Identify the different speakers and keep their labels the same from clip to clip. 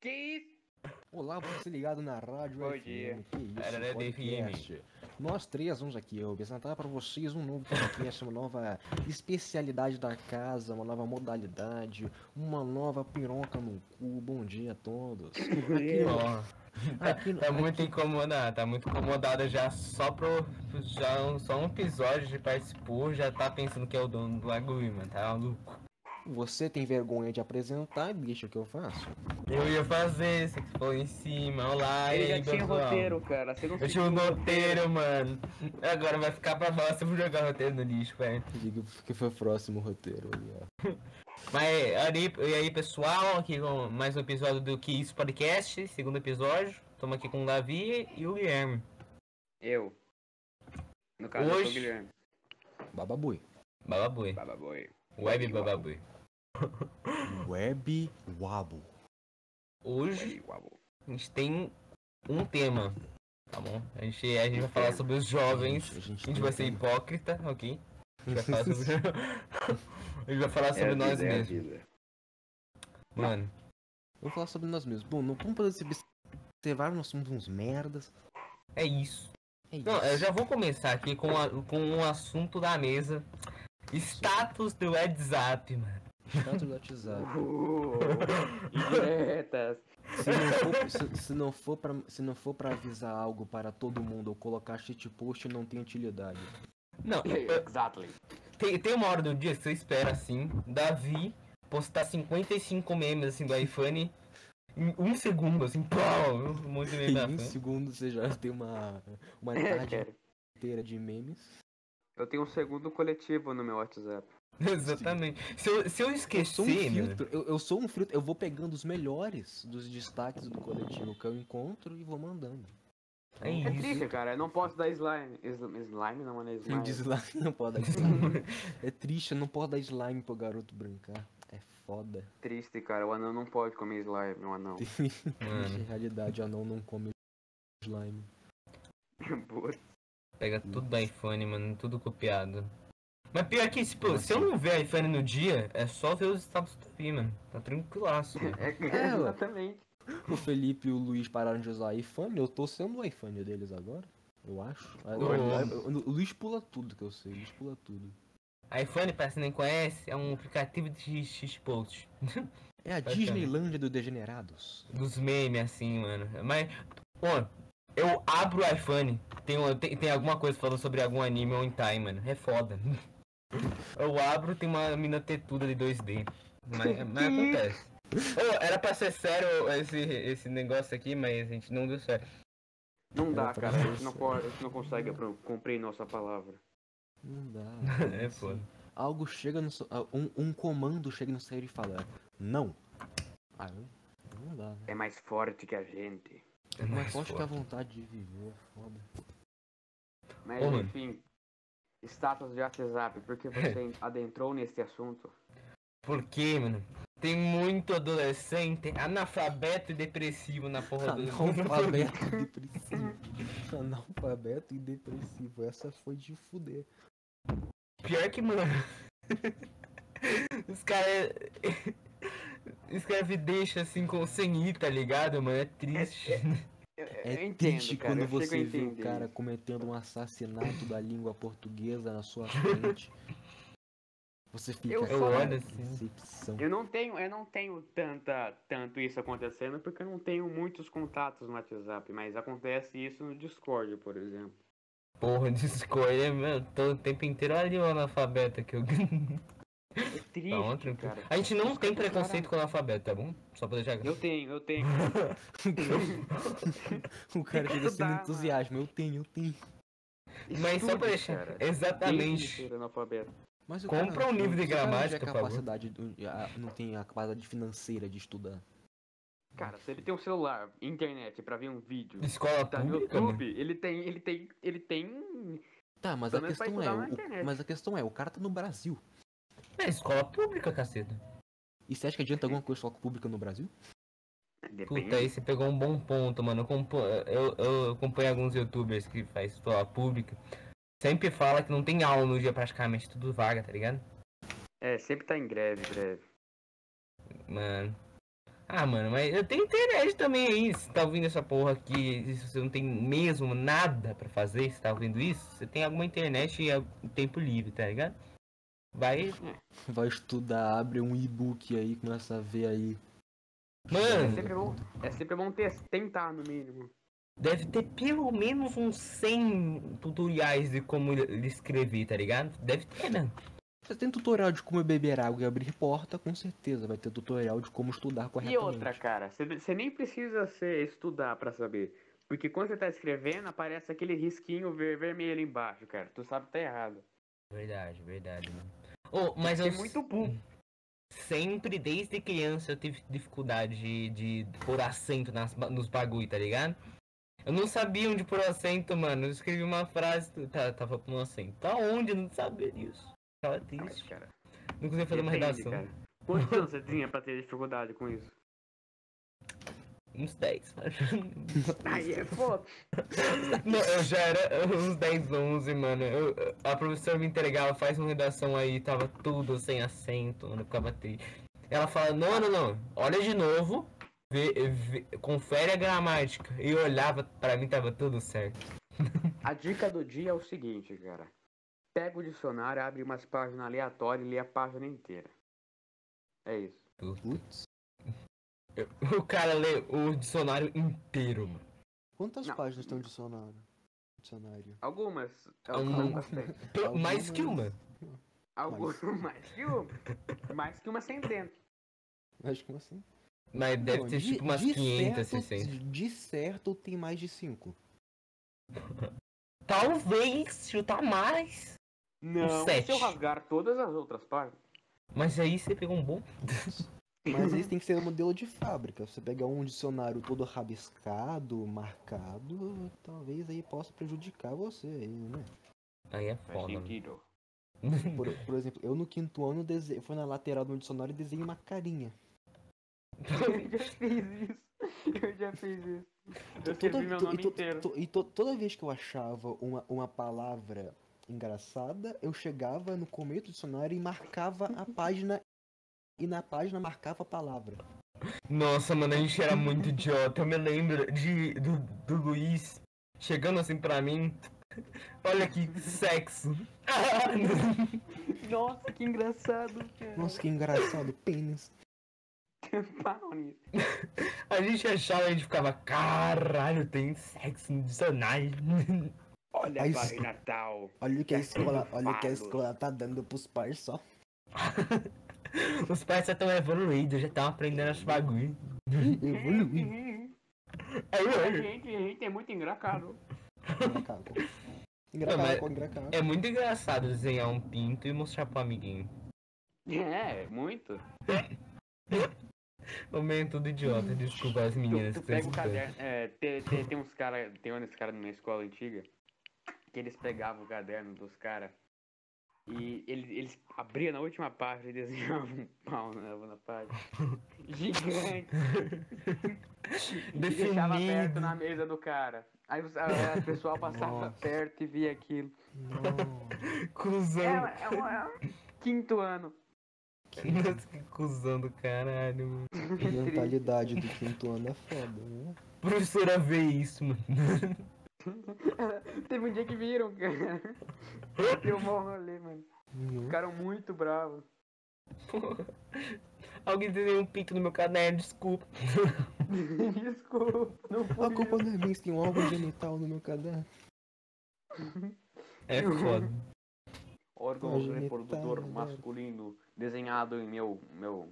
Speaker 1: Que isso?
Speaker 2: Olá, você ligado na rádio
Speaker 1: Bom
Speaker 2: FM.
Speaker 1: dia.
Speaker 2: Que isso,
Speaker 3: Era da
Speaker 2: podcast. Nós três vamos aqui eu apresentar para vocês um novo podcast, uma nova especialidade da casa, uma nova modalidade, uma nova piroca no cu. Bom dia a todos.
Speaker 3: Ó,
Speaker 2: Aqui,
Speaker 3: tá
Speaker 2: aqui,
Speaker 3: muito incomodada, tá muito incomodada já só pro. Já um- só um episódio de participou, já tá pensando que é o dono do bagulho, mano, tá maluco.
Speaker 2: você tem vergonha de apresentar, bicho, o que eu faço?
Speaker 3: Eu ia fazer, você que foi em cima, olá,
Speaker 1: Ele
Speaker 3: e aí,
Speaker 1: já tinha
Speaker 3: pessoal?
Speaker 1: roteiro, cara. Você não
Speaker 3: Eu tinha um roteiro, mano. Agora vai ficar pra baixo, eu vou jogar roteiro no lixo, velho.
Speaker 2: Diga que foi o próximo roteiro ali, ó.
Speaker 3: Mas ali, e aí pessoal, aqui com mais um episódio do Que Isso Podcast, segundo episódio. Estamos aqui com o Davi e o Guilherme.
Speaker 1: Eu. No caso, eu sou o
Speaker 3: Hoje-
Speaker 1: Guilherme.
Speaker 2: Bababui.
Speaker 3: Bababui.
Speaker 1: Bababoi.
Speaker 3: Web Bababui.
Speaker 2: Web Wabo.
Speaker 3: Hoje
Speaker 1: Oi, uau.
Speaker 3: a gente tem um tema, tá bom? A gente, a gente vai falar sobre os jovens.
Speaker 2: A gente
Speaker 3: A gente vai ser
Speaker 2: tem-
Speaker 3: hipócrita, ok? A gente vai falar sobre, a gente vai falar sobre
Speaker 1: É a
Speaker 3: nós
Speaker 1: vida, é a
Speaker 3: mesmos.
Speaker 1: vida.
Speaker 3: Mano,
Speaker 2: Vamos falar sobre nós mesmos. Bom, não vamos observar, nós somos uns merdas.
Speaker 3: é isso.
Speaker 2: É
Speaker 3: Não,
Speaker 2: isso.
Speaker 3: eu já vou começar aqui com, a, com um assunto da mesa. Status do WhatsApp, mano.
Speaker 2: Tanto do WhatsApp.
Speaker 1: Uh, Indiretas.
Speaker 2: Se não, for, se, se não for pra, se não for pra avisar algo para todo mundo ou colocar shit post, não tem utilidade.
Speaker 3: Não, eu-
Speaker 1: Exactly.
Speaker 3: tem, tem uma hora do dia que você espera assim, Davi postar 55 memes assim do iPhone em um segundo, assim, pau, um monte de meme
Speaker 2: Em
Speaker 3: da
Speaker 2: um
Speaker 3: frente.
Speaker 2: segundo você já tem uma, uma
Speaker 1: É,
Speaker 2: tarde
Speaker 1: cara.
Speaker 2: inteira de memes.
Speaker 1: Eu tenho um segundo coletivo no meu WhatsApp.
Speaker 3: Exatamente. Se eu, se eu
Speaker 2: Eu
Speaker 3: esquecer,
Speaker 2: sou um
Speaker 3: mano,
Speaker 2: filtro, eu, eu sou um filtro, eu vou pegando os melhores dos destaques do coletivo que eu encontro e vou mandando.
Speaker 3: é
Speaker 1: É
Speaker 3: isso.
Speaker 1: triste, cara. Eu não posso dar slime. Slime, slime não, mano. é
Speaker 2: Quem
Speaker 1: Slime.
Speaker 2: diz lá que não pode dar slime. é triste, eu não posso dar slime pro garoto brincar. É foda.
Speaker 1: Triste, cara. O anão não pode comer slime, o anão.
Speaker 3: É.
Speaker 2: Triste
Speaker 3: Mano,
Speaker 2: realidade, anão não come slime.
Speaker 1: Boa.
Speaker 3: pega tudo do iPhone, mano, tudo copiado. Mas pior que, se, pô, se eu não ver iPhone no dia, é só ver os status do Davi, mano. Tá tranquilaço, mano.
Speaker 1: É,
Speaker 2: É, ué.
Speaker 1: exatamente.
Speaker 2: O Felipe e o Luiz pararam de usar iPhone, eu tô sendo o iPhone deles agora. Eu acho. Ah,
Speaker 3: Ô.
Speaker 2: eu- eu- o Luiz pula tudo que eu sei, o Luiz pula tudo.
Speaker 3: iPhone, pra quem nem conhece, é um aplicativo de X-Post.
Speaker 2: É a
Speaker 3: Bacana.
Speaker 2: Disneylândia do Degenerados.
Speaker 3: dos memes assim, mano. Mas, pô, eu abro o iPhone, tem, uma- tem, tem alguma coisa falando sobre algum anime ou hentai, mano. É foda. Eu abro, tem uma mina tetuda de 2D. Mas, mas acontece. Ô, era pra ser sério esse, esse negócio aqui, mas a gente não deu certo.
Speaker 1: Não
Speaker 3: É,
Speaker 1: dá,
Speaker 2: Outra
Speaker 1: cara. A gente
Speaker 2: coisa.
Speaker 1: não, pode, a gente não consegue apro- cumprir nossa palavra.
Speaker 2: Não dá.
Speaker 3: É
Speaker 2: assim.
Speaker 3: foda.
Speaker 2: Algo chega no. so- ah, Um, um comando chega no cérebro e fala: Não. Ah, não- não dá. né?
Speaker 1: É mais forte que a gente.
Speaker 3: É
Speaker 2: Mas
Speaker 3: mais
Speaker 2: pode ficar à
Speaker 3: foda.
Speaker 2: vontade de viver, é foda.
Speaker 1: Mas
Speaker 3: Ô, mano. É.
Speaker 1: enfim. Status de WhatsApp, porque você adentrou nesse assunto.
Speaker 3: Porque, mano, tem muito adolescente analfabeto e depressivo na
Speaker 2: Tá
Speaker 3: porra do
Speaker 2: Analfabeto e depressivo. Tá Analfabeto e depressivo. Essa foi de fuder.
Speaker 3: Pior que, mano. Os caras. Escreve deixa assim com sem i, tá ligado, mano? É triste.
Speaker 1: Eu, eu
Speaker 2: É
Speaker 1: entendo,
Speaker 2: triste
Speaker 1: cara.
Speaker 2: quando
Speaker 1: eu chego a
Speaker 2: você vê um
Speaker 1: entender
Speaker 2: cara
Speaker 1: isso.
Speaker 2: cometendo um assassinato da língua portuguesa na sua frente. Você fica
Speaker 1: Eu
Speaker 2: "Cara,
Speaker 3: olho
Speaker 2: que
Speaker 3: assim."
Speaker 2: decepção.
Speaker 1: Eu não tenho, eu não tenho tanta, tanto isso acontecendo porque eu não tenho muitos contatos no WhatsApp, mas acontece isso no Discord, por exemplo.
Speaker 3: Porra, Discord, é, mano. Tô o tempo inteiro ali o analfabeto que eu.
Speaker 1: É triste,
Speaker 3: tá bom, tranquilo.
Speaker 1: cara.
Speaker 3: A gente não
Speaker 1: Os
Speaker 3: tem
Speaker 1: caras-
Speaker 3: preconceito com analfabeto, tá bom? Só pra deixar.
Speaker 1: Eu tenho, eu tenho.
Speaker 2: O cara chega assim no
Speaker 1: Estudar,
Speaker 2: entusiasmo. Eu tenho, eu tenho.
Speaker 3: Mas só pra
Speaker 1: Estude,
Speaker 3: deixar.
Speaker 1: cara. Desde
Speaker 3: Exatamente.
Speaker 1: ser analfabeto.
Speaker 2: Mas o
Speaker 3: Compra
Speaker 2: cara,
Speaker 3: um livro de
Speaker 2: o cara não tem a
Speaker 3: gramática, por favor.
Speaker 2: capacidade, do- a- não tem a capacidade financeira de estudar.
Speaker 1: Cara, se ele tem um celular, internet pra ver um vídeo,
Speaker 3: Escola
Speaker 1: tá no
Speaker 3: pública, mano.
Speaker 1: YouTube, ele tem, ele tem, ele tem.
Speaker 2: Tá, mas a
Speaker 1: Pelo menos pra
Speaker 2: questão é,
Speaker 1: estudar na
Speaker 2: o-
Speaker 1: internet.
Speaker 2: mas a questão é, o cara tá no Brasil.
Speaker 3: É escola pública, caceta.
Speaker 2: E você acha que adianta alguma coisa só com pública no Brasil?
Speaker 1: né?
Speaker 3: Puta, aí você pegou um bom ponto, mano. Eu, compo- eu- eu acompanho alguns youtubers que faz escola pública. Sempre fala que não tem aula no dia praticamente, tudo vaga, tá ligado?
Speaker 1: É, sempre tá em greve, greve.
Speaker 3: Mano. Ah, mano, mas eu tenho internet também aí. Se tá ouvindo essa porra aqui, e se você não tem mesmo nada pra fazer, se tá ouvindo isso, você tem alguma internet e algum tempo livre, tá ligado? Vai.
Speaker 2: Vai estudar, abre um e-book aí, começa a ver aí.
Speaker 1: É sempre
Speaker 3: Mano,
Speaker 1: bom, é sempre bom ter, tentar, no mínimo.
Speaker 3: deve ter pelo menos uns 100 tutoriais de como ele escrever, tá ligado? Deve ter, né?
Speaker 2: Você tem tutorial de como é beber água e abrir porta, com certeza. Vai ter tutorial de como estudar
Speaker 1: E
Speaker 2: corretamente.
Speaker 1: outra, cara, você- você nem precisa ser, estudar pra saber. Porque quando você tá escrevendo, aparece aquele risquinho ver- vermelho embaixo, cara. Tu sabe que tá errado.
Speaker 3: Verdade, verdade, mano. Ô, mas
Speaker 1: Tem
Speaker 3: eu
Speaker 1: muito burro.
Speaker 3: sempre, desde criança, eu tive dificuldade de, de pôr acento nas, ba- nos bagulho, tá ligado? Eu não sabia onde pôr acento, mano. Eu escrevi uma frase, tá, tava pondo acento. Tá onde? Eu não sabia disso. Tava
Speaker 1: Mas,
Speaker 3: triste.
Speaker 1: cara,
Speaker 3: Não conseguia fazer uma
Speaker 1: depende,
Speaker 3: redação.
Speaker 1: cara. Quantos anos você tinha pra ter dificuldade com isso?
Speaker 3: Uns 10, mano.
Speaker 1: Aí é foda.
Speaker 3: Não, eu já era uns 10, 11, mano. Eu- a professora me entregava, faz uma redação aí, tava tudo sem acento, mano, eu ficava triste. Ela fala, não, não, não, olha de novo, vê, vê- confere a gramática. E eu olhava, pra mim tava tudo certo.
Speaker 1: A dica do dia é o seguinte, cara. Pega o dicionário, abre umas páginas aleatórias e lê a página inteira. É isso.
Speaker 2: Putz.
Speaker 3: Eu- o cara lê o dicionário inteiro, mano.
Speaker 2: Quantas
Speaker 1: Não.
Speaker 2: páginas tem um dicionário? Dicionário.
Speaker 1: Algumas. é
Speaker 3: Hum.
Speaker 1: Algumas tem.
Speaker 3: Pelo- Mais
Speaker 2: Algumas-
Speaker 3: que uma.
Speaker 1: Algumas mais que uma. Mais que uma centena.
Speaker 2: Acho que assim.
Speaker 3: Mas deve
Speaker 2: Não,
Speaker 3: ter
Speaker 2: de-
Speaker 3: tipo umas
Speaker 2: de
Speaker 3: 500,
Speaker 2: certo-
Speaker 3: 600.
Speaker 2: De certo tem mais de 5.
Speaker 3: Talvez chutar mais.
Speaker 2: Um
Speaker 1: Não,
Speaker 3: sete.
Speaker 1: se eu rasgar todas as outras páginas.
Speaker 3: Mas aí você pegou um bom.
Speaker 2: Mas isso tem que ser um modelo de fábrica. Você pegar um dicionário todo rabiscado, marcado, talvez aí possa prejudicar você aí, né?
Speaker 3: Aí é
Speaker 1: Faz
Speaker 3: foda, mano.
Speaker 1: sentido.
Speaker 2: Por, por exemplo, eu no quinto ano dese... fui na lateral do meu dicionário e desenhei uma carinha.
Speaker 1: Eu já fiz isso. Eu já fiz isso. Eu escrevi meu
Speaker 2: to-
Speaker 1: nome
Speaker 2: e to-
Speaker 1: inteiro.
Speaker 2: to- e to- toda vez que eu achava uma, uma palavra engraçada, eu chegava no começo do dicionário e marcava a página. E na página marcava a palavra.
Speaker 3: Nossa, mano, a gente era muito idiota. Eu me lembro de, do, do Luiz chegando assim pra mim. Olha que sexo.
Speaker 1: Nossa, que engraçado, cara.
Speaker 2: Nossa, que engraçado, pênis.
Speaker 1: Pau nisso.
Speaker 3: a gente achava, a gente ficava, caralho, tem sexo no dicionário.
Speaker 1: Olha
Speaker 2: Aí
Speaker 1: a
Speaker 2: sim.
Speaker 1: página tal.
Speaker 2: Olha o que a escola, olha o que a
Speaker 1: Vago.
Speaker 2: escola tá dando pros pais só.
Speaker 3: Os pais já estão evoluídos, já estão aprendendo esse bagulho.
Speaker 2: Evoluiu.
Speaker 3: Aí,
Speaker 1: A
Speaker 3: mano,
Speaker 1: gente, a gente é muito engraçado.
Speaker 2: Engracaco.
Speaker 3: mas-
Speaker 2: Engracaco, engracaco.
Speaker 3: é muito engraçado desenhar um pinto e mostrar pro amiguinho.
Speaker 1: É, muito.
Speaker 3: Momento é tudo idiota, desculpa as
Speaker 1: Tu,
Speaker 3: meninas
Speaker 1: tu
Speaker 3: que estão
Speaker 1: pega o caderno.
Speaker 3: escutando.
Speaker 1: É, tem, tem, tem uns caras. Tem uns caras na escola antiga que eles pegavam o caderno dos caras e eles, eles abriam na última página e desenhavam um pau na, na página. Gigante. E deixava
Speaker 3: Definido.
Speaker 1: perto na mesa do cara. Aí o a- a- o pessoal passava
Speaker 2: Nossa.
Speaker 1: perto e via aquilo.
Speaker 2: Não.
Speaker 1: É,
Speaker 3: Cusão.
Speaker 1: é um- é um quinto ano.
Speaker 3: Nossa, que cuzão do caralho, mano.
Speaker 2: Mentalidade do quinto ano é foda, né?
Speaker 3: Professora vê isso, mano.
Speaker 1: Teve um dia que viram, cara. Eu mal rolê, mano.
Speaker 2: Não.
Speaker 1: Ficaram muito bravos.
Speaker 3: Alguém desenhou um pinto no meu caderno, desculpa.
Speaker 1: Desculpa, não
Speaker 2: A
Speaker 1: fui
Speaker 2: culpa não é minha, se tem um órgão genital no meu caderno.
Speaker 3: É
Speaker 1: Eu-
Speaker 3: foda.
Speaker 1: órgão
Speaker 2: Imagina,
Speaker 1: reprodutor
Speaker 2: tá,
Speaker 1: masculino desenhado em meu. meu.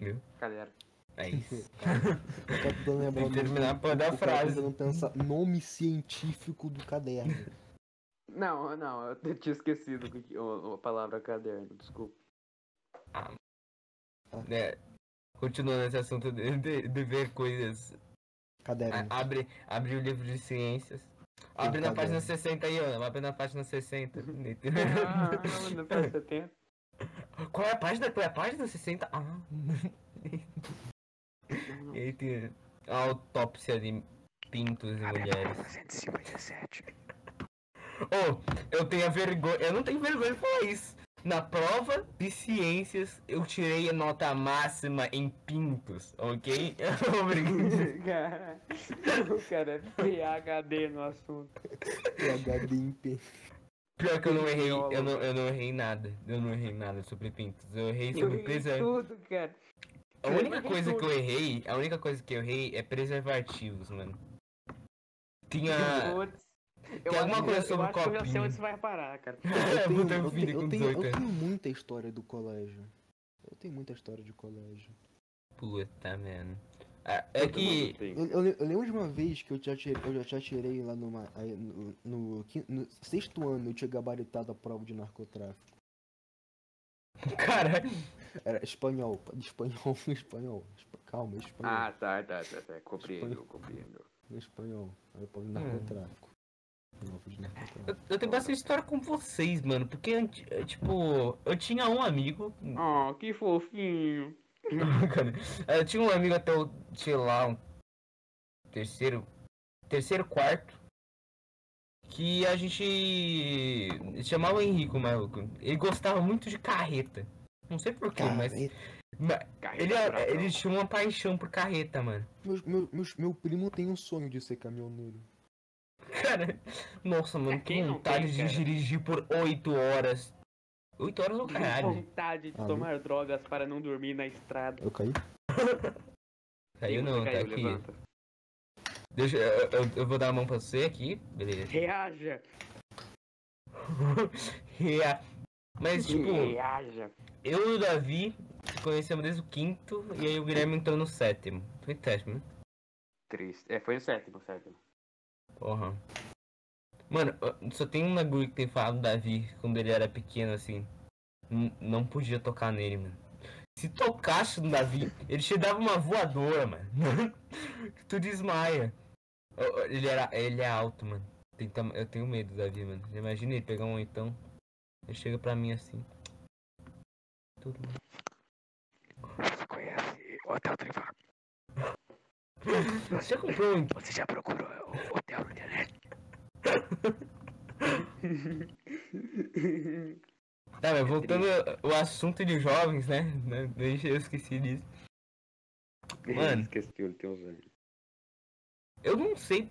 Speaker 3: Meu?
Speaker 1: Caderno.
Speaker 3: É isso.
Speaker 2: Eu tô tentando lembrar
Speaker 3: Tem
Speaker 2: o
Speaker 3: que
Speaker 2: nome-
Speaker 3: terminar pra dar a
Speaker 2: eu tô tentando
Speaker 3: frase.
Speaker 2: pensar nome científico do caderno.
Speaker 1: Não, não, eu te- tinha esquecido que- que- o- a palavra caderno, desculpa.
Speaker 3: É, continuando esse assunto de, de- de ver coisas.
Speaker 2: Caderno.
Speaker 3: A- abre, abre o livro de ciências. Abre na
Speaker 2: Brincadeira.
Speaker 3: página 60 aí, Ana. Abre na página é 60.
Speaker 1: Ah, não, não faz 70.
Speaker 3: Qual é a página? Qual é a página 60? Ah. e aí tem a autópsia de pintos e mulheres.
Speaker 1: 157.
Speaker 3: Ô, eu tenho a vergonha. Eu não tenho vergonha de falar isso. Na prova de ciências, eu tirei a nota máxima em pintos, ok? Obrigado.
Speaker 1: Cara, o cara é PHD no assunto.
Speaker 2: PHD em P.
Speaker 3: Pior que eu não errei, eu não, eu não errei nada. Eu não errei nada sobre pintos. Eu errei
Speaker 1: Eu
Speaker 3: sobre
Speaker 1: li
Speaker 3: preservativo.
Speaker 1: tudo, cara.
Speaker 3: A única coisa que eu
Speaker 1: Tudo.
Speaker 3: errei, a única coisa que eu errei é preservativos, mano. Tinha.
Speaker 1: Putz.
Speaker 3: Ah, tem alguma
Speaker 1: acho-
Speaker 3: coisa
Speaker 1: eu
Speaker 3: sobre
Speaker 1: acho que eu já sei
Speaker 3: copinho.
Speaker 1: onde você vai parar, cara.
Speaker 2: Eu tenho,
Speaker 3: Puta
Speaker 2: eu
Speaker 3: vida
Speaker 2: tenho- eu
Speaker 3: um com
Speaker 2: tenho- eu
Speaker 3: 18 anos.
Speaker 2: tenho muita história do colégio. Eu tenho muita história de colégio.
Speaker 3: Puta, mano. Ah, É que.
Speaker 2: Eu, eu le- eu lembro de uma vez que eu já tirei, eu já tirei lá numa, aí no, no quin- no sexto ano eu tinha gabaritado a prova de narcotráfico.
Speaker 3: Cara,
Speaker 2: Era espanhol, pa- de espanhol, espanhol. espa- Calma, é espanhol, é
Speaker 1: Ah, tá, tá, tá, tá. Compreendo, compreendo.
Speaker 2: espanhol. Era prova de narcotráfico. Prova de narcotráfico.
Speaker 3: Hum. eu, eu tenho bastante história com vocês, mano. Porque, anti- eh, tipo, eu tinha um amigo.
Speaker 1: Oh, que fofinho.
Speaker 3: Cara, eu tinha um amigo até o, sei lá, um terceiro. Terceiro, quarto. Que a gente chamava o Henrico, maluco. Ele gostava muito de carreta. Não sei porquê, mas.
Speaker 2: Cara,
Speaker 3: mas
Speaker 1: Carrega
Speaker 3: Ele, é-
Speaker 1: furacão.
Speaker 3: ele tinha uma paixão por carreta, mano.
Speaker 2: meus- meu, meus- meu primo tem um sonho de ser caminhoneiro.
Speaker 3: Cara, nossa, mano, que
Speaker 1: É, Quem não
Speaker 3: vontade
Speaker 1: tem,
Speaker 3: de
Speaker 1: cara?
Speaker 3: dirigir por 8 horas. 8 horas no
Speaker 1: Que
Speaker 3: caralho.
Speaker 1: vontade de
Speaker 2: Ah,
Speaker 1: tomar drogas para não dormir na estrada.
Speaker 2: Eu caí?
Speaker 3: Caiu não,
Speaker 1: Você
Speaker 3: tá
Speaker 1: caiu,
Speaker 3: aqui.
Speaker 1: levanta.
Speaker 3: Deixa, eu, eu- eu vou dar a mão pra você aqui. Beleza.
Speaker 1: Reaja.
Speaker 3: Yeah.
Speaker 1: É,
Speaker 3: Mas, tipo,
Speaker 1: Reaja.
Speaker 3: eu e o Davi se conhecemos desde o quinto e aí o Guilherme entrou no sétimo. Foi sétimo, né?
Speaker 1: Triste. É, foi o sétimo, sétimo.
Speaker 3: Porra. Mano, eu- só tem um bagulho que tem falado do Davi quando ele era pequeno, assim. N- Não podia tocar nele, mano. Se tocasse no Davi, ele te dava uma voadora, mano. tu desmaia. Eu- eu- Ele, era, ele é alto, mano. Tem tama- eu tenho medo do Davi, mano. Já Imagina ele pegar um então. Ele chega pra mim assim. Tudo bem.
Speaker 1: Você conhece Hotel Trivago?
Speaker 3: Você comprou um
Speaker 1: Você já procurou o hotel na internet?
Speaker 3: Tá, mas voltando ao assunto de jovens, né? Né? Deixa eu esqueci disso. Mano.
Speaker 1: Esqueci que ele tem uns anos.
Speaker 3: Eu não sei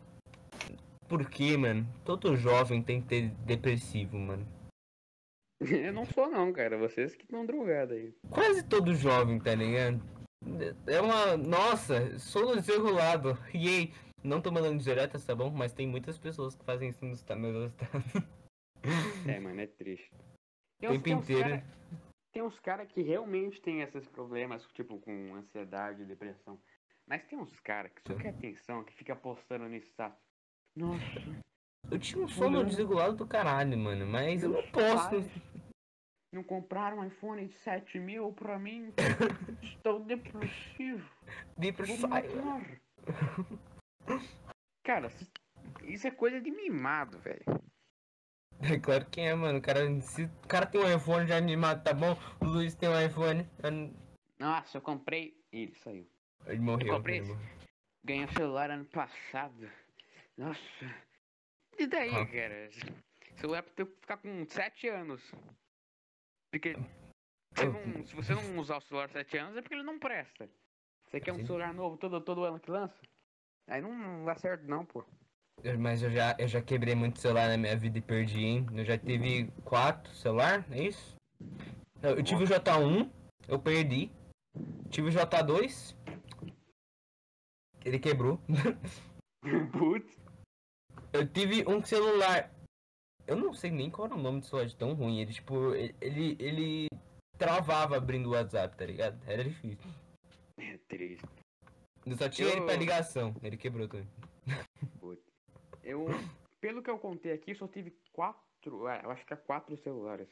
Speaker 3: por que, mano. Todo jovem tem que ter depressivo, mano.
Speaker 1: Eu não sou não, cara. Vocês que estão drogados aí.
Speaker 3: Quase todo jovem, tá ligado? É uma. Nossa, sou desregulado. E aí, não tô mandando diretas, tá bom? Mas tem muitas pessoas que fazem isso nos tá. ta- meus estados.
Speaker 1: É, mano, é triste.
Speaker 3: O tempo inteiro.
Speaker 1: cara- tem uns caras que realmente tem esses problemas, tipo, com ansiedade, depressão. Mas tem uns caras que só quer atenção, que fica postando no status. Nossa,
Speaker 3: Eu tinha um
Speaker 1: Uhum.
Speaker 3: sono desregulado do caralho, mano. Mas eu não posso.
Speaker 1: pais Não compraram um iPhone de 7 mil pra mim? Estou depressivo. Vou
Speaker 3: Depressivo.
Speaker 1: morrer. Cara, isso é coisa de mimado, velho.
Speaker 3: É claro que é, mano. O cara, se o cara tem um iPhone já animado, tá bom? O Luiz tem um iPhone. eu não-
Speaker 1: Nossa, eu comprei. Ele saiu.
Speaker 3: Ele morreu.
Speaker 1: Eu comprei
Speaker 3: ele
Speaker 1: esse.
Speaker 3: morreu.
Speaker 1: Ganhei um celular ano passado. Nossa. E daí,
Speaker 3: Ah.
Speaker 1: cara? Celular pra tu ficar com 7 anos. Porque se,
Speaker 3: Eu-
Speaker 1: não- se você não usar o celular 7 anos é porque ele não presta. Você quer um
Speaker 3: Sim.
Speaker 1: celular novo todo, todo ano que lança? Aí não, não dá certo não, pô.
Speaker 3: Eu- Mas eu já, eu já quebrei muito celular na minha vida e perdi, hein? Eu já tive quatro celular, é isso? Eu, eu tive o J1, eu perdi. Tive o J2. Ele quebrou.
Speaker 1: Putz.
Speaker 3: Eu tive um celular. Eu não sei nem qual era o nome do celular de tão ruim. Ele, tipo, ele, ele, ele travava abrindo o WhatsApp, tá ligado? Era difícil.
Speaker 1: É triste,
Speaker 3: Eu só tinha ele pra
Speaker 1: Eu-
Speaker 3: ligação. Ele quebrou também.
Speaker 1: putz. Eu, pelo que eu contei aqui, eu só tive quatro, ah, eu acho que é quatro celulares.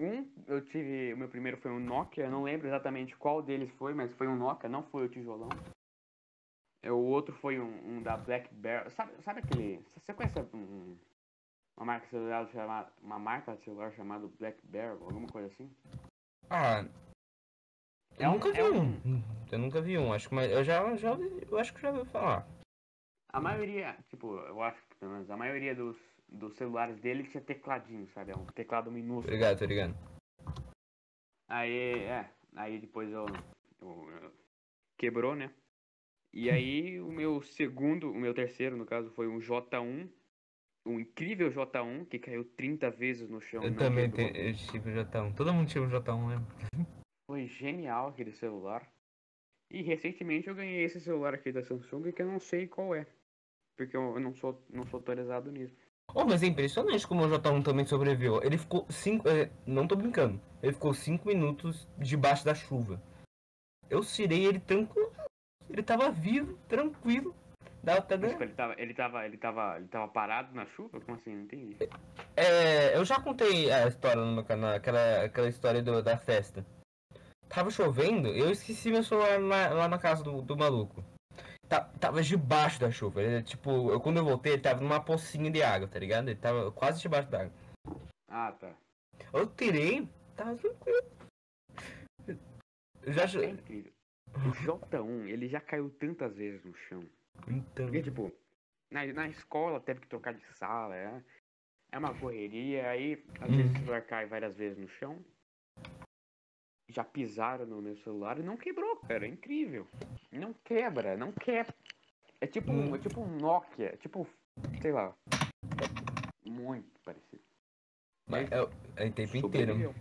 Speaker 1: Um, eu tive, o meu primeiro foi um Nokia, eu não lembro exatamente qual deles foi, mas foi um Nokia, não foi o tijolão. É, O outro foi um, um da BlackBerry, sabe, sabe aquele, você conhece um- uma marca de celular chamada, uma marca de celular chamada BlackBerry, alguma coisa assim?
Speaker 3: Ah. Eu
Speaker 1: É um-
Speaker 3: nunca vi
Speaker 1: é
Speaker 3: um. Eu nunca vi um, acho que mas eu já, já ouvi- eu acho que já ouvi falar.
Speaker 1: A maioria, tipo, eu acho que pelo menos a maioria dos, dos celulares dele tinha tecladinho, sabe? É um teclado minúsculo.
Speaker 3: Obrigado, tô Tá ligado.
Speaker 1: Aí, é, aí depois eu, eu- eu- quebrou, né? E aí o meu segundo, o meu terceiro, no caso, foi um J1, um incrível J1 que caiu 30 vezes no chão. né? e
Speaker 3: Eu
Speaker 1: não
Speaker 3: também
Speaker 1: quebrou.
Speaker 3: tenho, eu tive o J1. Todo mundo tinha um J1, né?
Speaker 1: Foi genial aquele celular. E recentemente eu ganhei esse celular aqui da Samsung que eu não sei qual é. Porque eu eu não sou, não sou atualizado nisso.
Speaker 3: Oh, mas é impressionante como o J1 também sobreviveu. Ele ficou 5. não tô brincando. Ele ficou 5 minutos debaixo da chuva. Eu tirei ele tranquilo. Ele tava vivo, tranquilo. Dava pra
Speaker 1: Mas,
Speaker 3: ganhar.
Speaker 1: tipo, ele tava, ele tava, ele tava, ele tava parado na chuva? Como assim? Não entendi.
Speaker 3: É, eu já contei a história no meu canal, aquela, aquela história do- da festa. Tava chovendo, eu esqueci meu celular lá, lá na casa do, do maluco. Ta- tava debaixo da chuva. ele, tipo, eu- quando eu voltei, ele tava numa pocinha de água, tá ligado? Ele tava quase debaixo d'água.
Speaker 1: Ah, tá.
Speaker 3: Eu tirei, tava tranquilo. Eu já
Speaker 1: É
Speaker 3: achei.
Speaker 1: incrível. O J1, ele já caiu tantas vezes no chão.
Speaker 3: Então.
Speaker 1: Porque, tipo, na, na escola teve que trocar de sala, é, é uma correria, aí às
Speaker 3: Hum.
Speaker 1: vezes o celular cai várias vezes no chão. Já pisaram no meu celular e não quebrou, cara. É incrível. Não quebra, não quebra. É tipo, um-
Speaker 3: Hum.
Speaker 1: é tipo um Nokia, é tipo, sei lá. é Muito parecido.
Speaker 3: Mas eu, é o tempo inteiro.
Speaker 1: Sobreviveu.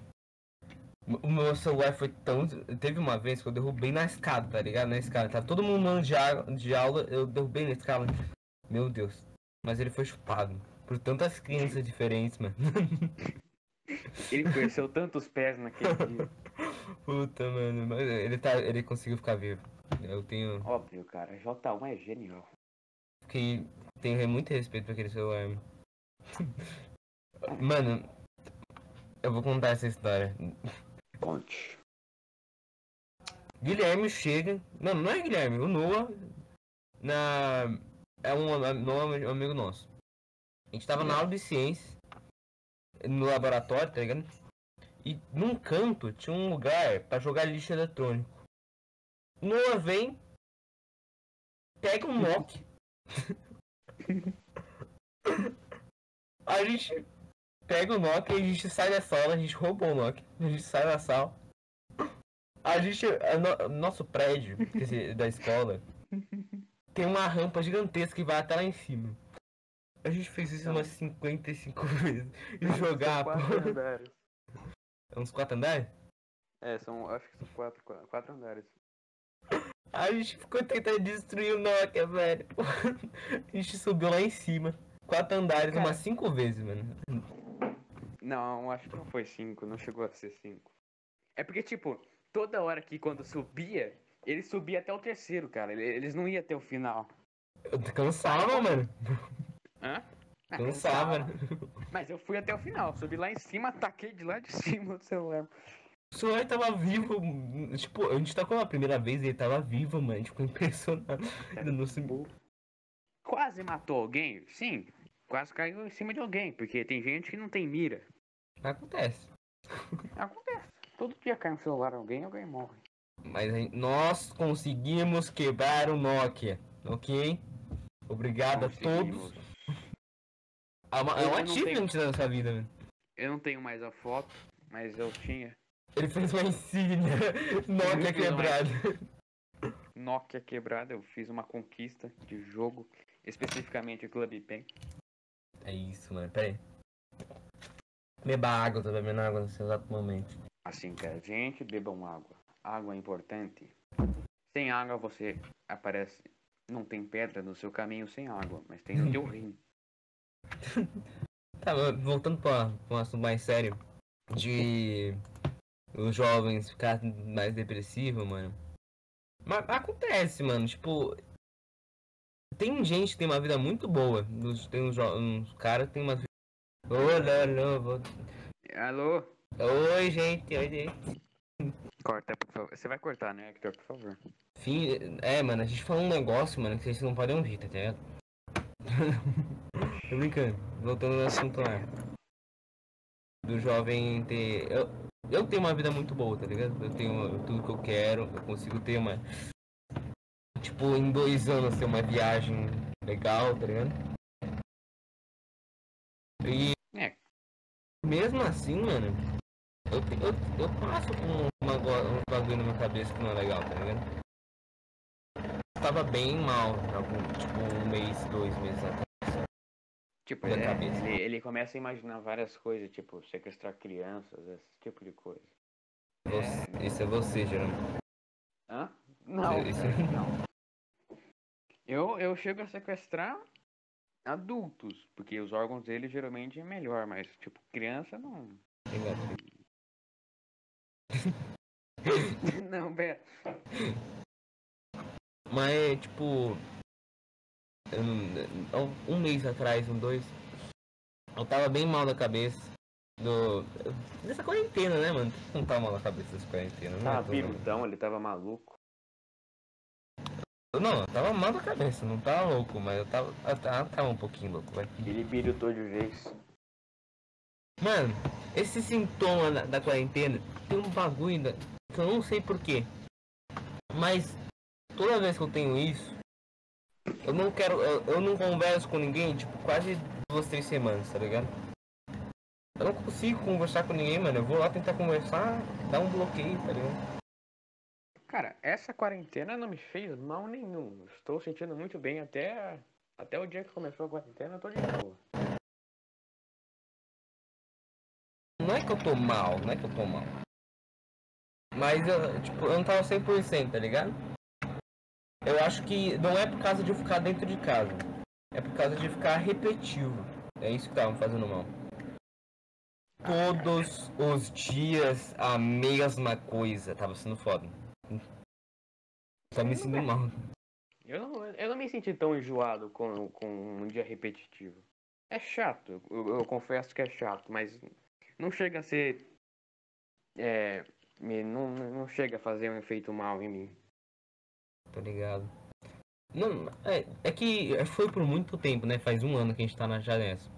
Speaker 3: O meu celular foi tão. Teve uma vez que eu derrubei na escada, tá ligado? Na escada. Tá todo mundo mano de, a- de aula, eu derrubei na escada. Meu Deus. Mas ele foi chupado. Por tantas crianças diferentes, mano.
Speaker 1: Ele conheceu tantos pés naquele dia.
Speaker 3: Puta, mano. Mas ele, tá, ele conseguiu ficar vivo. Eu tenho.
Speaker 1: Óbvio, cara. J1 é genial.
Speaker 3: Fiquei. Tenho re- muito respeito por aquele celular. mano. Mano. Eu vou contar essa história.
Speaker 1: Conte.
Speaker 3: Guilherme chega. Não, não é Guilherme, o Noah. Na. É um, am- Noah é um amigo nosso. A gente tava na aula de ciências. No laboratório, tá ligado? E num canto tinha um lugar pra jogar lixo eletrônico. Noah vem. Pega um mock. a gente pega o Nock e a gente sai da sala, a gente roubou o Nock, a gente sai da sala. A gente. a no- nosso prédio, quer dizer, da escola, tem uma rampa gigantesca que vai até lá em cima. A gente fez isso umas 55 vezes. E jogar, pô.
Speaker 1: né? andares.
Speaker 3: É uns quatro andares?
Speaker 1: É, são, acho que são quatro, quatro, quatro andares.
Speaker 3: A gente ficou tentando destruir o Nokia, velho. A gente subiu lá em cima. Quatro andares,
Speaker 1: Cara.
Speaker 3: umas cinco vezes, mano.
Speaker 1: Não, acho que não foi cinco, não chegou a ser cinco. É porque, tipo, toda hora que quando subia, ele subia até o terceiro, cara. ele- Eles não iam até o final.
Speaker 3: Eu cansava, mano.
Speaker 1: Hã? Ah,
Speaker 3: Cansava.
Speaker 1: cansava. Mas eu fui até o final, subi lá em cima, ataquei de lá de cima do celular.
Speaker 3: O senhor tava vivo. Tipo, a gente tacou a primeira vez e ele tava vivo, mano. A gente ficou impressionado.
Speaker 1: É.
Speaker 3: Ele não se-
Speaker 1: Quase matou alguém? Sim, quase caiu em cima de alguém, porque tem gente que não tem mira.
Speaker 3: Acontece.
Speaker 1: Acontece. Todo dia cai um celular em alguém, alguém morre.
Speaker 3: Mas aí, nós conseguimos quebrar o Nokia. Ok? Obrigado a todos.
Speaker 1: Conseguimos.
Speaker 3: É uma- É
Speaker 1: Eu- eu
Speaker 3: um
Speaker 1: não tenho-
Speaker 3: achievement da nossa vida, mano.
Speaker 1: Eu não tenho mais a foto, mas eu tinha.
Speaker 3: Ele fez uma insígnia. Nokia
Speaker 1: Não é.
Speaker 3: quebrado.
Speaker 1: Nokia quebrada, eu fiz uma conquista de jogo, especificamente o Club Pen.
Speaker 3: É isso, mano. Pera aí. Beba água, tô bebendo água nesse exato momento.
Speaker 1: Assim que a gente bebam água. Água é importante. Sem água você aparece. Não tem pedra no seu caminho sem água, mas tem no teu rim.
Speaker 3: Tá, mas voltando pra, pra um assunto mais sério. De os jovens ficar mais depressivo, mano. Mas acontece, mano. Tipo. Tem gente que tem uma vida muito boa. uns- Tem uns, jo- uns caras que tem uma vida. Olá, olá, vou-
Speaker 1: Alô?
Speaker 3: Oi, gente. Oi, gente.
Speaker 1: Corta, por favor. Você vai cortar, né, Hector, por favor?
Speaker 3: Fim- É, mano, a gente falou um negócio, mano, que vocês não podem ouvir, tá ligado? Tô brincando. Voltando ao assunto lá. Do jovem ter. Eu, eu tenho uma vida muito boa, tá ligado? Eu tenho tudo que eu quero, eu consigo ter uma. Tipo, em dois anos ter uma viagem legal, tá ligado? E.
Speaker 1: É.
Speaker 3: Mesmo assim, mano, Eu, te- eu, eu passo com uma, go- um bagulho na minha cabeça que não é legal, tá ligado? Tava bem mal, algum, tipo um mês, dois meses atrás.
Speaker 1: Tipo,
Speaker 3: Da
Speaker 1: é,
Speaker 3: cabeça.
Speaker 1: ele, ele começa a imaginar várias coisas, tipo, sequestrar crianças, esse tipo de coisa.
Speaker 3: Você- Isso é você, Jerônimo.
Speaker 1: Hã? Não,
Speaker 3: Isso.
Speaker 1: cara, não. Eu, eu chego a sequestrar adultos, porque os órgãos dele geralmente é melhor, mas, tipo, criança não.
Speaker 3: tá Obrigado.
Speaker 1: não, pera.
Speaker 3: Mas, tipo. eu não- um- um mês atrás, um, dois. Eu tava bem mal da cabeça. Do. Dessa quarentena, né, mano? Não tá mal da cabeça dessa quarentena, né?
Speaker 1: Tava
Speaker 3: Tô-
Speaker 1: pirudão, ele tava maluco.
Speaker 3: Eu Não, eu tava mal da cabeça, não tava louco, mas eu tava, eu tava, tava um pouquinho louco, vai.
Speaker 1: Ele pirudou de vez.
Speaker 3: Mano, esse sintoma da, da quarentena tem um bagulho ainda que eu não sei porquê. Mas toda vez que eu tenho isso, eu não quero. Eu, eu não converso com ninguém, tipo, quase duas, três semanas, tá ligado? Eu não consigo conversar com ninguém, mano. Eu vou lá tentar conversar, dá um bloqueio, tá ligado?
Speaker 1: Cara, essa quarentena não me fez mal nenhum. Estou sentindo muito bem até, até o dia que começou a quarentena, eu tô de boa.
Speaker 3: Não é que eu tô mal, não é que eu tô mal. Mas eu, tipo, eu não tava 100%, tá ligado? Eu acho que não é por causa de eu ficar dentro de casa. É por causa de ficar repetitivo. É isso que tava me fazendo mal. Todos os dias a mesma coisa. Tava sendo foda. Tava me sentindo mal.
Speaker 1: Eu não, eu não me senti tão enjoado com, com um dia repetitivo. É chato, eu, eu confesso que é chato, mas não chega a ser. É. me- não, não chega a fazer um efeito mal em mim.
Speaker 3: Tá ligado? Não, é, é que foi por muito tempo, né? Faz um ano que a gente tá na já nessa.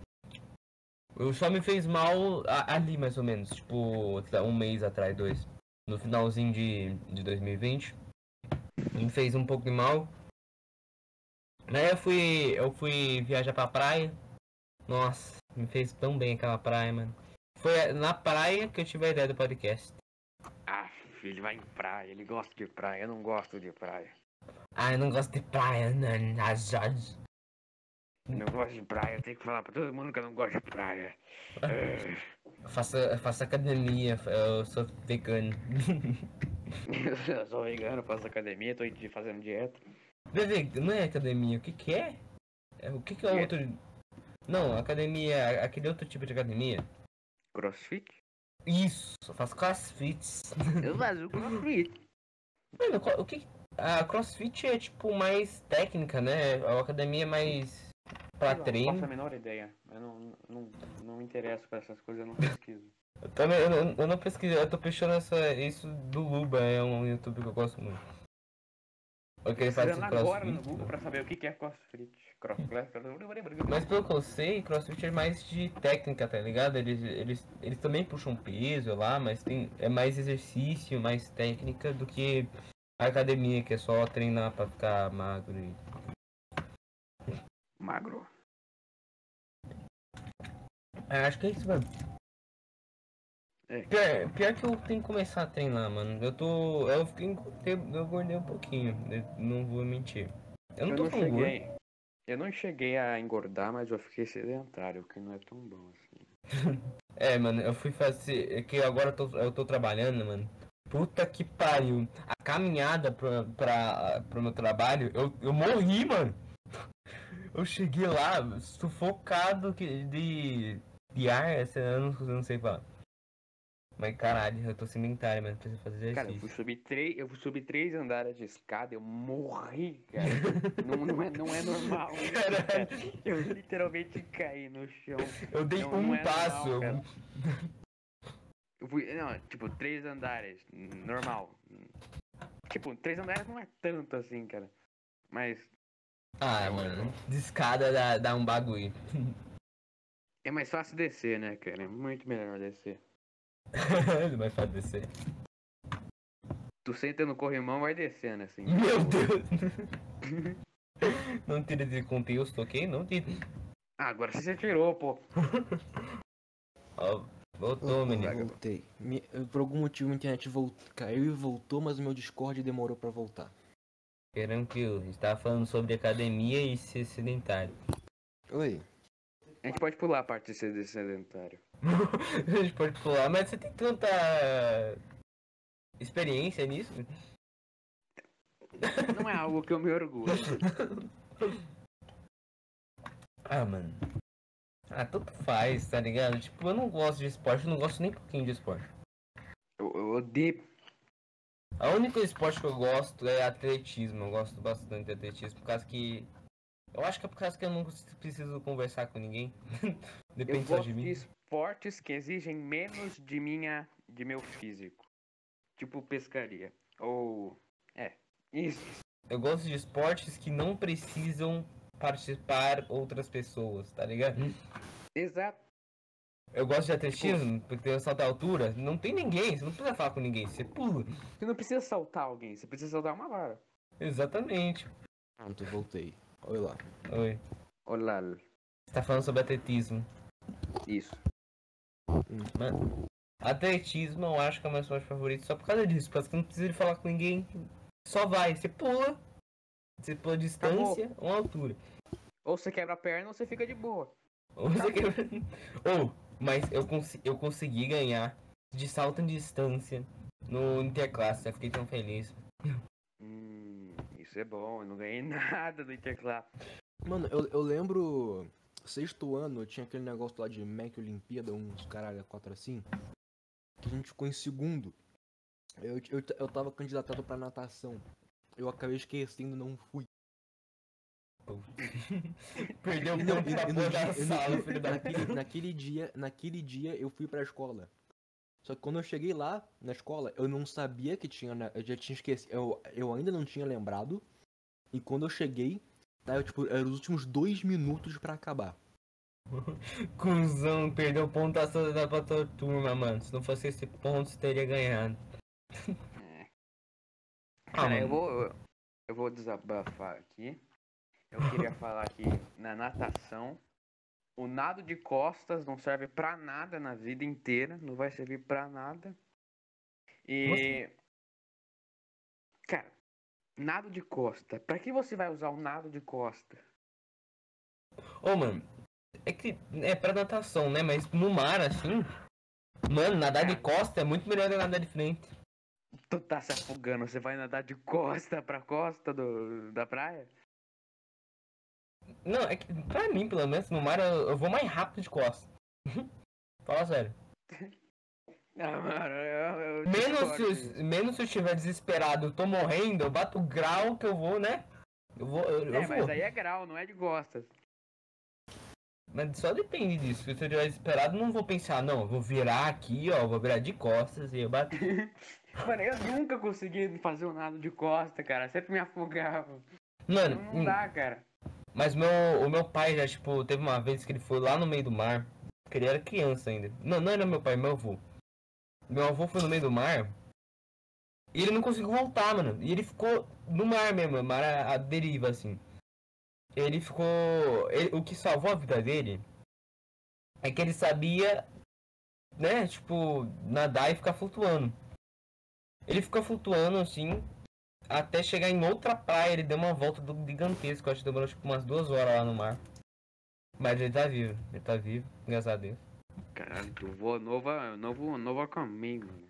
Speaker 3: Eu só me fez mal a- ali, mais ou menos. Tipo, sei lá, um mês atrás, dois. No finalzinho de, de 2020. Me fez um pouco de mal. Daí eu fui, eu fui viajar pra praia. Nossa, me fez tão bem aquela praia, mano. Foi na praia que eu tive a ideia do podcast.
Speaker 1: Ah, ele vai em praia, ele gosta de praia, eu não gosto de praia.
Speaker 3: Ah, eu não gosto de praia, né? As- as-
Speaker 1: Eu não gosto de praia, eu tenho que falar pra todo mundo que eu não gosto de praia. É,
Speaker 3: Eu faço, eu faço academia, eu sou vegano.
Speaker 1: eu sou vegano, faço academia, tô de- fazendo dieta.
Speaker 3: Não é ve- não é academia, o que que é? É, O que que é o
Speaker 1: É.
Speaker 3: outro... Não, academia, aquele outro tipo de academia.
Speaker 1: Crossfit?
Speaker 3: Isso, eu faço crossfits.
Speaker 1: Eu faço crossfit.
Speaker 3: Mano, qual- o que... A crossfit é tipo mais técnica, né? A academia é mais pra
Speaker 1: Não faço a
Speaker 3: treino.
Speaker 1: menor ideia. Eu não, não, não me interesso por essas coisas, eu não pesquiso.
Speaker 3: Eu, também, eu, não- eu não pesquisei, eu tô puxando essa, isso do Luba, é um YouTube que eu gosto muito. O que ele faz
Speaker 1: Pesquisando
Speaker 3: esse
Speaker 1: agora né, no
Speaker 3: crossfit.
Speaker 1: Google pra saber o que que é crossfit. Crossfit.
Speaker 3: Mas pelo que eu sei, CrossFit é mais de técnica, tá ligado? Eles, eles, eles também puxam peso lá, mas tem, é mais exercício, mais técnica do que a academia, que é só treinar pra ficar magro. e-
Speaker 1: Magro.
Speaker 3: É, acho que é isso, mano.
Speaker 1: É.
Speaker 3: Pior, pior que eu tenho que começar a treinar, mano. Eu tô. Eu fiquei. Eu engordei um pouquinho, eu não vou mentir. Eu não tô com gordo.
Speaker 1: cheguei. Eu não cheguei a engordar, mas eu fiquei sedentário, o que não é tão bom assim.
Speaker 3: É, mano, eu fui fazer. é Que agora eu tô, eu tô trabalhando, mano. Puta que pariu. A caminhada pra, pra, pro meu trabalho, eu, eu morri, mano. Eu cheguei lá sufocado que- de, de ar, sei lá, eu não, eu não sei falar. Mas caralho, eu tô sedentário, mano. Preciso fazer
Speaker 1: Cara, eu
Speaker 3: exercício.
Speaker 1: fui subir três, eu fui subir três andares de escada, eu morri, cara. não, não é, não é normal. cara. Eu literalmente caí no chão.
Speaker 3: eu dei
Speaker 1: não-
Speaker 3: um
Speaker 1: não é
Speaker 3: passo.
Speaker 1: normal,
Speaker 3: eu-
Speaker 1: Eu fui, não, tipo, três andares, n- normal. Tipo, três andares não é tanto assim, cara. Mas
Speaker 3: Ah, mano, de escada dá, dá um bagulho.
Speaker 1: é mais fácil descer, né, cara? É muito melhor descer.
Speaker 3: Vai fazer
Speaker 1: Tu senta no corrimão, vai descendo assim.
Speaker 3: Meu Deus! não tira de contexto, ok? Não tira.
Speaker 1: Ah, agora você se tirou, pô.
Speaker 3: Ó, Voltou, menino.
Speaker 2: Voltei. Me- por algum motivo a internet volt... caiu e voltou, mas o meu Discord demorou pra voltar.
Speaker 3: Tranquilo. A gente tava falando sobre academia e ser sedentário.
Speaker 2: Oi.
Speaker 1: A gente pode pular a parte de ser sedentário.
Speaker 3: a gente pode pular, mas você tem tanta experiência nisso?
Speaker 1: Não é algo que eu me orgulho.
Speaker 3: Ah, mano. Ah, tanto faz, tá ligado? Tipo, eu não gosto de esporte, eu não gosto nem um pouquinho de esporte.
Speaker 1: Eu, eu odeio.
Speaker 3: A única esporte que eu gosto é atletismo. Eu gosto bastante de atletismo, por causa que. Eu acho que é por causa que eu não preciso conversar com ninguém.
Speaker 1: Eu
Speaker 3: Depende só
Speaker 1: gosto
Speaker 3: de
Speaker 1: de
Speaker 3: mim.
Speaker 1: esportes que exigem menos de minha. de meu físico. Tipo pescaria. Ou. É. Isso.
Speaker 3: Eu gosto de esportes que não precisam participar outras pessoas, tá ligado?
Speaker 1: Exato.
Speaker 3: Eu gosto de atletismo, porque tem um salto à altura. Não tem ninguém, você não precisa falar com ninguém, você pula.
Speaker 1: Você não precisa saltar alguém, você precisa saltar uma vara.
Speaker 3: Exatamente.
Speaker 2: Pronto, voltei. Oi lá.
Speaker 3: Oi.
Speaker 1: Olá.
Speaker 3: Você tá falando sobre atletismo.
Speaker 1: Isso.
Speaker 3: Atletismo eu acho que é o meu esporte favorito só por causa disso, por causa que não precisa de falar com ninguém. Só vai, você pula. Você pula distância ou altura.
Speaker 1: Ou você quebra a perna ou você fica de boa.
Speaker 3: Ou você quebra. Ou, mas eu, consi- eu consegui ganhar de salto em distância no Interclasse, eu fiquei tão feliz.
Speaker 1: Hum, isso é bom, eu não ganhei nada do Interclass.
Speaker 2: Mano, eu, eu lembro. Sexto ano tinha aquele negócio lá de Mac Olimpíada, uns caralho, quatro assim. Que a gente ficou em segundo. Eu, eu, eu tava candidatado pra natação. Eu acabei esquecendo, não fui.
Speaker 3: Perdeu o
Speaker 2: E não-
Speaker 3: campo
Speaker 2: e-
Speaker 3: da
Speaker 2: e no
Speaker 3: porra
Speaker 2: dia-
Speaker 3: da
Speaker 2: e no-
Speaker 3: sala, filho da puta.
Speaker 2: naquele, naquele dia, naquele dia eu fui pra escola. Só que quando eu cheguei lá na escola, eu não sabia que tinha, né, eu já tinha esquecido, eu, eu ainda não tinha lembrado. E quando eu cheguei, tá, eu, tipo, eram os últimos dois minutos pra acabar.
Speaker 3: Cusão, perdeu pontuação da pra tua turma, mano. Se não fosse esse ponto, você teria ganhado. Ah,
Speaker 1: Cara, É. eu
Speaker 3: mano.
Speaker 1: vou, eu- eu vou desabafar aqui. Eu queria falar que na natação, o nado de costas não serve pra nada na vida inteira, não vai servir pra nada. E.
Speaker 3: assim?
Speaker 1: Cara, nado de costa. Pra que você vai usar o nado de costa?
Speaker 3: Ô, mano, é que é pra natação, né? Mas no mar, assim. Mano, nadar de costa é muito melhor do que nadar de frente.
Speaker 1: Tu tá se afogando, você vai nadar de costa pra costa do, da praia?
Speaker 3: Não, é que pra mim, pelo menos, no mar eu, eu vou mais rápido de costa. Fala sério.
Speaker 1: Ah, mano, eu, eu
Speaker 3: Menos se,
Speaker 1: discordo disso.
Speaker 3: eu, menos se eu estiver desesperado, eu tô morrendo, eu bato o grau que eu vou, né? Eu vou. Eu,
Speaker 1: É,
Speaker 3: eu
Speaker 1: mas
Speaker 3: vou.
Speaker 1: aí é grau, não é de costas.
Speaker 3: Mas só depende disso. Se eu estiver desesperado, eu não vou pensar, não, eu vou virar aqui, ó, eu vou virar de costas e eu bato.
Speaker 1: Mano, eu nunca consegui fazer um nado de costa, cara. Sempre me afogava.
Speaker 3: Mano, hum.
Speaker 1: Não dá, cara.
Speaker 3: Mas meu, o meu pai já, tipo, teve uma vez que ele foi lá no meio do mar. Porque ele era criança ainda. Não, não era meu pai, meu avô. Meu avô foi no meio do mar. E ele não conseguiu voltar, mano. E ele ficou no mar mesmo, mar à à deriva, assim. Ele ficou. ele- o que salvou a vida dele é que ele sabia, né, tipo, nadar e ficar flutuando. Ele ficou flutuando assim, até chegar em outra praia, ele deu uma volta do gigantesco, acho que demorou tipo umas duas horas lá no mar. Mas ele tá vivo, ele tá vivo, graças a Deus.
Speaker 1: Caralho, tu voa nova, novo, novo Aquaman, mano.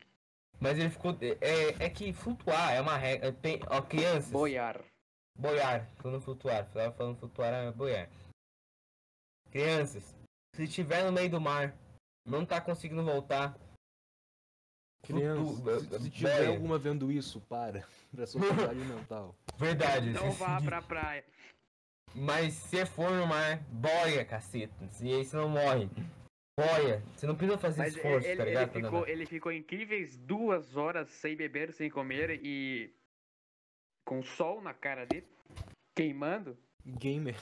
Speaker 3: Mas ele ficou. É, é que flutuar é uma regra. Tem, ó, crianças.
Speaker 1: Boiar.
Speaker 3: Boiar, falando flutuar, tava falando flutuar é boiar. Crianças, se estiver no meio do mar, não tá conseguindo voltar.
Speaker 2: Criança, se, se tiver
Speaker 3: boia.
Speaker 2: alguma vendo isso, para. Pra tá, sua saúde mental.
Speaker 3: Verdade,
Speaker 1: Não
Speaker 3: esqueci
Speaker 1: Então vá
Speaker 3: disso.
Speaker 1: pra praia.
Speaker 3: Mas se for no mar, boia, caceta. E aí você não morre. Boia. Você não precisa fazer
Speaker 1: Mas
Speaker 3: esforço,
Speaker 1: ele,
Speaker 3: tá
Speaker 1: ele
Speaker 3: ligado? pra
Speaker 1: ficou,
Speaker 3: nadar.
Speaker 1: ele ficou incríveis duas horas sem beber, sem comer e. com sol na cara dele, queimando.
Speaker 2: Gamer.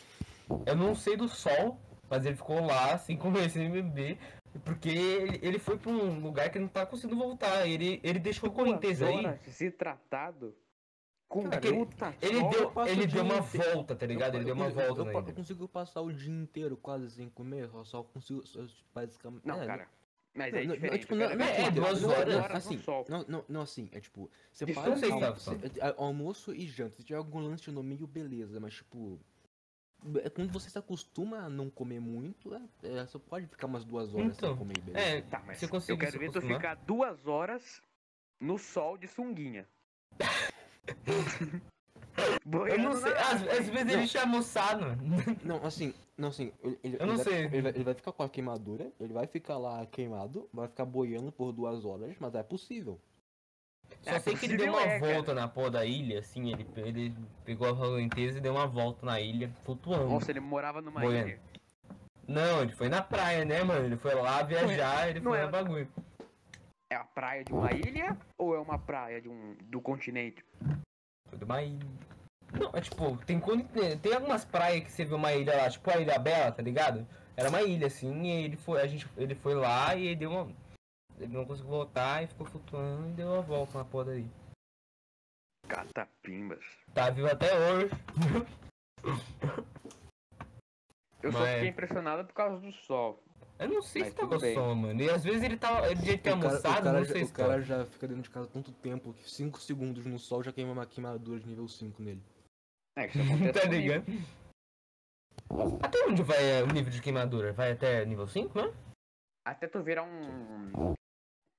Speaker 3: Eu não sei do sol, mas ele ficou lá, sem comer, sem beber. Porque ele, ele foi pra um lugar que não tá conseguindo voltar. Ele, ele deixou
Speaker 1: Duas
Speaker 3: correnteza aí.
Speaker 1: horas se tratado com
Speaker 2: Cara,
Speaker 1: luta.
Speaker 3: Ele
Speaker 2: Sol, eu
Speaker 3: deu,
Speaker 2: passo o
Speaker 3: ele
Speaker 2: dia
Speaker 3: deu uma
Speaker 2: inteiro.
Speaker 3: volta, tá ligado?
Speaker 2: Eu-
Speaker 3: Ele deu uma
Speaker 2: eu-
Speaker 3: volta
Speaker 2: eu,
Speaker 3: na
Speaker 2: eu, eu
Speaker 3: ilha.
Speaker 2: consigo passar o dia inteiro quase sem comer, só, só consigo. só- basicamente.
Speaker 1: Não,
Speaker 2: é,
Speaker 1: cara. Mas é
Speaker 2: Não, não,
Speaker 1: diferente.
Speaker 2: tipo,
Speaker 1: eu
Speaker 2: não,
Speaker 1: quero
Speaker 2: não,
Speaker 1: ver
Speaker 3: é,
Speaker 1: uma
Speaker 3: duas
Speaker 1: hora
Speaker 3: horas,
Speaker 1: tá no
Speaker 2: assim,
Speaker 1: sol.
Speaker 2: Não, não, não, assim, é tipo, você
Speaker 3: Isso
Speaker 2: para
Speaker 3: eu sei, tá
Speaker 2: almo-
Speaker 3: sabe,
Speaker 2: você- a- almoço e janta. Se tiver algum lanche no meio, beleza, mas tipo. é Quando você se acostuma a não comer muito, é, é, você pode ficar umas duas horas
Speaker 3: Então,
Speaker 2: sem comer, beleza?
Speaker 3: É,
Speaker 1: Tá, mas
Speaker 3: Você
Speaker 1: eu
Speaker 3: conseguiu
Speaker 1: quero
Speaker 3: se né?
Speaker 1: ver tu
Speaker 3: acostumar?
Speaker 1: ficar duas horas no sol de sunguinha.
Speaker 3: eu não sei. Às, às vezes
Speaker 2: Não.
Speaker 3: ele tinha almoçado, mano.
Speaker 2: Não, assim, não, assim, ele, ele-
Speaker 3: Eu não
Speaker 2: ele vai-
Speaker 3: sei.
Speaker 2: ele vai, ele vai ficar com a queimadura, ele vai ficar lá queimado, vai ficar boiando por duas horas, mas é possível.
Speaker 3: Só
Speaker 1: É,
Speaker 3: sei que ele deu
Speaker 1: possível
Speaker 3: uma
Speaker 1: é, cara.
Speaker 3: volta na porra da ilha, assim, ele, pe- ele pegou a rolanteza e deu uma volta na ilha, flutuando.
Speaker 1: Nossa, ele morava numa
Speaker 3: Boiando.
Speaker 1: ilha.
Speaker 3: Não, ele foi na praia, né, mano? Ele foi lá viajar, ele
Speaker 1: não
Speaker 3: foi
Speaker 1: é-
Speaker 3: no bagulho.
Speaker 1: É a praia de uma ilha ou é uma praia de um, do continente?
Speaker 3: Foi de uma ilha. Não, é tipo, tem, quando- tem algumas praias que você vê uma ilha lá, tipo a Ilha Bela, tá ligado? Era uma ilha, assim, e ele foi, a gente, ele foi lá e ele deu uma. Ele não conseguiu voltar e ficou flutuando e deu uma volta na porra daí.
Speaker 1: Catapimbas.
Speaker 3: Tá vivo até hoje.
Speaker 1: Eu só
Speaker 3: Mas-
Speaker 1: fiquei impressionado por causa do sol.
Speaker 3: Eu não sei
Speaker 1: Mas
Speaker 3: se
Speaker 1: tudo
Speaker 3: tava
Speaker 1: bem.
Speaker 3: só, mano. E às vezes ele tava. Ele devia ter
Speaker 2: o, cara,
Speaker 3: almoçado,
Speaker 2: o, cara
Speaker 3: não
Speaker 2: já,
Speaker 3: sei
Speaker 2: o
Speaker 3: se tá.
Speaker 2: cara
Speaker 3: tava.
Speaker 2: já fica dentro de casa tanto tempo que 5 segundos no sol já queima uma queimadura de nível 5 nele.
Speaker 1: É, isso acontece
Speaker 3: Tá
Speaker 1: comigo.
Speaker 3: ligado? Até onde vai é, o nível de queimadura? Vai até nível 5, né?
Speaker 1: Até tu virar um,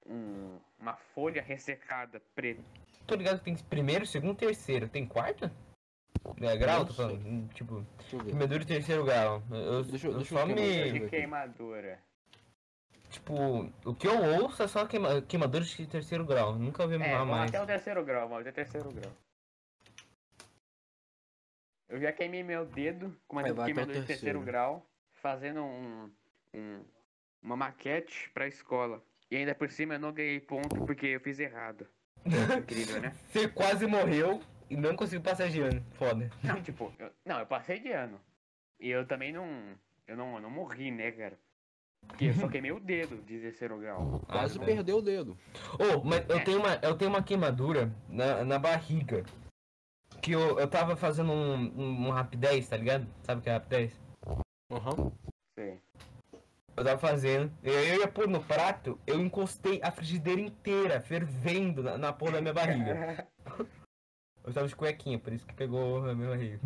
Speaker 1: um- Uma folha ressecada preta.
Speaker 3: Tô ligado que tem primeiro, segundo, terceiro. Tem quarto? É, grau, tô falando. Hum, Tipo,
Speaker 2: Deixa eu ver.
Speaker 3: primeiro e terceiro grau. Eu, eu-
Speaker 2: Deixa eu-
Speaker 3: eu
Speaker 2: deixa eu
Speaker 3: só
Speaker 2: ver
Speaker 3: me.
Speaker 2: aqui.
Speaker 1: De queimadura.
Speaker 3: Tipo, o que eu ouço é só queima, queimadura de terceiro grau. Nunca vi
Speaker 1: É,
Speaker 3: mais.
Speaker 1: vamos até o terceiro grau, vamos até o terceiro grau. Eu já queimei meu dedo com uma
Speaker 2: Aí vai até o
Speaker 1: queimadura de terceiro
Speaker 2: terceiro.
Speaker 1: grau, fazendo um, um- uma maquete pra escola. E ainda por cima eu não ganhei ponto porque eu fiz errado.
Speaker 2: É.
Speaker 1: Incrível, né?
Speaker 3: Você quase morreu e não conseguiu passar de ano. Foda.
Speaker 1: Não, tipo, eu, não, eu passei de ano. E eu também não. Eu não, eu não morri, né, cara? Porque eu só queimei o dedo de terceiro grau.
Speaker 2: Quase
Speaker 3: Ah, tá.
Speaker 2: perdeu o dedo.
Speaker 3: Ô, mas
Speaker 1: É.
Speaker 3: eu tenho uma, eu tenho uma queimadura na, na barriga. Que eu, eu tava fazendo um, um, um rapidez, tá ligado? Sabe o que é rapidez?
Speaker 2: Aham.
Speaker 1: Sei.
Speaker 3: Eu tava fazendo. Eu, eu ia pôr no prato, eu encostei a frigideira inteira, fervendo na, na porra da minha barriga. Eu tava de cuequinha, por isso que pegou a minha barriga.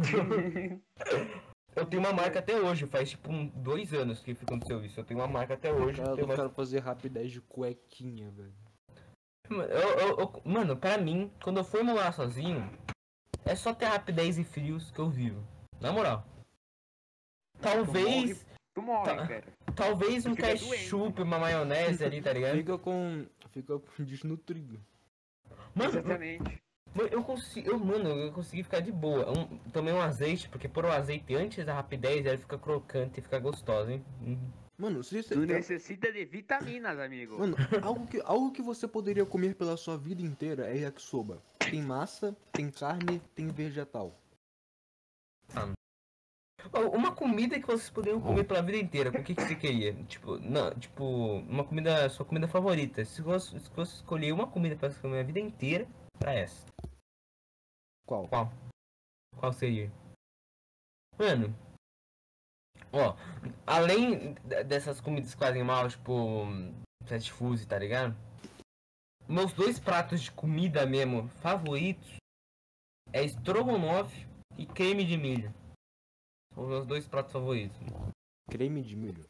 Speaker 3: Eu tenho uma marca até hoje, faz tipo um, dois anos que aconteceu isso. Eu tenho uma marca até hoje.
Speaker 2: Cara,
Speaker 3: tenho
Speaker 2: eu
Speaker 3: uma-
Speaker 2: quero fazer rapidez de cuequinha, velho.
Speaker 3: Mano, eu- eu- eu- mano, pra mim, quando eu for morar sozinho, é só ter rapidez e frios que eu vivo. Na moral. Talvez,
Speaker 1: tu morre,
Speaker 3: Tá.
Speaker 1: cara.
Speaker 3: talvez um
Speaker 1: Fica doente.
Speaker 3: ketchup, uma maionese ali, tá ligado?
Speaker 2: Fica com. Fica com desnutrido.
Speaker 3: Mano,
Speaker 2: tá
Speaker 1: Exatamente.
Speaker 3: mano, eu consegui, eu, mano, eu consegui ficar de boa. Um, tomei um azeite, porque por um azeite antes da rapidez, ela fica crocante e fica gostosa, hein? Uhum.
Speaker 2: Mano, se você. tá-
Speaker 1: Tu necessita de vitaminas, amigo.
Speaker 2: Mano, algo que, algo que você poderia comer pela sua vida inteira é yakisoba. Tem massa, tem carne, tem vegetal.
Speaker 3: Ó, Uma comida que vocês poderiam comer pela vida inteira, com o que, que você queria? Tipo, não, tipo, uma comida, sua comida favorita. Se você, se você escolher uma comida pra você comer a vida inteira, pra essa,
Speaker 2: Qual?
Speaker 3: qual seria? Mano, ó, além de- dessas comidas que fazem mal, tipo, fast food, tá ligado? Meus dois pratos de comida mesmo favoritos é estrogonofe e creme de milho. São os meus dois pratos favoritos.
Speaker 2: Creme de milho.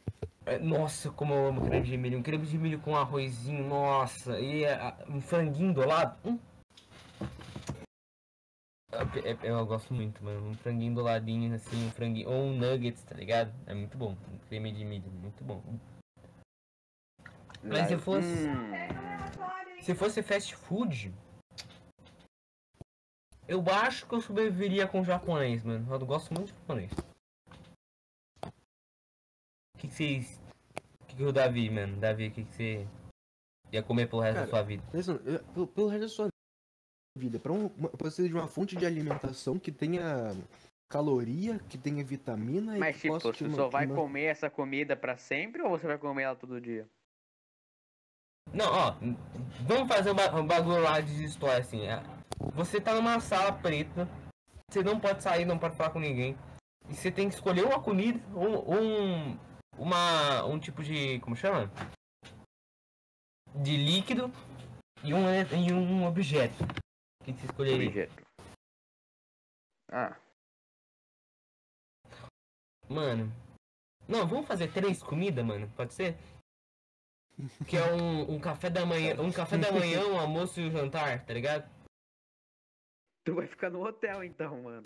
Speaker 3: É, Nossa, como eu amo creme de milho. Um creme de milho com arrozinho, nossa. E ah, um franguinho do lado. Hum. É, é, Eu, gosto muito, mano. Um franguinho do ladinho, assim, um franguinho. Ou um nuggets, tá ligado? É muito bom. Um creme de milho, muito bom. mas se fosse-
Speaker 1: hum,
Speaker 3: Se fosse fast food. Eu acho que eu sobreviveria com japonês, mano. Eu gosto muito de japonês. O que que vocês. O que, que o Davi, mano? Davi, o que, que você ia comer pelo resto
Speaker 2: Cara,
Speaker 3: da sua vida?
Speaker 2: Mas, mano, eu- pelo, pelo resto da sua vida, pra um, uma, precisa de uma fonte de alimentação que tenha caloria, que tenha vitamina e
Speaker 1: Mas
Speaker 2: que
Speaker 1: tipo,
Speaker 2: possa
Speaker 1: você
Speaker 2: te
Speaker 1: só
Speaker 2: man-
Speaker 1: vai
Speaker 2: man-
Speaker 1: comer essa comida pra sempre ou você vai comer ela todo dia?
Speaker 3: Não, ó, vamos fazer um, ba- um bagulho lá de história assim. é. Você tá numa sala preta, você não pode sair, não pode falar com ninguém. E você tem que escolher uma comida, um, um uma um tipo de, como chama? de líquido e um, e- e um objeto. O que você escolheria?
Speaker 1: Objeto. Ah,
Speaker 3: Mano. Não, vamos fazer três comidas, mano? Pode ser? Que é um, um café da manhã, um café da manhã, um almoço e um jantar, tá ligado?
Speaker 1: tu vai ficar no hotel então, mano.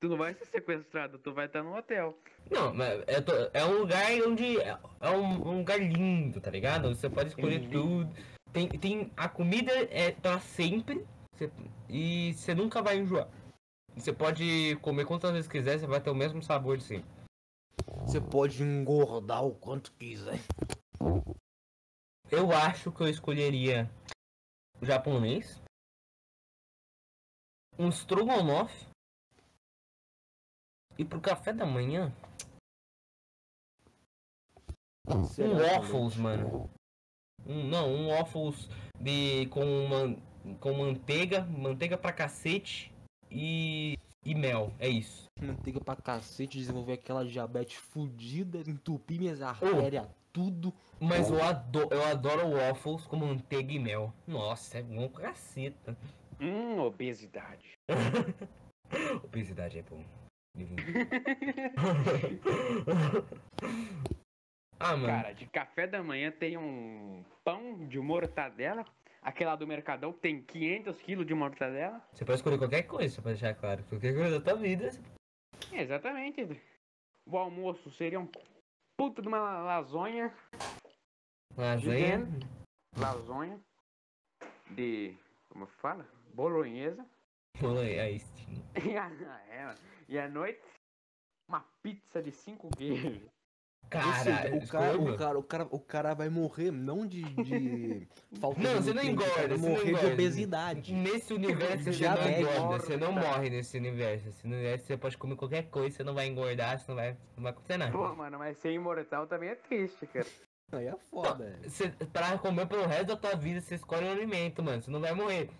Speaker 1: tu não vai ser sequestrado, tu vai estar no hotel.
Speaker 3: Não, mas eu tô- é um lugar onde. É um, um lugar lindo, tá ligado? Você pode escolher
Speaker 1: Entendi.
Speaker 3: tudo. Tem, tem, a comida é pra sempre você- e você nunca vai enjoar. Você pode comer quantas vezes quiser, você vai ter o mesmo sabor de sempre.
Speaker 2: Você pode engordar o quanto quiser.
Speaker 3: Eu acho que eu escolheria o japonês, um strogonoff e pro café da manhã um waffles, mano. Um, não, um waffles de com man, com manteiga, manteiga pra cacete e e mel, é isso.
Speaker 2: Manteiga pra cacete, desenvolver aquela diabetes fudida, entupir minhas artérias, tudo.
Speaker 3: Mas eu adoro, eu adoro waffles com manteiga e mel. Nossa, é bom pra caceta.
Speaker 1: Hum, obesidade.
Speaker 3: Obesidade é bom. Divino. ah, mano.
Speaker 1: Cara, de café da manhã tem um pão de mortadela. Aquela do Mercadão tem 500 quilos de mortadela.
Speaker 3: Você pode escolher qualquer coisa, pra deixar claro. Qualquer coisa da tua vida.
Speaker 1: É, exatamente. O almoço seria um puta de uma la- lasanha.
Speaker 3: Lasanha.
Speaker 1: Lasanha. De. Como fala? Bolonhesa.
Speaker 3: Bolonha. Aí, sim.
Speaker 1: E à é, e à noite, uma pizza de 5 queijos.
Speaker 3: Cara,
Speaker 2: Ou seja, o, cara,
Speaker 3: escolha.
Speaker 2: o, cara, o, cara, o cara vai morrer não de, de falta
Speaker 3: Não,
Speaker 2: de
Speaker 3: você não
Speaker 2: nutrientes, o cara vai
Speaker 3: engorda, você não
Speaker 2: morrer de
Speaker 3: engorda.
Speaker 2: obesidade.
Speaker 3: Nesse universo você não
Speaker 2: Diabetes.
Speaker 3: engorda, né? você não morre nesse universo. Nesse universo você pode comer qualquer coisa, você não vai engordar, você não vai, não vai acontecer nada.
Speaker 1: Pô, mano, mas ser imortal também é triste, cara.
Speaker 2: Aí é foda.
Speaker 3: Você, pra comer pelo resto da tua vida, você escolhe um alimento, mano, você não vai morrer.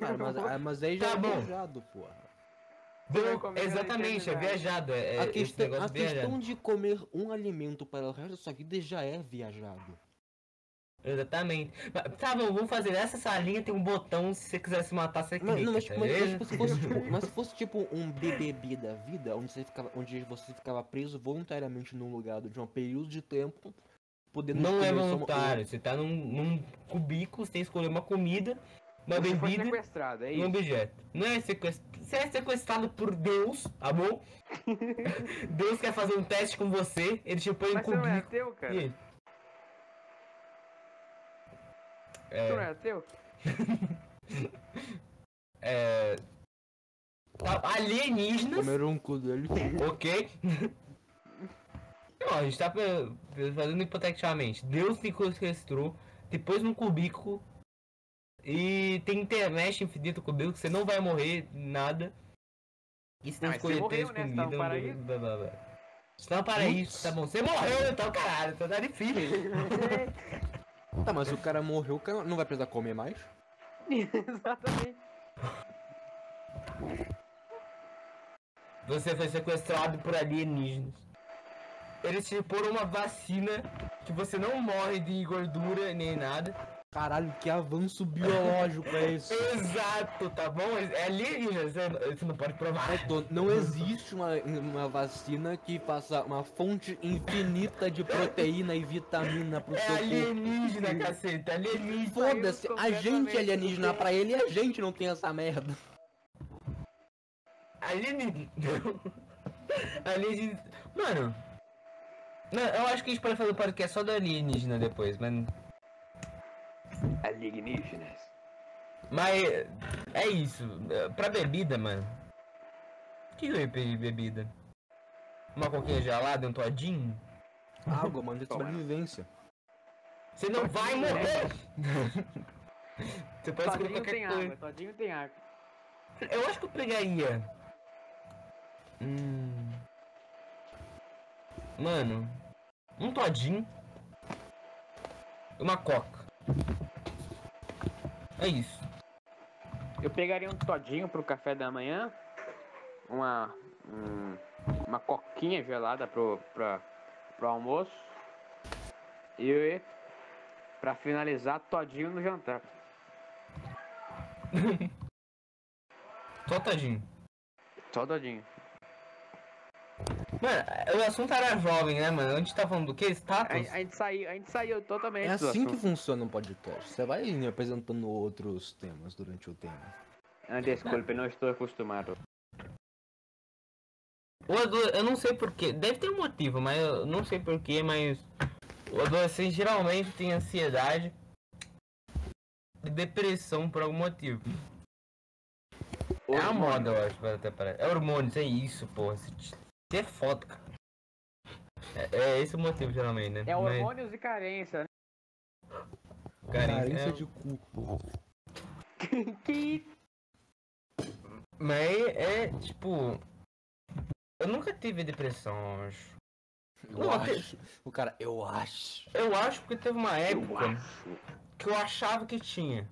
Speaker 2: Cara, mas, ah, mas aí
Speaker 3: Tá
Speaker 2: já é
Speaker 3: bom.
Speaker 2: viajado, porra.
Speaker 1: Você vai
Speaker 3: Não,
Speaker 1: comer
Speaker 3: exatamente, é
Speaker 1: alimento, né?
Speaker 3: viajado. É, é
Speaker 2: A
Speaker 3: esse
Speaker 2: questão,
Speaker 3: negócio
Speaker 2: a questão
Speaker 3: viajado.
Speaker 2: de comer um alimento para o resto da sua vida já é viajado.
Speaker 3: Exatamente. Mas, Tá bom, vamos fazer. Nessa salinha tem um botão, se você quiser se matar, você clica,
Speaker 2: Mas, não, mas,
Speaker 3: tá
Speaker 2: tipo, mas- mas
Speaker 3: beleza?
Speaker 2: tipo, se fosse, tipo, mas se fosse tipo um BBB da vida, onde você ficava, onde você ficava preso voluntariamente num lugar de um período de tempo, podendo
Speaker 3: Não
Speaker 2: comer
Speaker 3: é
Speaker 2: só uma-
Speaker 3: voluntário, você tá num, num cubículo, você tem que escolher uma comida, uma
Speaker 1: Você foi
Speaker 3: bebida
Speaker 1: sequestrado, é
Speaker 3: um
Speaker 1: isso.
Speaker 3: objeto. Não é sequestrado. Você é sequestrado por Deus, tá bom? Deus quer fazer um teste com você, ele te põe em
Speaker 1: Mas você não é
Speaker 3: cubículo.
Speaker 1: ateu, cara?
Speaker 3: E aí?
Speaker 1: Tu não
Speaker 3: É,
Speaker 1: é ateu?
Speaker 3: é. tá, Alienígenas,
Speaker 2: comer um cu dele.
Speaker 3: ok? Não, a gente tá pe- pe- fazendo hipoteticamente. Deus te sequestrou, depois num cubículo. E tem internet infinito cubículo, você não vai morrer, nada. E você tem
Speaker 1: Mas
Speaker 3: que
Speaker 1: você
Speaker 3: escolher
Speaker 1: morreu, né?
Speaker 3: três
Speaker 1: Você
Speaker 3: comidas.
Speaker 1: tá no
Speaker 3: blá,
Speaker 1: paraíso.
Speaker 3: blá, blá, blá. Você tá no paraíso,
Speaker 2: Putz.
Speaker 3: tá bom? Você morreu, então, caralho, então tá difícil.
Speaker 2: Tá, mas o cara morreu, o cara não vai precisar comer mais?
Speaker 1: Exatamente.
Speaker 3: Você foi sequestrado por alienígenas. Eles te pôram uma vacina que você não morre de gordura nem nada.
Speaker 2: Caralho, que avanço biológico é esse?
Speaker 3: Exato, tá bom? É alienígena, você não- você não pode provar.
Speaker 2: Então, Não existe uma, uma vacina que faça uma fonte infinita de proteína e vitamina pro
Speaker 3: É
Speaker 2: seu corpo.
Speaker 3: alienígena, caceta, alienígena.
Speaker 2: Foda-se, a gente
Speaker 1: completamente
Speaker 2: é alienígena pra ele e a gente não tem essa merda.
Speaker 3: Alienígena. alienígena. Mano. Não, eu acho que a gente pode fazer um podcast só do alienígena depois, mas.
Speaker 1: Alienígenas.
Speaker 3: Mas. É isso. Pra bebida, mano. O que eu ia pedir de bebida? Uma coquinha gelada, um todinho?
Speaker 2: Água, mano, de
Speaker 1: é?
Speaker 2: sobrevivência.
Speaker 3: Você não vai morrer! Você pode escolher
Speaker 1: né? Todinho tem
Speaker 3: qualquer coisa.
Speaker 1: água, todinho tem água.
Speaker 3: Eu acho que eu pegaria. Hum. Mano. Um todinho. e Uma coca. É isso.
Speaker 1: Eu pegaria um todinho pro café da manhã, uma um- uma coquinha gelada pro pra, pro almoço e Pra finalizar, todinho no jantar.
Speaker 3: Só um tadinho.
Speaker 1: Só todinho.
Speaker 3: Mano, o assunto era jovem, né, mano? A gente tá falando do quê?
Speaker 1: A,
Speaker 3: Status?
Speaker 1: a gente saiu, a gente saiu totalmente
Speaker 2: É
Speaker 1: do
Speaker 2: assim que
Speaker 1: assunto.
Speaker 2: funciona um podcast. Você vai apresentando outros temas durante o tema.
Speaker 1: Ah, Desculpe, não estou acostumado.
Speaker 3: O ado- Eu não sei porquê. Deve ter um motivo, mas eu não sei porquê, mas. O adolescente geralmente tem ansiedade e depressão por algum motivo. É a moda, eu acho, até parece. É hormônios, é isso, porra. Isso te- isso é foda, cara. É, é esse o motivo, geralmente, né?
Speaker 1: É
Speaker 3: Mas,
Speaker 1: hormônios e carência. né?
Speaker 3: carência,
Speaker 2: Carência
Speaker 3: é-
Speaker 2: de cu.
Speaker 1: que
Speaker 3: Mas é, tipo. Eu nunca tive depressão, eu acho.
Speaker 2: Eu
Speaker 3: Não, tem-
Speaker 2: acho. O cara, eu
Speaker 1: é
Speaker 2: acho.
Speaker 3: Eu acho porque teve uma
Speaker 1: eu
Speaker 3: época
Speaker 1: acho.
Speaker 3: que eu achava que tinha.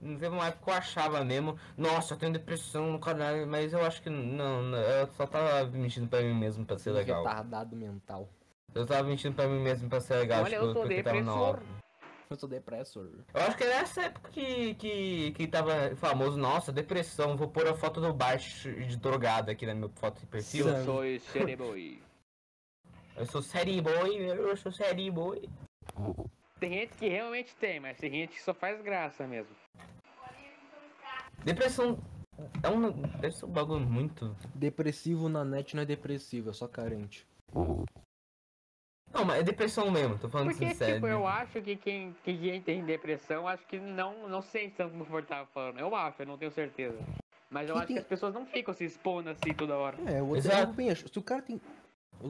Speaker 3: Não teve uma época que eu achava mesmo. Nossa, eu tenho depressão no canal, mas eu acho que não, não, Eu só tava mentindo pra mim mesmo pra ser
Speaker 2: Um
Speaker 1: tá.
Speaker 3: legal.
Speaker 2: Retardado mental.
Speaker 3: Eu tava mentindo pra mim mesmo pra ser legal. tipo,
Speaker 1: Olha, eu sou
Speaker 3: porque tava na
Speaker 1: depressor.
Speaker 3: hora.
Speaker 2: Eu sou depressor.
Speaker 3: Eu acho que era essa época que, que, que tava famoso, nossa, depressão, vou pôr a foto do baixo de drogado aqui na minha foto de perfil.
Speaker 2: Sim.
Speaker 1: Eu sou cereboi.
Speaker 3: Eu sou série boy, eu sou série boy.
Speaker 1: Tem gente que realmente tem, mas tem gente que só faz graça mesmo.
Speaker 3: Depressão é um, deve ser um bagulho muito.
Speaker 2: Depressivo na net não é depressivo, é só carente.
Speaker 3: Não, mas é depressão mesmo, tô falando
Speaker 1: Porque,
Speaker 3: sincero.
Speaker 1: tipo, eu acho que quem, que quem tem depressão, acho que não, não se sente tão confortável falando. Eu acho, eu não tenho certeza. Mas eu
Speaker 2: E
Speaker 1: acho que
Speaker 2: tem-
Speaker 1: as pessoas não ficam se expondo assim toda hora.
Speaker 2: É, eu,
Speaker 3: Exato.
Speaker 2: eu também acho. Se o cara tem.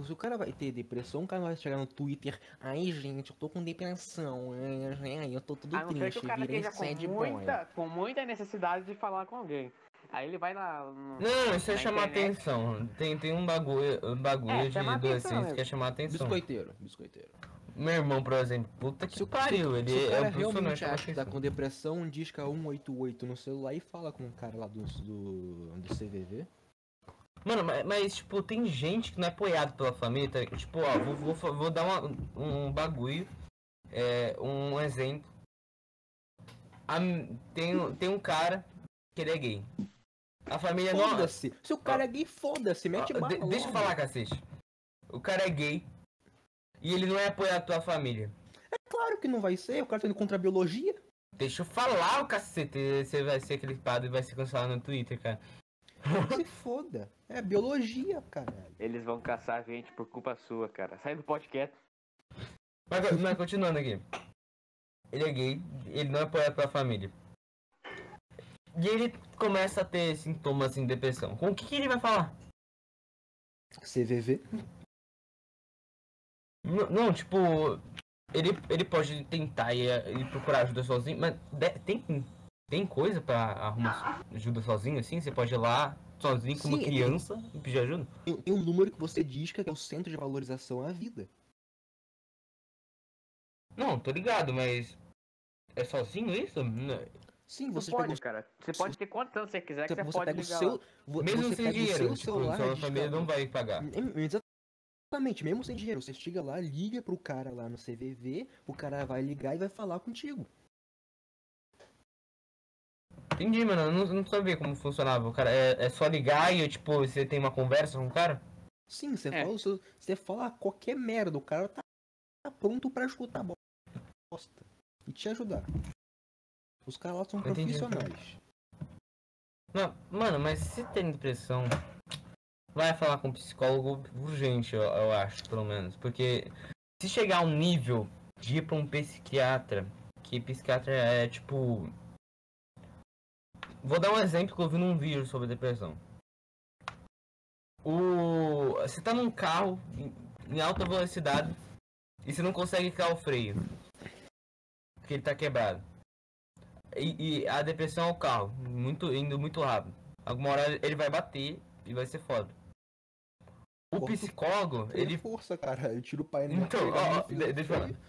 Speaker 2: Se o cara vai ter depressão, o cara vai chegar no Twitter. Ai, gente, eu tô com depressão. Ai, ai, eu tô tudo
Speaker 1: A Ah, não ser que
Speaker 2: triste.
Speaker 1: o cara
Speaker 2: Virei
Speaker 1: esteja
Speaker 2: sad
Speaker 1: com
Speaker 2: boy.
Speaker 1: muita, com muita necessidade de falar com alguém. Aí ele vai na. no-
Speaker 3: Não, isso é
Speaker 1: Na
Speaker 3: chamar
Speaker 1: internet.
Speaker 3: atenção. Tem, tem um bagulho, um bagulho
Speaker 1: É,
Speaker 3: de
Speaker 1: chamar atenção
Speaker 3: adolescência
Speaker 1: mesmo.
Speaker 3: que é chamar atenção.
Speaker 2: Biscoiteiro, biscoiteiro.
Speaker 3: Meu irmão, por exemplo, puta que
Speaker 2: Se o-
Speaker 3: pariu,
Speaker 2: Se
Speaker 3: ele
Speaker 2: o
Speaker 3: é
Speaker 2: cara
Speaker 3: um profissional de
Speaker 2: realmente
Speaker 3: chamar
Speaker 2: acha que tá
Speaker 3: atenção.
Speaker 2: com depressão, disca 188 no celular e fala com o cara lá do, do, do CVV.
Speaker 3: Mano, ma- mas, tipo, tem gente que não é apoiado pela família. tá? Tipo, ó, vou, vou, fa- vou dar uma- um bagulho, é, um exemplo. A m- tem, um- tem um cara que ele é gay. A família não.
Speaker 2: Foda-se! Se o cara é gay, foda-se, mete
Speaker 3: Ah,
Speaker 2: bala.
Speaker 3: de- deixa eu
Speaker 2: logo.
Speaker 3: falar, cacete. O cara é gay e ele não é apoiado pela família.
Speaker 2: Claro que não vai ser, o cara tá indo contra a biologia.
Speaker 3: Deixa eu falar, o cacete. Você vai ser clipado e vai ser cancelado no Twitter, cara.
Speaker 2: Se foda. É biologia, caralho.
Speaker 1: Eles vão caçar a gente por culpa sua, cara. Sai do podcast.
Speaker 3: Mas, co- mas continuando aqui. Ele é gay, ele não é apoiado pela família. E ele começa a ter sintomas assim, de depressão. Com o que, que ele vai falar?
Speaker 2: CVV.
Speaker 3: N- não, tipo, ele, ele pode tentar e eh, ele procurar ajuda sozinho, mas de- tem, tem coisa pra arrumar so- ajuda sozinho assim? Você pode ir lá sozinho como
Speaker 2: Sim, é-
Speaker 3: criança e pedir ajuda?
Speaker 2: Tem, tem um número que você disca que é o centro de valorização à vida.
Speaker 3: Não, tô ligado, mas. É sozinho isso? Não. é
Speaker 2: Sim, você
Speaker 1: pode,
Speaker 2: pega o
Speaker 1: cara. Você pode ter quantos anos você quiser que você,
Speaker 2: você
Speaker 1: pode
Speaker 2: pega o
Speaker 1: ligar
Speaker 2: seu.
Speaker 1: lá.
Speaker 2: vo-
Speaker 3: Mesmo
Speaker 2: você
Speaker 3: sem
Speaker 2: pega
Speaker 3: dinheiro,
Speaker 2: o seu
Speaker 3: tipo,
Speaker 2: celular.
Speaker 3: sua
Speaker 2: disca-
Speaker 3: família não vai pagar.
Speaker 2: É, é, Exatamente, mesmo sem dinheiro. Você chega lá, liga pro cara lá no CVV, o cara vai ligar e vai falar contigo.
Speaker 3: Entendi, mano. Eu não, não sabia como funcionava. O cara é, é só ligar e, tipo, você tem uma conversa com o cara?
Speaker 2: Sim, você
Speaker 1: É.
Speaker 2: fala o seu- você fala qualquer merda, o cara tá, tá pronto pra escutar a bosta e te ajudar. Os caras lá são
Speaker 3: Entendi.
Speaker 2: profissionais.
Speaker 3: Não, mano, mas se tem depressão, vai falar com um psicólogo urgente, eu, eu acho, pelo menos. Porque se chegar a um nível de ir pra um psiquiatra, que psiquiatra é tipo. Vou dar um exemplo que eu vi num vídeo sobre depressão. O. Você tá num carro em- em alta velocidade e você não consegue clicar o freio. Porque ele tá quebrado. E, e a depressão é o carro, muito, indo muito rápido. Alguma hora ele vai bater e vai ser foda. O
Speaker 2: Corta o-
Speaker 3: psicólogo, ele
Speaker 2: Ele força, cara. Eu tiro o painel.
Speaker 3: Então,
Speaker 2: pega
Speaker 3: ó,
Speaker 2: a
Speaker 3: ó,
Speaker 2: minha filha
Speaker 3: de- deixa eu
Speaker 2: feia.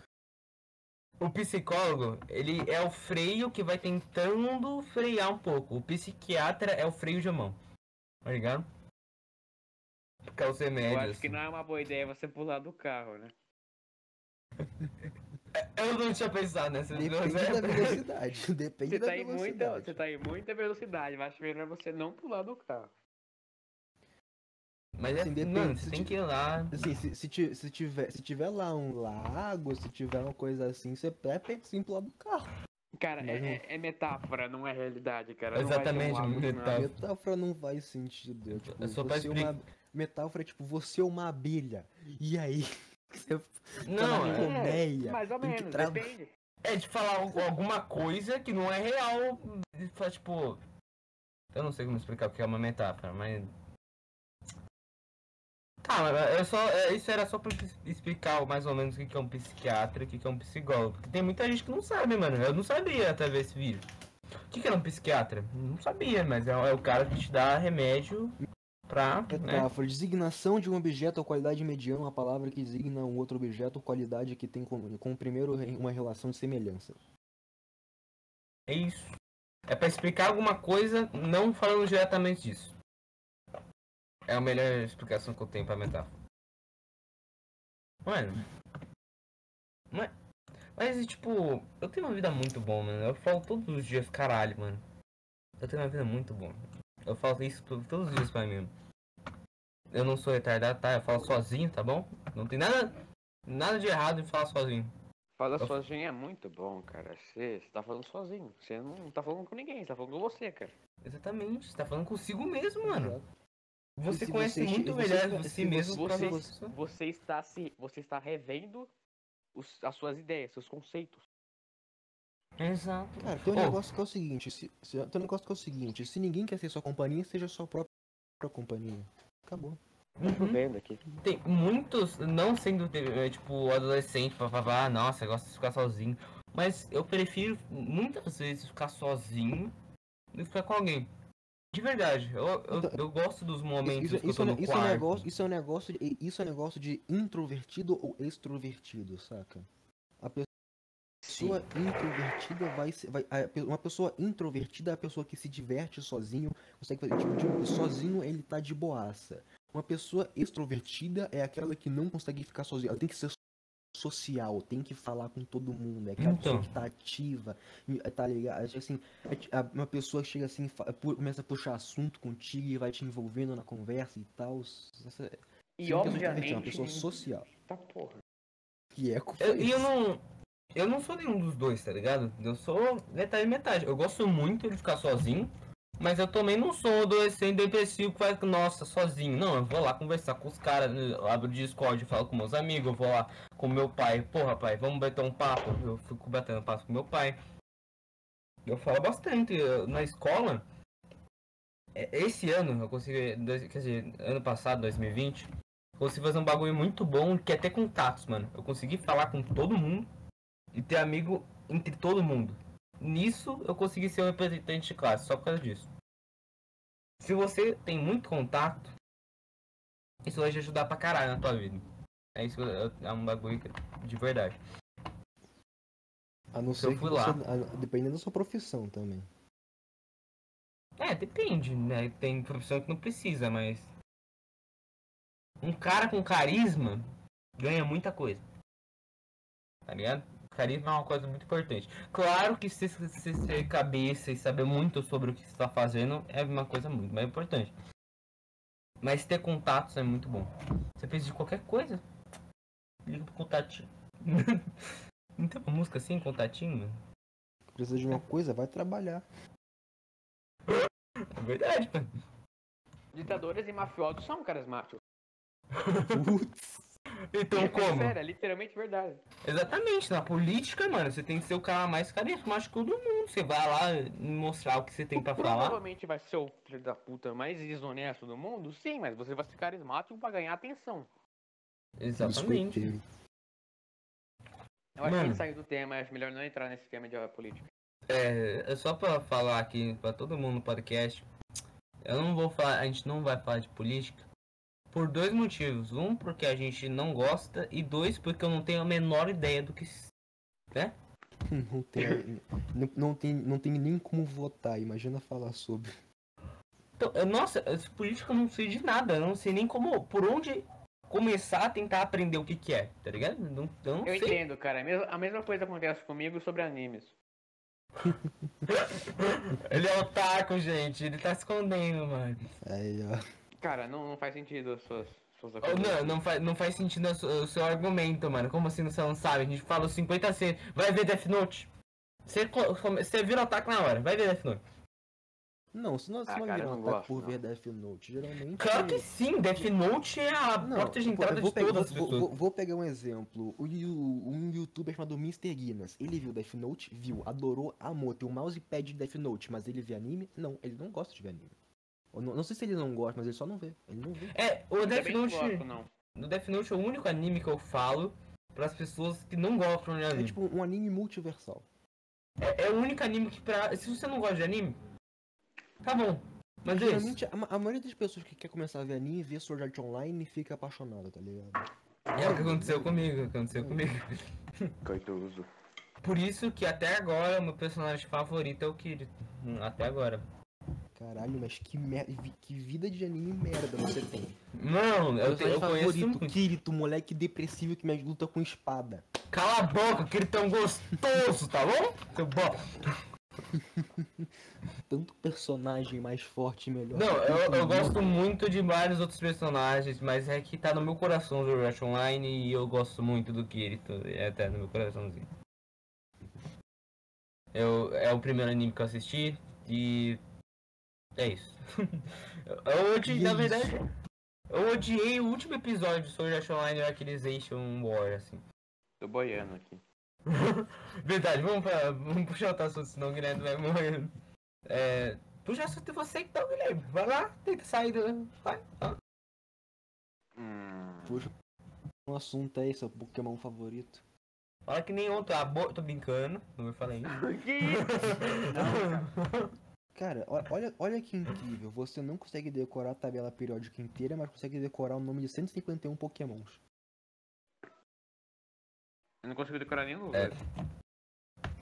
Speaker 3: O psicólogo, ele é o freio que vai tentando frear um pouco. O psiquiatra é o freio de mão. Tá ligado? Porque é os
Speaker 1: Eu
Speaker 3: remédios.
Speaker 1: acho que não é uma boa ideia você pular do carro, né?
Speaker 3: Eu não tinha pensado nessa.
Speaker 2: Depende da velocidade. Depende
Speaker 1: Você
Speaker 2: da
Speaker 1: tá, em muita,
Speaker 2: velocidade.
Speaker 1: você tá em muita velocidade, mas acho melhor você não pular do carro.
Speaker 3: Mas é,
Speaker 2: Assim, depende
Speaker 3: mano, você
Speaker 2: se
Speaker 3: tem
Speaker 2: ti-
Speaker 3: que ir lá.
Speaker 2: Assim, se, se, ti- se tiver, se tiver lá um lago, se tiver uma coisa assim, você é sim pro lado do carro.
Speaker 1: Cara, é,
Speaker 2: Mas não-
Speaker 1: é- é metáfora, não é realidade, cara. Não vai ter um
Speaker 3: Exatamente,
Speaker 1: lago de
Speaker 2: A
Speaker 3: metáfora.
Speaker 1: nada.
Speaker 2: metáfora não faz sentido. É, tipo,
Speaker 3: Tá. É só pra
Speaker 2: você é uma... Metáfora é tipo, você é uma abelha. E aí? Você tá
Speaker 3: Não,
Speaker 2: na
Speaker 3: é-
Speaker 2: minha-
Speaker 1: É,
Speaker 2: Colmeia,
Speaker 1: mais ou
Speaker 2: tem que
Speaker 1: menos,
Speaker 2: tra-
Speaker 1: depende.
Speaker 3: é de falar al- alguma coisa que não é real. e Faz tipo. Eu não sei como explicar o que é uma metáfora, mas. Tá, mas eu só, é, isso era só pra es- explicar mais ou menos o que que é um psiquiatra e o que que é um psicólogo. Porque tem muita gente que não sabe, mano. Eu não sabia até ver esse vídeo. O que, que era um psiquiatra? Não sabia, mas é, é o cara que te dá remédio pra. né?
Speaker 2: Metáfora, designação de um objeto ou qualidade mediana, uma palavra que designa um outro objeto ou qualidade que tem com, com o primeiro re- uma relação de semelhança.
Speaker 3: É isso. É pra explicar alguma coisa não falando diretamente disso. É a melhor explicação que eu tenho pra metáfora. Mano. Mas, mas e, tipo, eu tenho uma vida muito boa, mano. Eu falo todos os dias, caralho, mano. Eu tenho uma vida muito boa. Eu falo isso to- todos os dias pra mim. Eu não sou retardado, tá? Eu falo sozinho, tá bom? Não tem nada, nada de errado em falar sozinho.
Speaker 1: Falar
Speaker 3: Eu-
Speaker 1: sozinho é muito bom, cara. Você você tá falando sozinho. Você não tá falando com ninguém, você tá falando com você, cara.
Speaker 3: Exatamente, você tá falando consigo mesmo, mano. Você
Speaker 2: se
Speaker 3: conhece
Speaker 2: você-
Speaker 3: muito
Speaker 2: se você-
Speaker 3: melhor
Speaker 2: se
Speaker 3: você,
Speaker 2: você-
Speaker 3: mesmo pra
Speaker 1: você-
Speaker 3: você.
Speaker 1: Você está se. Você está revendo os- as suas ideias, seus conceitos.
Speaker 3: Exato.
Speaker 2: Cara, tem um
Speaker 3: Ô.
Speaker 2: negócio que é o seguinte, se, se- tem um negócio que é o seguinte, se ninguém quer ser sua companhia, seja sua própria companhia. Acabou.
Speaker 1: Tô vendo aqui.
Speaker 3: Uhum. Tem muitos, não sendo eh, tipo adolescente, papapá, "Ah, nossa, gosta de ficar sozinho. Mas eu prefiro muitas vezes ficar sozinho do que ficar com alguém. De verdade, eu, eu,
Speaker 2: Então,
Speaker 3: eu gosto dos momentos
Speaker 2: Isso,
Speaker 3: que eu
Speaker 2: isso,
Speaker 3: tô no
Speaker 2: isso é um
Speaker 3: quarto.
Speaker 2: negócio, isso é um negócio, de, isso é um negócio de introvertido ou extrovertido, saca? A pe- pessoa introvertida vai, se- vai a pe- uma pessoa introvertida é a pessoa que se diverte sozinho, consegue fazer tipo, tipo, sozinho ele tá de boaça. Uma pessoa extrovertida é aquela que não consegue ficar sozinha, ela tem que ser social, tem que falar com todo mundo, é aquela pessoa
Speaker 3: Então.
Speaker 2: que tá ativa, e, tá ligado? Tipo Assim, é ti- a- uma pessoa que chega assim, fa- pu- começa a puxar assunto contigo e vai te envolvendo na conversa e tal. Essa-
Speaker 1: E
Speaker 2: essa é uma pessoa introvertida,
Speaker 1: obviamente.
Speaker 2: É uma pessoa social.
Speaker 1: Tá porra.
Speaker 2: Que é com
Speaker 3: Eu- E eu, não. Eu não sou nenhum dos dois, tá ligado? Eu sou metade e metade. Eu gosto muito de ficar sozinho, mas eu também não sou um adolescente depressivo que vai, nossa, sozinho. Não, eu vou lá conversar com os caras, eu abro o Discord, falo com meus amigos, eu vou lá com meu pai. Porra, pai, vamos bater um papo. Eu fico batendo papo com meu pai. Eu falo bastante. eu- na escola, é- esse ano, eu consegui. dois- Quer dizer, ano passado, 2020. Consegui fazer um bagulho muito bom, que é ter contatos, mano. Eu consegui falar com todo mundo e ter amigo entre todo mundo. Nisso eu consegui ser o representante de classe, só por causa disso. Se você tem muito contato, isso vai te ajudar pra caralho na tua vida. É isso que eu- é um bagulho que- de verdade.
Speaker 2: A não
Speaker 3: se eu
Speaker 2: ser que
Speaker 3: fui
Speaker 2: você-
Speaker 3: lá.
Speaker 2: a- dependendo da sua profissão também.
Speaker 3: É, depende, né? Tem profissão que não precisa, mas. Um cara com carisma ganha muita coisa. Tá ligado? Carisma é uma coisa muito importante. Claro que se se- se ser cabeça e saber muito sobre o que você tá fazendo é uma coisa muito mais importante. Mas ter contatos é muito bom. Você precisa de qualquer coisa, liga pro contatinho. não tem uma música assim, contatinho? mano?
Speaker 2: Precisa de uma coisa, vai trabalhar.
Speaker 3: É verdade, mano.
Speaker 1: Ditadores e mafiosos são carismáticos.
Speaker 2: Putz.
Speaker 3: Então
Speaker 1: É
Speaker 3: como?
Speaker 1: Sério, é literalmente verdade.
Speaker 3: Exatamente, na política, mano, você tem que ser o cara mais carismático do mundo. Você vai lá mostrar o que você tem pra falar.
Speaker 1: Provavelmente vai ser o filho da puta mais desonesto do mundo, sim, mas você vai ser carismático pra ganhar atenção.
Speaker 3: Exatamente.
Speaker 2: biscoiteiro.
Speaker 1: Eu acho que a
Speaker 3: Mano.
Speaker 1: gente saiu do tema, acho melhor não entrar nesse tema de política.
Speaker 3: É, é só pra falar aqui pra todo mundo no podcast. Eu não vou falar, a gente não vai falar de política por dois motivos. Um, porque a gente não gosta, e dois, porque eu não tenho a menor ideia do que.
Speaker 2: Não tem, não, não tem, não tem nem como votar, imagina falar sobre.
Speaker 3: Então, eu- nossa, essa política eu não sei de nada, eu não sei nem como, por onde começar a tentar aprender o que que é, tá ligado? Não, eu não
Speaker 1: Eu
Speaker 3: sei.
Speaker 1: entendo, cara. A mesma- A mesma coisa acontece comigo sobre animes.
Speaker 3: Ele é otaku, gente. Ele tá se escondendo, mano.
Speaker 2: Aí, ó.
Speaker 1: Cara, não, não faz sentido as suas, suas
Speaker 3: Oh,
Speaker 1: opiniões.
Speaker 3: Não, não faz, não faz sentido a su- o seu argumento, mano. Como assim você não sabe? A gente falou 50 vezes. Vai ver Death Note. Você, co- come- você vira ataque na hora. Vai ver Death Note.
Speaker 2: Não, se nós
Speaker 1: Ah,
Speaker 2: não
Speaker 1: cara, eu
Speaker 2: viram
Speaker 1: não
Speaker 2: ataque
Speaker 1: gosto,
Speaker 2: por
Speaker 1: não.
Speaker 2: ver Death Note, geralmente.
Speaker 3: Claro que sim. Death Note é a
Speaker 2: Não, tipo,
Speaker 3: porta de
Speaker 2: eu
Speaker 3: entrada
Speaker 2: vou
Speaker 3: de
Speaker 2: pegar-
Speaker 3: todas as
Speaker 2: vou,
Speaker 3: pessoas.
Speaker 2: vou- vou pegar um exemplo. O yu- um youtuber chamado Mr. Guinness. Ele viu Death Note, viu, adorou, amou. Tem um mousepad de Death Note, mas ele vê anime? Não, ele não gosta de ver anime. Eu não, não sei se ele não gosta, mas ele só não vê. Ele não vê.
Speaker 3: É, o
Speaker 1: Ainda
Speaker 3: Death
Speaker 1: bem que eu
Speaker 3: Note.
Speaker 1: gosto, não.
Speaker 3: No Death Note é o único anime que eu falo pras pessoas que não gostam de
Speaker 2: É
Speaker 3: anime.
Speaker 2: tipo um anime multiversal. tipo,
Speaker 3: É, é o único anime que pra. Se você não gosta de anime, tá bom. Mas é isso.
Speaker 2: Geralmente, a, ma- a maioria das pessoas que quer começar a ver anime, vê Sword Art Online e fica apaixonada, tá ligado?
Speaker 3: É o que aconteceu comigo. Aconteceu comigo.
Speaker 1: Coitoso.
Speaker 3: Por isso que até agora meu personagem favorito é o Kirito. Hum, Até agora.
Speaker 2: Caralho, mas que, mer- vi- que vida de anime merda você tem.
Speaker 3: Não, eu, te- eu conheço
Speaker 2: favorito,
Speaker 3: muito.
Speaker 2: Kirito, moleque depressivo que me luta com espada.
Speaker 3: Cala a boca, o Kirito é um gostoso, tá bom? Seu bo-
Speaker 2: tanto personagem mais forte e melhor.
Speaker 3: Não, eu, eu
Speaker 2: é.
Speaker 3: gosto muito de vários outros personagens, mas é que tá no meu coração o Rush Online e eu gosto muito do Kirito. É até no meu coraçãozinho. Eu, é o primeiro anime que eu assisti e. É isso. eu odiei,
Speaker 2: E é
Speaker 3: na
Speaker 2: isso.
Speaker 3: verdade. Eu odiei o último episódio de Sword Art Online Arcanization War, assim.
Speaker 1: Tô boiando aqui.
Speaker 3: Verdade, vamos, pra, vamos puxar outro assunto, senão o Guilherme vai morrer. É, puxa o assunto de você então, Guilherme. Vai lá, tenta sair do... Vai.
Speaker 1: Hum.
Speaker 2: Puxa, um assunto é seu Pokémon favorito.
Speaker 3: Fala que nem ontem, ah, bo... tô brincando, não vou falar isso.
Speaker 1: que isso? Não,
Speaker 2: Cara, ó- olha, olha que incrível. Você não consegue decorar a tabela periódica inteira, mas consegue decorar o nome de 151 Pokémons.
Speaker 1: eu não consigo decorar nenhum
Speaker 3: É.
Speaker 1: lugar.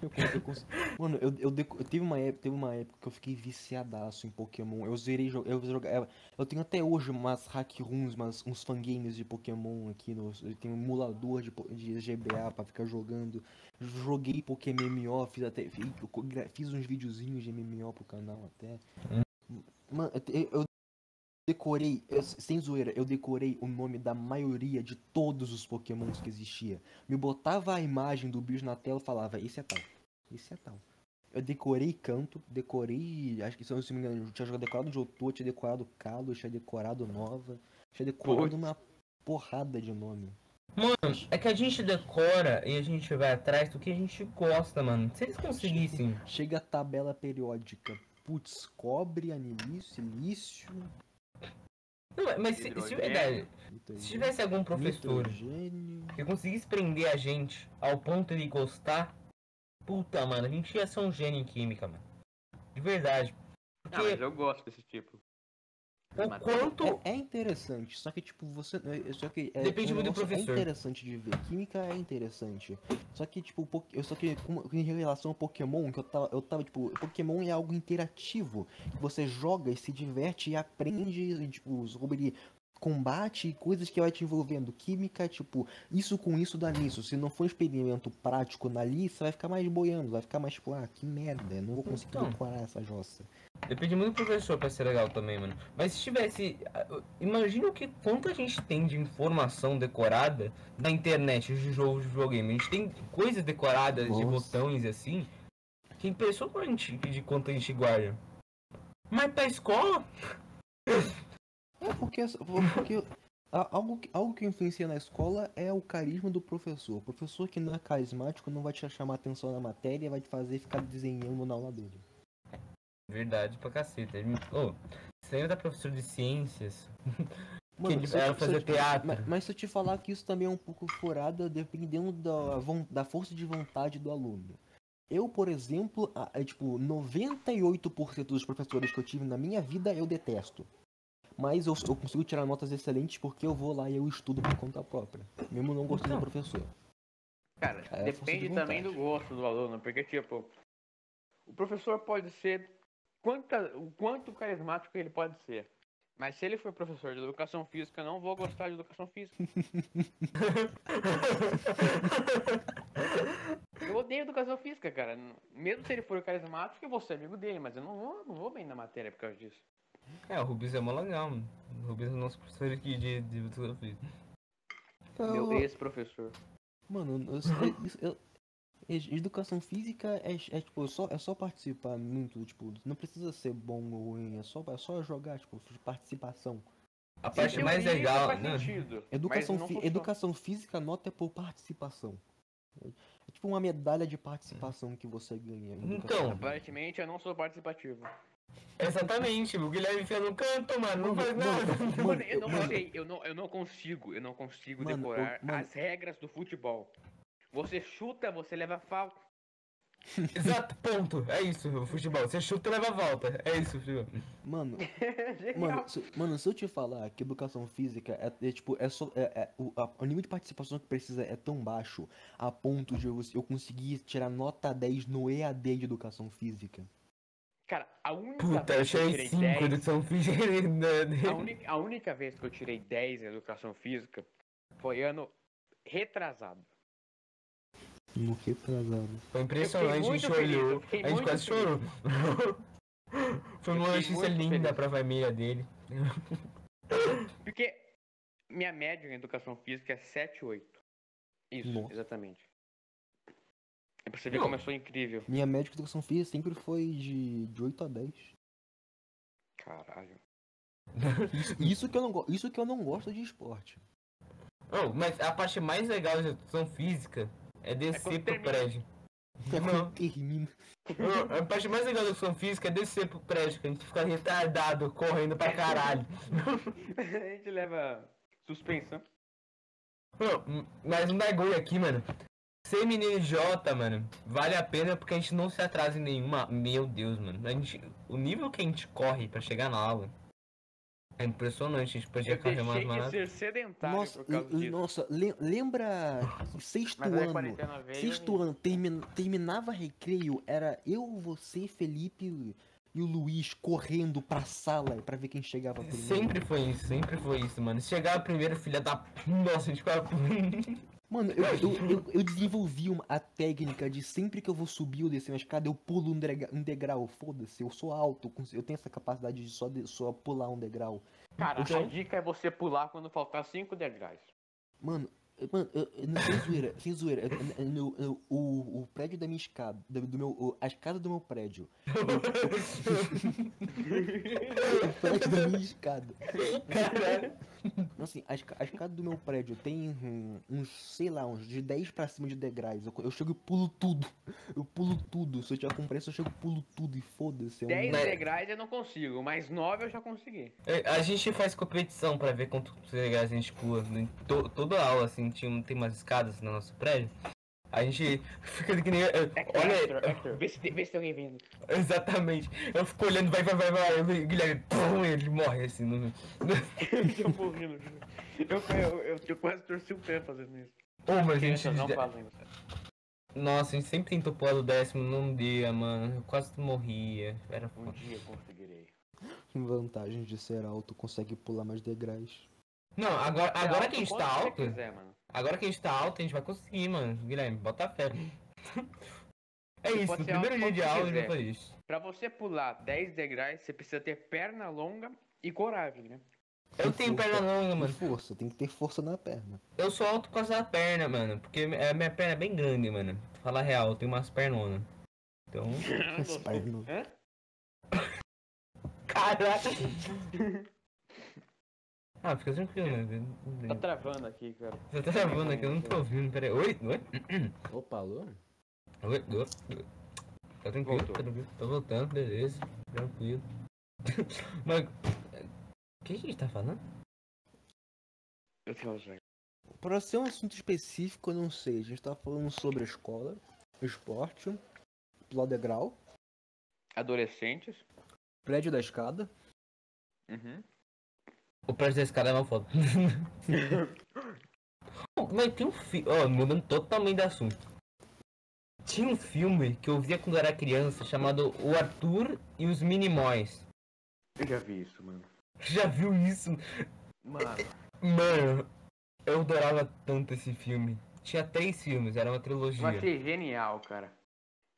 Speaker 2: Eu cons- eu cons- Mano, eu, eu, deco- eu teve, uma época, teve uma época que eu fiquei viciadaço em Pokémon. Eu zerei jo- eu jogava. Eu tenho até hoje umas hack rooms, umas, uns fangames de Pokémon aqui. No, eu tenho um emulador de, po- de GBA pra ficar jogando. Joguei Pokémon MMO, fiz até. fi- eu co- gra- Fiz uns videozinhos de MMO pro canal até. Mano, eu te- eu, eu decorei, eu- sem zoeira, eu decorei o nome da maioria de todos os Pokémons que existia. Me botava a imagem do bicho na tela e falava, esse é tal. Isso é tal. Eu decorei canto, decorei. Acho que se eu não me engano, eu tinha jogado decorado Jotô, tinha decorado Kalos, tinha decorado Nova, tinha decorado
Speaker 1: Putz.
Speaker 2: uma porrada de nome.
Speaker 3: Mano, é que a gente decora e a gente vai atrás do que a gente gosta, mano. Se eles conseguissem...
Speaker 2: Chega a tabela periódica. Putz, cobre, anilício, lício.
Speaker 3: Não, mas se, se,
Speaker 1: Hidrogênio.
Speaker 2: nitrogênio,
Speaker 3: se tivesse algum professor
Speaker 2: nitrogênio.
Speaker 3: que conseguisse prender a gente ao ponto de gostar, puta, mano, a gente ia ser um gênio em química, mano. De verdade.
Speaker 1: Ah, mas eu gosto desse tipo.
Speaker 3: O
Speaker 1: Mas-
Speaker 3: quanto.
Speaker 2: É, é interessante, só que tipo, você. é- Só que, é,
Speaker 3: Depende
Speaker 2: um
Speaker 3: muito
Speaker 2: negócio-
Speaker 3: do professor.
Speaker 2: É interessante de ver. Química é interessante. Só que, tipo, po- eu só que como- em relação ao Pokémon, que eu tava, eu tava, tipo, Pokémon é algo interativo. Que você joga e se diverte e aprende, e, tipo, sobre combate e coisas que vai te envolvendo. Química, tipo, isso com isso dá nisso. Se não for um experimento prático na lista, vai ficar mais boiando, vai ficar mais, tipo, ah, que merda, eu não vou conseguir
Speaker 3: Então.
Speaker 2: decorar essa jossa.
Speaker 3: Depende muito do professor pra ser legal também, mano. Mas se tivesse. ah, eu- Imagina o que quanto a gente tem de informação decorada na internet de jogos de videogame. A gente tem coisas decoradas
Speaker 2: Nossa.
Speaker 3: de botões e assim. Que é impressionante de quanto a gente guarda. Mas pra escola?
Speaker 2: É porque, as- porque a- algo, que- algo que influencia na escola é o carisma do professor. O professor que não é carismático não vai te chamar atenção na matéria e vai te fazer ficar desenhando na aula dele.
Speaker 3: Verdade pra caceta. Ele me- Ô, você lembra da professora de ciências? ele
Speaker 2: se eu te-
Speaker 3: era
Speaker 2: se eu
Speaker 3: fazer
Speaker 2: te-
Speaker 3: teatro.
Speaker 2: Mas, mas se eu te falar que isso também é um pouco furada, dependendo da, von- da força de vontade do aluno. Eu, por exemplo, a- é, tipo, 98% dos professores que eu tive na minha vida eu detesto. Mas eu, eu consigo tirar notas excelentes porque eu vou lá e eu estudo por conta própria. Mesmo não gostando do
Speaker 3: Então.
Speaker 2: professor.
Speaker 1: Cara,
Speaker 2: É a força
Speaker 1: depende
Speaker 2: de
Speaker 1: também do
Speaker 2: vontade.
Speaker 1: gosto do aluno, porque, tipo, o professor pode ser quanta, o quanto carismático ele pode ser. Mas se ele for professor de educação física, eu não vou gostar de educação física. Eu odeio educação física, cara. Mesmo se ele for carismático, eu vou ser amigo dele, mas eu não vou, não vou bem na matéria por causa disso.
Speaker 3: é, o Rubens é mó legal, mano. O Rubens é o nosso professor aqui de, de educação física.
Speaker 1: Meu
Speaker 2: Eu-
Speaker 1: ex-professor.
Speaker 2: Mano, eu, eu- isso- eu- ed- educação física é, é, tipo, só, é só participar muito, tipo, não precisa ser bom ou ruim, é só, é só jogar, tipo, participação.
Speaker 3: A parte
Speaker 1: Em
Speaker 3: mais
Speaker 1: teoria,
Speaker 3: legal.
Speaker 1: é Faz
Speaker 3: né?
Speaker 1: sentido, mas
Speaker 2: Educação,
Speaker 1: não
Speaker 2: fi-
Speaker 1: funciona.
Speaker 2: educação física nota é por participação. É é tipo uma medalha de participação que você ganha. em educação
Speaker 3: Então,
Speaker 2: física.
Speaker 1: Aparentemente, eu não sou participativo.
Speaker 3: Exatamente, o Guilherme fica no canto, mano, não
Speaker 2: Mano, mano,
Speaker 3: faz nada.
Speaker 2: mano,
Speaker 1: Mano, eu
Speaker 2: eu-
Speaker 1: não
Speaker 2: mano,
Speaker 1: sei, eu não, eu não consigo, eu não consigo
Speaker 2: Mano, eu-
Speaker 1: decorar
Speaker 2: mano.
Speaker 1: as regras do futebol. Você chuta, você leva falta.
Speaker 3: Exato, ponto. É isso, o futebol. Você chuta e leva a volta. É isso, futebol.
Speaker 2: mano,
Speaker 1: É Genial.
Speaker 2: mano, se, mano, se eu te falar que educação física é, é, tipo, é só. é- é- o, a- o nível de participação que precisa é tão baixo a ponto de eu, eu conseguir tirar nota 10 no EAD de educação física.
Speaker 1: Cara, a única
Speaker 3: Puta, eu
Speaker 1: vez que eu
Speaker 3: tirei
Speaker 1: tirei
Speaker 3: 5 do
Speaker 1: 10,
Speaker 3: São né?
Speaker 1: a
Speaker 3: Figueiredo.
Speaker 1: única, a única vez que eu tirei 10 em educação física foi ano retrasado.
Speaker 2: No que atrasado.
Speaker 3: Foi impressionante, a
Speaker 1: muito
Speaker 3: gente
Speaker 1: feliz, eu
Speaker 3: olhou.
Speaker 1: fiquei
Speaker 3: A gente
Speaker 1: muito
Speaker 3: quase
Speaker 1: feliz.
Speaker 3: chorou. Foi uma
Speaker 1: fiquei
Speaker 3: notícia
Speaker 1: muito
Speaker 3: linda
Speaker 1: feliz.
Speaker 3: pra família dele.
Speaker 1: Porque minha média em educação física é 7,8. Isso,
Speaker 2: Nossa.
Speaker 1: exatamente. É pra você ver
Speaker 3: Não.
Speaker 1: como eu sou incrível.
Speaker 2: Minha média de educação física sempre foi de, de 8 a 10.
Speaker 1: Caralho.
Speaker 2: Isso, isso que eu não, go- isso que eu não gosto de esporte.
Speaker 3: Oh, mas a parte mais legal da educação física é
Speaker 1: quando
Speaker 3: descer pro
Speaker 1: termina.
Speaker 3: prédio.
Speaker 2: É
Speaker 3: Não.
Speaker 2: quando termina.
Speaker 3: Não, a parte mais legal da educação física é descer pro prédio, que a gente fica retardado, correndo
Speaker 1: É.
Speaker 3: pra caralho.
Speaker 1: a gente leva suspensão.
Speaker 3: Não, Mas um bagulho aqui, mano. Ser menino J, mano, vale a pena porque a gente não se atrasa em nenhuma. Meu Deus, mano. A gente... O nível que a gente corre pra chegar na aula é impressionante. A gente podia
Speaker 1: Eu
Speaker 3: correr mais
Speaker 1: deixei de
Speaker 3: maratona.
Speaker 1: ser sedentário
Speaker 2: Nossa,
Speaker 1: por causa
Speaker 2: l-
Speaker 1: disso.
Speaker 2: nossa le- lembra sexto
Speaker 1: Mas aí é a
Speaker 2: ano?
Speaker 1: quarentena veio.
Speaker 2: Sexto ano, termin- terminava recreio, era eu, você, Felipe e o Luiz correndo pra sala pra ver quem chegava
Speaker 1: né?
Speaker 2: primeiro.
Speaker 3: Sempre foi isso, sempre foi isso, mano. Se chegar primeiro, filha da. p- Nossa, a gente ficava.
Speaker 2: Mano, eu, eu, eu, eu desenvolvi uma, a técnica de sempre que eu vou subir ou descer uma escada, eu pulo um, drega- um degrau. Foda-se, eu sou alto, eu cons- eu tenho essa capacidade de só, de só pular um degrau.
Speaker 1: Cara,
Speaker 2: Então-
Speaker 1: a dica é você pular quando faltar 5 degraus.
Speaker 2: Mano, eu- mano, eu, eu não sem zoeira, sem zoeira. eu- eu- eu- eu- o, o prédio da minha escada, do, do meu, o- a escada do meu prédio. O prédio da minha escada.
Speaker 3: Caralho.
Speaker 2: Não, Assim, a, esca- a escada do meu prédio tem hum, uns, sei lá, uns de 10 pra cima de degraus. Eu, co- eu chego e pulo tudo. Eu pulo tudo. Se eu tiver com pressa, eu chego e pulo tudo. E foda-se. é um-
Speaker 1: 10
Speaker 3: Mas-
Speaker 1: degraus eu não consigo, mas 9 eu já consegui.
Speaker 3: É, A gente faz competição pra ver quanto legais a gente pula. né? To- Toda aula, assim, tinha, um- tem umas escadas no nosso prédio. A gente fica que nem.
Speaker 1: É
Speaker 3: eu- Olha,
Speaker 1: Hector, Hector, vê se, tem- vê se tem alguém vindo.
Speaker 3: exatamente. Eu fico olhando, vai, vai, vai, vai. eu vi o Guilherme, pum, ele morre assim. No...
Speaker 1: eu tô um morrendo. Eu, eu, eu, eu quase torci o pé fazendo isso.
Speaker 3: Ô, mas a gente.
Speaker 1: Crianças não fazem isso.
Speaker 3: Nossa, a gente sempre tentou pular do décimo, não dia, mano. Eu quase morria. Era
Speaker 1: Um
Speaker 3: foda.
Speaker 1: dia eu conseguirei.
Speaker 2: Vantagem de ser alto, consegue pular mais degraus.
Speaker 3: Não, agora, agora
Speaker 1: Alto
Speaker 3: que a gente
Speaker 1: quanto
Speaker 3: tá
Speaker 1: você
Speaker 3: alto,
Speaker 1: quiser, mano.
Speaker 3: agora que a gente tá alto, a gente vai conseguir, mano. Guilherme, bota fé. É
Speaker 1: Você
Speaker 3: isso,
Speaker 1: pode
Speaker 3: no
Speaker 1: ser alto
Speaker 3: primeiro dia
Speaker 1: quanto
Speaker 3: de
Speaker 1: você
Speaker 3: aula eu já
Speaker 1: quiser.
Speaker 3: falei isso.
Speaker 1: Pra você pular 10 degraus, você precisa ter perna longa e coragem, né?
Speaker 3: Eu tenho perna longa,
Speaker 2: Tem
Speaker 3: mano.
Speaker 2: força, tem que ter força na perna.
Speaker 3: Eu sou alto por causa da perna, mano. Porque a minha perna é bem grande, mano. Fala a real, eu tenho umas pernonas. Então.
Speaker 1: Ah,
Speaker 2: As
Speaker 1: Tá
Speaker 2: pernas.
Speaker 1: Hã?
Speaker 3: Caraca! ah, fica tranquilo,
Speaker 1: Tá
Speaker 3: né?
Speaker 1: travando aqui, cara.
Speaker 3: Você tá gravando aqui, eu não tô ouvindo. Pera aí. Oi? Oi?
Speaker 2: Opa, alô?
Speaker 3: Oi? Oi? Tá tranquilo,
Speaker 1: Voltou.
Speaker 3: tá tranquilo. Tô voltando, beleza. Tranquilo. Mas. O que a gente tá falando?
Speaker 1: Eu tenho Alzheimer.
Speaker 2: Pra ser um assunto específico, eu não sei. A gente tá falando sobre a escola, esporte, pular degrau,
Speaker 1: Adolescentes.
Speaker 2: prédio da escada.
Speaker 1: Uhum.
Speaker 3: O preço desse cara é uma foto. Bom, Mas tem um filme. Ó, mudando totalmente de assunto. Tinha um filme que eu via quando era criança chamado O Arthur e os Minimóis.
Speaker 1: Eu já vi isso, mano.
Speaker 3: Já viu isso?
Speaker 2: Mano,
Speaker 3: Mano, eu adorava tanto esse filme. Tinha três filmes, era uma
Speaker 1: Eu
Speaker 3: trilogia.
Speaker 1: achei genial, cara.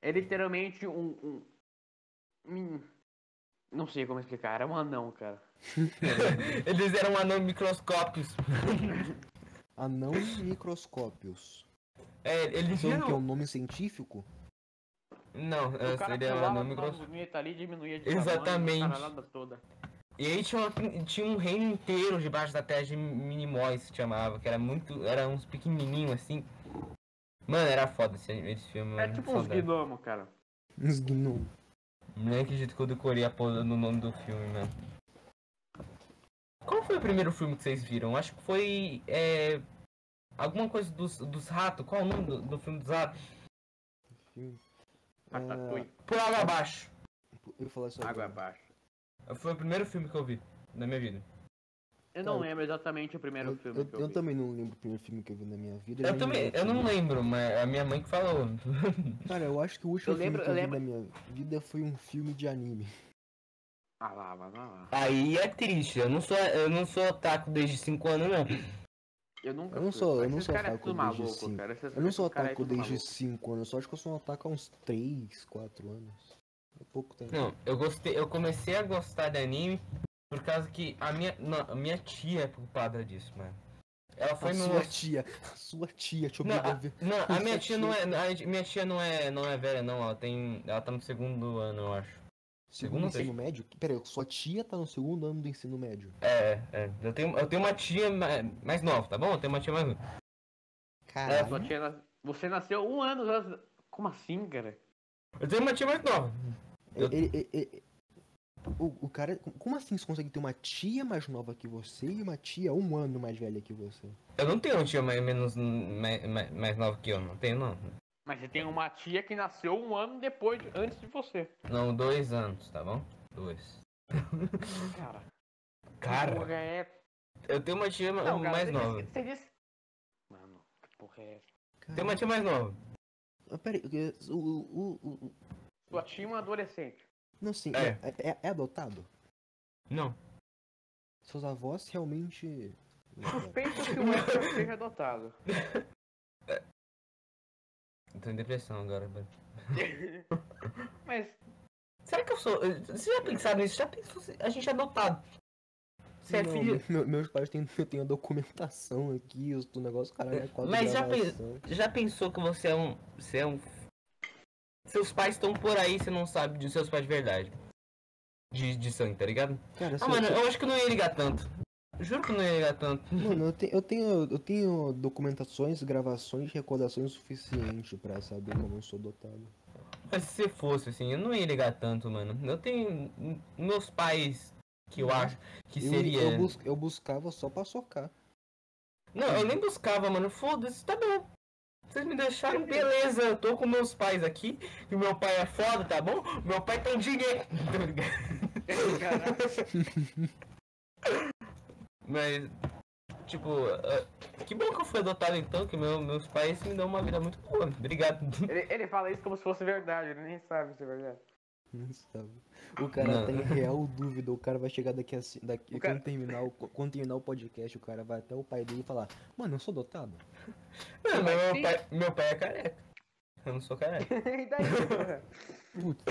Speaker 1: É literalmente um. um- um- Não sei como explicar, era um anão, cara.
Speaker 3: Eles eram anão microscópios.
Speaker 2: anão microscópios.
Speaker 3: É, eles
Speaker 2: Isso é um, que é
Speaker 3: eram.
Speaker 2: um nome científico?
Speaker 3: Não,
Speaker 1: o cara
Speaker 3: ele era um
Speaker 1: pulava
Speaker 3: anão
Speaker 1: no
Speaker 3: microscópio.
Speaker 1: planeta tá ali, diminuía de
Speaker 3: Exatamente.
Speaker 1: tamanho, caralhada toda.
Speaker 3: E aí tinha, uma- tinha um reino inteiro debaixo da terra de Minimóis, se chamava, que era muito. Era uns pequenininhos assim. Mano, era foda esse, esse filme.
Speaker 1: É
Speaker 3: mano,
Speaker 1: tipo uns
Speaker 3: saudade.
Speaker 1: gnomos, cara.
Speaker 2: Uns gnu.
Speaker 3: Nem acredito que eu decorei a porra do nome do filme, mano. Qual foi o primeiro filme que vocês viram? Acho que foi. É, alguma coisa dos, dos ratos. Qual o nome do, do filme dos ratos?
Speaker 2: Ah,
Speaker 1: Ratatouille,
Speaker 3: Por Água Abaixo.
Speaker 2: Eu ia falar isso
Speaker 1: água
Speaker 2: agora.
Speaker 1: abaixo.
Speaker 3: Foi o primeiro filme que eu vi na minha vida.
Speaker 1: Eu não
Speaker 2: Cara,
Speaker 1: lembro exatamente o primeiro um
Speaker 2: Tá Eu,
Speaker 1: filme
Speaker 2: eu-
Speaker 1: que eu,
Speaker 2: eu
Speaker 1: vi.
Speaker 2: também não lembro o primeiro filme que eu vi na minha vida.
Speaker 3: Eu
Speaker 2: nem
Speaker 3: também.
Speaker 2: lembro
Speaker 3: Eu
Speaker 2: o
Speaker 3: não
Speaker 2: filme.
Speaker 3: lembro, mas a minha mãe que falou.
Speaker 2: Cara, eu acho que o último
Speaker 1: Eu lembro-
Speaker 2: filme que eu,
Speaker 1: eu
Speaker 2: vi na minha vida foi um filme de anime.
Speaker 1: Ah lá, mano, ah lá.
Speaker 3: Aí é triste. Eu não sou, eu não sou otaku desde 5 anos, não.
Speaker 1: Eu nunca
Speaker 2: Eu não
Speaker 1: fui,
Speaker 2: sou-
Speaker 1: cara.
Speaker 2: eu não
Speaker 1: Esses
Speaker 2: sou
Speaker 1: caras é
Speaker 2: otaku
Speaker 1: tudo
Speaker 2: desde
Speaker 1: maluco,
Speaker 2: cinco.
Speaker 1: cara. Esses-
Speaker 2: Eu não sou
Speaker 1: esses caras é
Speaker 2: otaku
Speaker 1: tudo
Speaker 2: desde
Speaker 1: maluco.
Speaker 2: 5 anos, eu só acho que eu sou um otaku há uns 3, 4 anos. É pouco tempo.
Speaker 3: Não, eu gostei, eu comecei a gostar de anime por causa que a minha, não, a minha tia é culpada disso, mano. Ela foi
Speaker 2: a
Speaker 3: me
Speaker 2: sua
Speaker 3: mostrar.
Speaker 2: tia, a sua tia te
Speaker 3: Não,
Speaker 2: obrigou a
Speaker 3: a,
Speaker 2: ver.
Speaker 1: ah,
Speaker 3: não, a minha
Speaker 2: Sua
Speaker 3: tia não é, a minha tia não é, não é velha não, ela tem, ela tá no segundo ano, eu acho.
Speaker 2: Segundo
Speaker 3: segunda
Speaker 2: ensino médio? Pera aí, sua tia tá no segundo ano do ensino médio.
Speaker 3: É, é, eu tenho, eu tenho uma tia ma- mais nova, tá bom? Eu tenho uma tia mais nova.
Speaker 1: É,
Speaker 2: Caralho.
Speaker 1: sua tia nas- Você nasceu um ano antes. Como assim, cara?
Speaker 3: Eu tenho uma tia mais nova. eu-
Speaker 2: Ele- ele- ele- é, o, o cara. Como assim você consegue ter uma tia mais nova que você e uma tia um ano mais velha que você?
Speaker 3: Eu não tenho uma tia mais menos mais, mais, mais nova que eu, não tenho não.
Speaker 1: Mas você tem uma tia que nasceu um ano depois, de- antes de você.
Speaker 3: Não, dois anos, tá bom? Dois.
Speaker 1: Cara. Que
Speaker 3: Cara,
Speaker 1: porra é.
Speaker 3: eu tenho uma tia ma-
Speaker 1: Não, cara,
Speaker 3: mais
Speaker 1: você
Speaker 3: nova.
Speaker 1: Disse, você disse. Mano, que porra é essa?
Speaker 3: Tem uma tia mais nova.
Speaker 2: Ah, Pera aí, o, o- o- o-
Speaker 1: Sua tia é uma adolescente.
Speaker 2: Não, sim,
Speaker 3: É.
Speaker 2: é. é- é adotado?
Speaker 3: Não.
Speaker 2: Seus avós realmente.
Speaker 1: Suspeito que o Edgar um seja adotado.
Speaker 3: Eu tô em depressão agora, mano.
Speaker 1: Mas
Speaker 3: Será que eu sou. Vocês já pensaram nisso? Já pensou se- A gente é adotado. Você é
Speaker 2: Não,
Speaker 3: filho.
Speaker 2: me- me- meus pais têm, eu tenho a documentação aqui, os do negócio, caralho, é quase
Speaker 3: Mas já
Speaker 2: gravação.
Speaker 3: Já pensou que você é um. Você é um. Seus pais estão por aí, você não sabe de seus pais de verdade. De, de sangue, tá ligado?
Speaker 2: Cara, assim,
Speaker 3: Ah,
Speaker 2: se-
Speaker 3: mano, eu acho que eu não ia ligar tanto. Juro que eu não ia ligar tanto.
Speaker 2: Mano, eu, te- eu tenho, eu tenho documentações, gravações, recordações o suficiente pra saber como eu sou dotado.
Speaker 3: Mas se você fosse, assim, eu não ia ligar tanto, mano. Eu tenho. Meus pais. Que Uhum. eu acho que
Speaker 2: eu,
Speaker 3: seria.
Speaker 2: eu, bus- eu buscava só pra socar.
Speaker 3: Não, eu nem buscava, mano. Foda-se, tá bom. Vocês me deixaram, beleza. Eu tô com meus pais aqui. E meu pai é foda, tá bom? Meu pai tem dinheiro. Tá ligado?
Speaker 1: Caraca.
Speaker 3: Mas, tipo, ah, que bom que eu fui adotado então, que meu- meus pais me dão uma vida muito boa. Obrigado.
Speaker 1: Ele, ele fala isso como se fosse verdade, ele nem sabe se é verdade.
Speaker 2: Não sabe. O cara
Speaker 3: Não.
Speaker 2: tá em real dúvida, o cara vai chegar daqui a. ci- Daqui,
Speaker 1: O cara-
Speaker 2: quando, terminar o, quando terminar o podcast, o cara vai até o pai dele e falar, mano, eu sou dotado.
Speaker 3: Não, mas
Speaker 1: Sim.
Speaker 3: meu pai, meu pai é careca. Eu não sou careca.
Speaker 1: e daí, porra?
Speaker 2: Putz,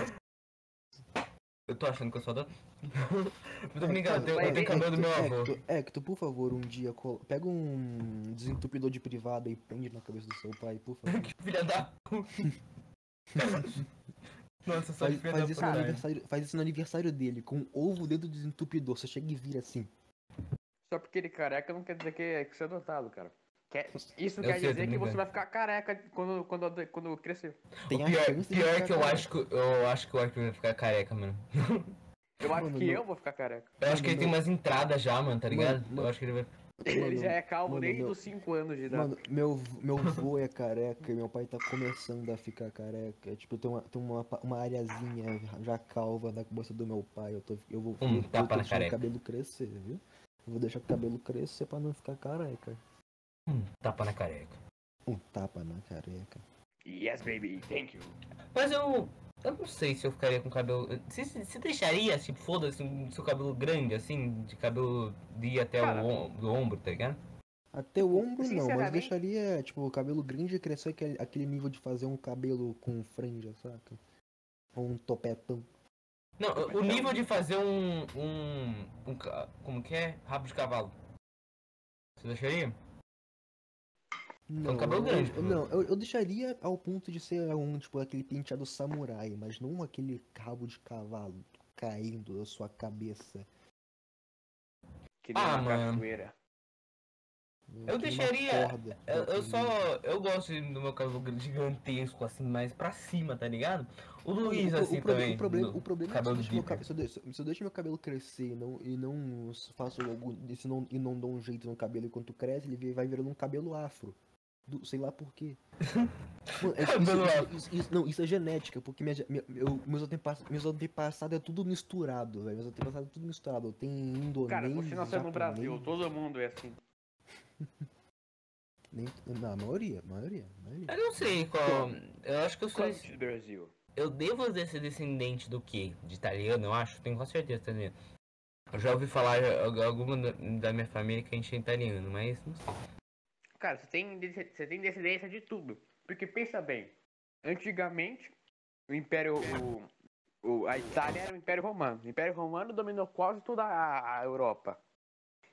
Speaker 3: Eu tô achando que eu sou adotado. Muito
Speaker 2: cara,
Speaker 3: obrigado, eu tenho,
Speaker 1: vai
Speaker 3: eu tenho
Speaker 1: ver.
Speaker 3: cabelo do meu
Speaker 2: é Hector,
Speaker 3: avô.
Speaker 2: Hector, Hector, por favor, um dia colo- pega um desentupidor de privada e prende na cabeça do seu pai, por favor.
Speaker 3: Filha da puta. Nossa, eu sou
Speaker 2: Faz,
Speaker 3: filha
Speaker 2: faz
Speaker 3: da
Speaker 2: isso no
Speaker 3: puta.
Speaker 2: aniversário, faz isso no aniversário dele, com um ovo dentro do desentupidor. Você chega e vira assim.
Speaker 1: Só porque ele é careca não quer dizer que é que você é adotado, cara. Quer- isso
Speaker 3: Eu
Speaker 1: quer
Speaker 3: sei, eu
Speaker 1: dizer que
Speaker 3: também
Speaker 1: você
Speaker 3: quero.
Speaker 1: vai ficar careca quando, quando, ado- quando crescer.
Speaker 2: Tem
Speaker 3: O
Speaker 2: a
Speaker 3: pior,
Speaker 2: chance de
Speaker 3: pior é
Speaker 2: ficar
Speaker 3: que eu
Speaker 2: careca.
Speaker 3: acho que eu acho que o Arthur vai ficar careca, mano.
Speaker 1: Eu acho
Speaker 2: Mano,
Speaker 1: que
Speaker 2: não.
Speaker 1: eu vou ficar careca.
Speaker 3: Eu acho
Speaker 2: Mano,
Speaker 3: que ele tem
Speaker 2: meu-
Speaker 3: umas entradas já, mano, tá ligado?
Speaker 2: Mano, mano.
Speaker 3: Eu acho que ele vai.
Speaker 1: ele
Speaker 2: Mano,
Speaker 1: já é calvo
Speaker 2: mano,
Speaker 1: desde
Speaker 2: meu-
Speaker 1: os 5 anos de idade.
Speaker 2: Mano, meu, meu vô é careca e meu pai tá começando a ficar careca. Tipo, tem uma, tem uma, pa- uma areazinha já calva na cabeça do meu pai. Eu, tô, eu vou
Speaker 3: Um
Speaker 2: eu tô
Speaker 3: tapa na
Speaker 2: deixando o
Speaker 3: careca.
Speaker 2: cabelo crescer, viu? Eu vou deixar o cabelo crescer pra não ficar careca.
Speaker 3: Hum, tapa na careca.
Speaker 2: Um tapa na careca.
Speaker 1: Yes, baby, thank you.
Speaker 3: Mas eu. Eu não sei se eu ficaria com cabelo. Se, se se deixaria, tipo, foda-se, um seu cabelo grande, assim, de cabelo de ir até
Speaker 1: Cara,
Speaker 3: o om- do ombro, tá ligado?
Speaker 2: Até o ombro não, mas
Speaker 1: Sinceramente-
Speaker 2: deixaria, tipo, o cabelo grande e crescer aquele, aquele nível de fazer um cabelo com franja, saca? Ou um topetão.
Speaker 3: Não, o
Speaker 1: Então-
Speaker 3: nível de fazer um. um. um ca- como que é? Rabo de cavalo. Você deixaria?
Speaker 2: Não,
Speaker 3: cabelo
Speaker 2: eu-
Speaker 3: grande,
Speaker 2: eu-
Speaker 3: pô.
Speaker 2: não, eu, eu deixaria ao ponto de ser um, tipo, aquele penteado samurai, mas não aquele cabo de cavalo caindo da sua cabeça.
Speaker 1: Que nem
Speaker 3: Ah,
Speaker 1: uma
Speaker 3: mano.
Speaker 1: cachoeira.
Speaker 2: né,
Speaker 3: Eu
Speaker 2: que nem uma
Speaker 3: deixaria-
Speaker 2: corda
Speaker 3: Eu, eu
Speaker 2: colorida.
Speaker 3: só. Eu gosto de- do meu cabelo gr- gigantesco, assim, mais pra cima, tá ligado? O Luiz,
Speaker 2: o,
Speaker 3: assim,
Speaker 2: o, proble-
Speaker 3: também.
Speaker 2: o problema,
Speaker 3: do-
Speaker 2: o problema
Speaker 3: cabelo
Speaker 2: é que se eu deixo meu
Speaker 3: zíper.
Speaker 2: ca- se eu deixo, se eu deixo meu cabelo crescer e não, e não faço algum, e se não, e não dou um jeito no cabelo enquanto cresce, ele vi- vai virando um cabelo afro. Do- sei lá por quê. Mano, é- isso,
Speaker 3: Cabelo
Speaker 2: isso-
Speaker 3: afro.
Speaker 2: isso- isso- não, isso é genética, porque minha, ge- minha, eu, meus, antepass, meus antepassados é tudo misturado, velho. Meus antepassados é tudo misturado. Tem indonésio,
Speaker 1: Cara, você nasceu no Brasil,
Speaker 2: japonês,
Speaker 1: todo mundo é assim.
Speaker 2: nem- na maioria, maioria, maioria.
Speaker 3: Eu não sei qual. Eu acho que eu sou.
Speaker 1: Qual
Speaker 2: assim.
Speaker 3: esse-
Speaker 1: do Brasil?
Speaker 3: Eu devo ser descendente do quê? De italiano, eu acho? Tenho com certeza italiano. Eu já ouvi falar já- al- alguma da- da minha família que a gente é italiano, mas não sei.
Speaker 1: Cara, você tem, desce- você tem descendência de tudo. Porque pensa bem, antigamente o Império. o- o- a Itália era o Império Romano. O Império Romano dominou quase toda a, a Europa.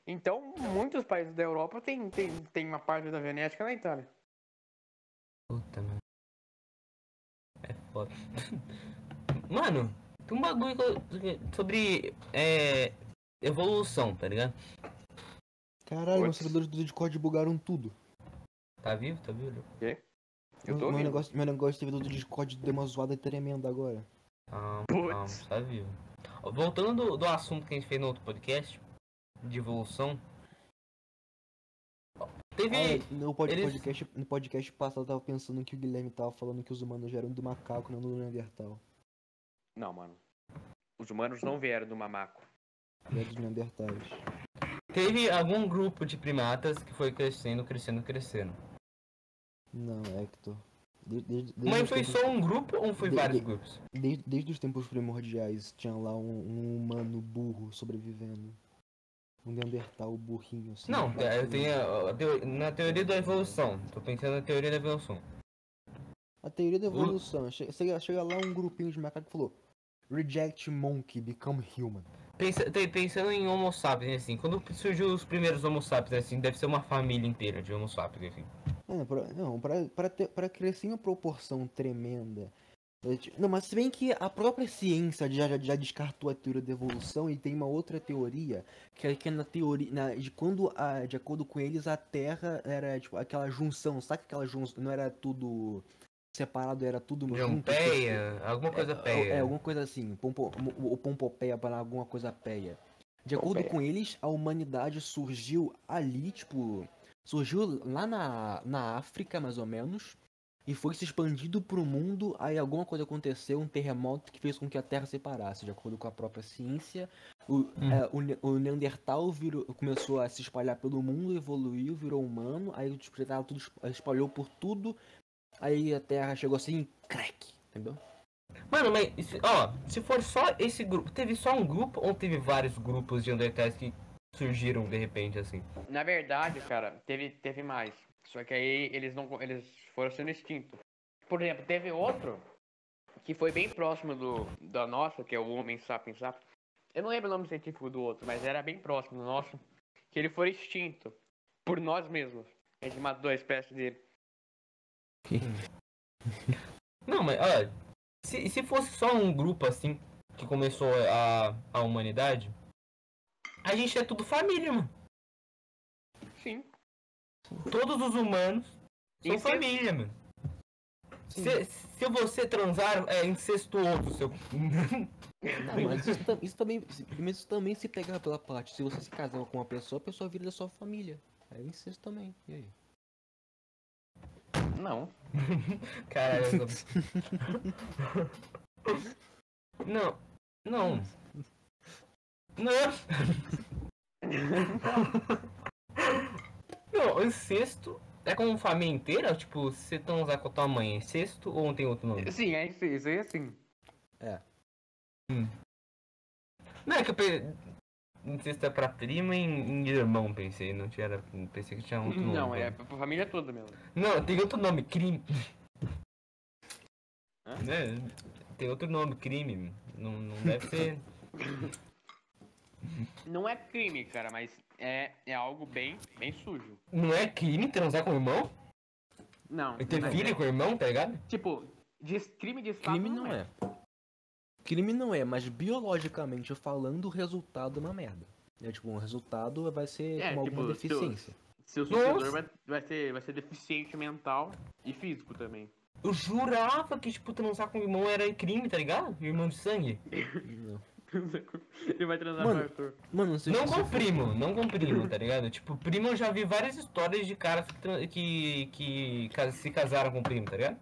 Speaker 1: Então, muitos países da Europa tem, tem, tem uma parte da genética na Itália.
Speaker 3: Puta, mano. É foda. Mano, tem um bagulho que eu- sobre é, evolução, tá ligado?
Speaker 2: Caralho, meus
Speaker 1: Putz.
Speaker 2: servidores do Discord bugaram tudo.
Speaker 3: Tá vivo? Tá vivo?
Speaker 1: Eu tô
Speaker 2: meu,
Speaker 1: ouvindo.
Speaker 2: negócio, meu negócio de servidor do Discord deu uma zoada tremenda agora.
Speaker 3: Calma, calma,
Speaker 1: Putz.
Speaker 3: tá vivo. Voltando do, do assunto que a gente fez no outro podcast, de evolução. Teve.
Speaker 2: Ah, é, no, pod-
Speaker 3: eles-
Speaker 2: podcast, no podcast passado eu tava pensando que o Guilherme tava falando que os humanos eram do macaco, não do Neandertal.
Speaker 1: Não, mano. Os humanos não vieram do mamaco.
Speaker 2: Não é dos Neandertais.
Speaker 3: Teve algum grupo de primatas que foi crescendo, crescendo, crescendo.
Speaker 2: Não, é, Hector. De- desde- desde
Speaker 3: Mas
Speaker 2: os
Speaker 3: foi
Speaker 2: tempos-
Speaker 3: só um grupo ou foi
Speaker 2: De-
Speaker 3: vários
Speaker 2: de-
Speaker 3: grupos?
Speaker 2: Desde, desde os tempos primordiais tinha lá um, um humano burro sobrevivendo. Um Neandertal burrinho assim.
Speaker 3: Não, é,
Speaker 2: baixinho.
Speaker 3: eu tenho. a teo- Na teoria da evolução. Tô pensando na teoria da evolução.
Speaker 2: A teoria da evolução. Che- Chega, chega lá um grupinho de macaco que falou: Reject monkey, become human.
Speaker 3: Pensa- te- pensando em Homo sapiens, assim, quando surgiu os primeiros Homo sapiens, assim, deve ser uma família inteira de Homo sapiens, assim.
Speaker 2: É, pra, não, pra, pra, ter, pra crescer em uma proporção tremenda. É, ti- Não, mas se bem que a própria ciência já, já, já descartou a teoria da evolução e tem uma outra teoria, que é que é na teoria. na- de quando, a, de acordo com eles, a Terra era tipo aquela junção, sabe aquela junção? Não era tudo separado, era tudo junto.
Speaker 3: Pompeia, alguma coisa
Speaker 2: É,
Speaker 3: peia.
Speaker 2: alguma coisa assim, pompo, o pompopeia para alguma coisa peia. De acordo
Speaker 1: Pompeia.
Speaker 2: com eles, a humanidade surgiu ali, tipo, surgiu lá na, na África, mais ou menos, e foi se expandido pro mundo, aí alguma coisa aconteceu, um terremoto que fez com que a Terra separasse, de acordo com a própria ciência. O, é, o, Ne- o Neandertal virou, começou a se espalhar pelo mundo, evoluiu, virou humano, aí tipo, já tava tudo, esp- espalhou por tudo, aí a Terra chegou assim, crack, entendeu?
Speaker 3: Mano, mas, se- ó, se for só esse grupo, teve só um grupo ou teve vários grupos de Undertais que surgiram de repente, assim?
Speaker 1: Na verdade, cara, teve, teve mais. Só que aí eles não eles foram sendo extintos. Por exemplo, teve outro que foi bem próximo do da nossa, que é o Homem Sapiens Sapiens. Eu não lembro o nome científico do outro, mas era bem próximo do nosso, que ele foi extinto por nós mesmos. A gente matou a espécie dele.
Speaker 3: Não, mas olha, se, se fosse só um grupo assim que começou a, a humanidade, a gente é tudo família, mano.
Speaker 1: Sim.
Speaker 3: Todos os humanos são
Speaker 1: Isso é-
Speaker 3: família, mano. Se, se você transar, é incestuoso, seu.
Speaker 2: Não, mas isso, tam- isso também, se- mas isso também se pegar pela parte. Se você se casar com uma pessoa, a pessoa vira da sua família. É incesto também. E aí?
Speaker 1: Não.
Speaker 3: Caralho. eu tô- Não. Não. Não. Não, incesto é como família inteira? Tipo, você transar com a tua mãe é incesto ou não tem outro nome?
Speaker 1: Sim, é isso, isso aí é assim.
Speaker 2: É.
Speaker 3: Hum. Não é que eu pe... Não sei se tá pra prima e em em irmão, pensei. Não tinha, era- pensei que tinha outro nome.
Speaker 1: Não, é
Speaker 3: pra-
Speaker 1: pra pra família toda mesmo.
Speaker 3: Não, tem outro nome, crime.
Speaker 1: Hã?
Speaker 3: Né? Tem outro nome, crime. Não, não deve ser.
Speaker 1: Não é crime, cara, mas é, é algo bem, bem sujo.
Speaker 3: Não é crime transar com o irmão?
Speaker 1: Não.
Speaker 3: E ter
Speaker 1: mas
Speaker 3: filho
Speaker 1: é-
Speaker 3: com o irmão, tá ligado?
Speaker 1: Tipo, diz- crime de estado
Speaker 2: Crime não é. Crime não é, mas biologicamente falando, o resultado é uma merda. É tipo, um resultado vai ser
Speaker 1: É,
Speaker 2: com alguma
Speaker 1: tipo, se eu-
Speaker 2: deficiência.
Speaker 1: Seu
Speaker 3: Nossa.
Speaker 1: sucessor vai, vai, ser, vai ser deficiente mental e físico também.
Speaker 3: Eu jurava que, tipo, transar com o irmão era crime, tá ligado? Irmão de sangue.
Speaker 2: Não.
Speaker 1: Ele vai transar com
Speaker 2: Mano,
Speaker 1: o Arthur.
Speaker 2: Mano, se
Speaker 3: Não
Speaker 2: se-
Speaker 3: com primo, não com primo, tá ligado? Tipo, primo eu já vi várias histórias de caras que, tran- que, que ca- se casaram com primo, tá ligado?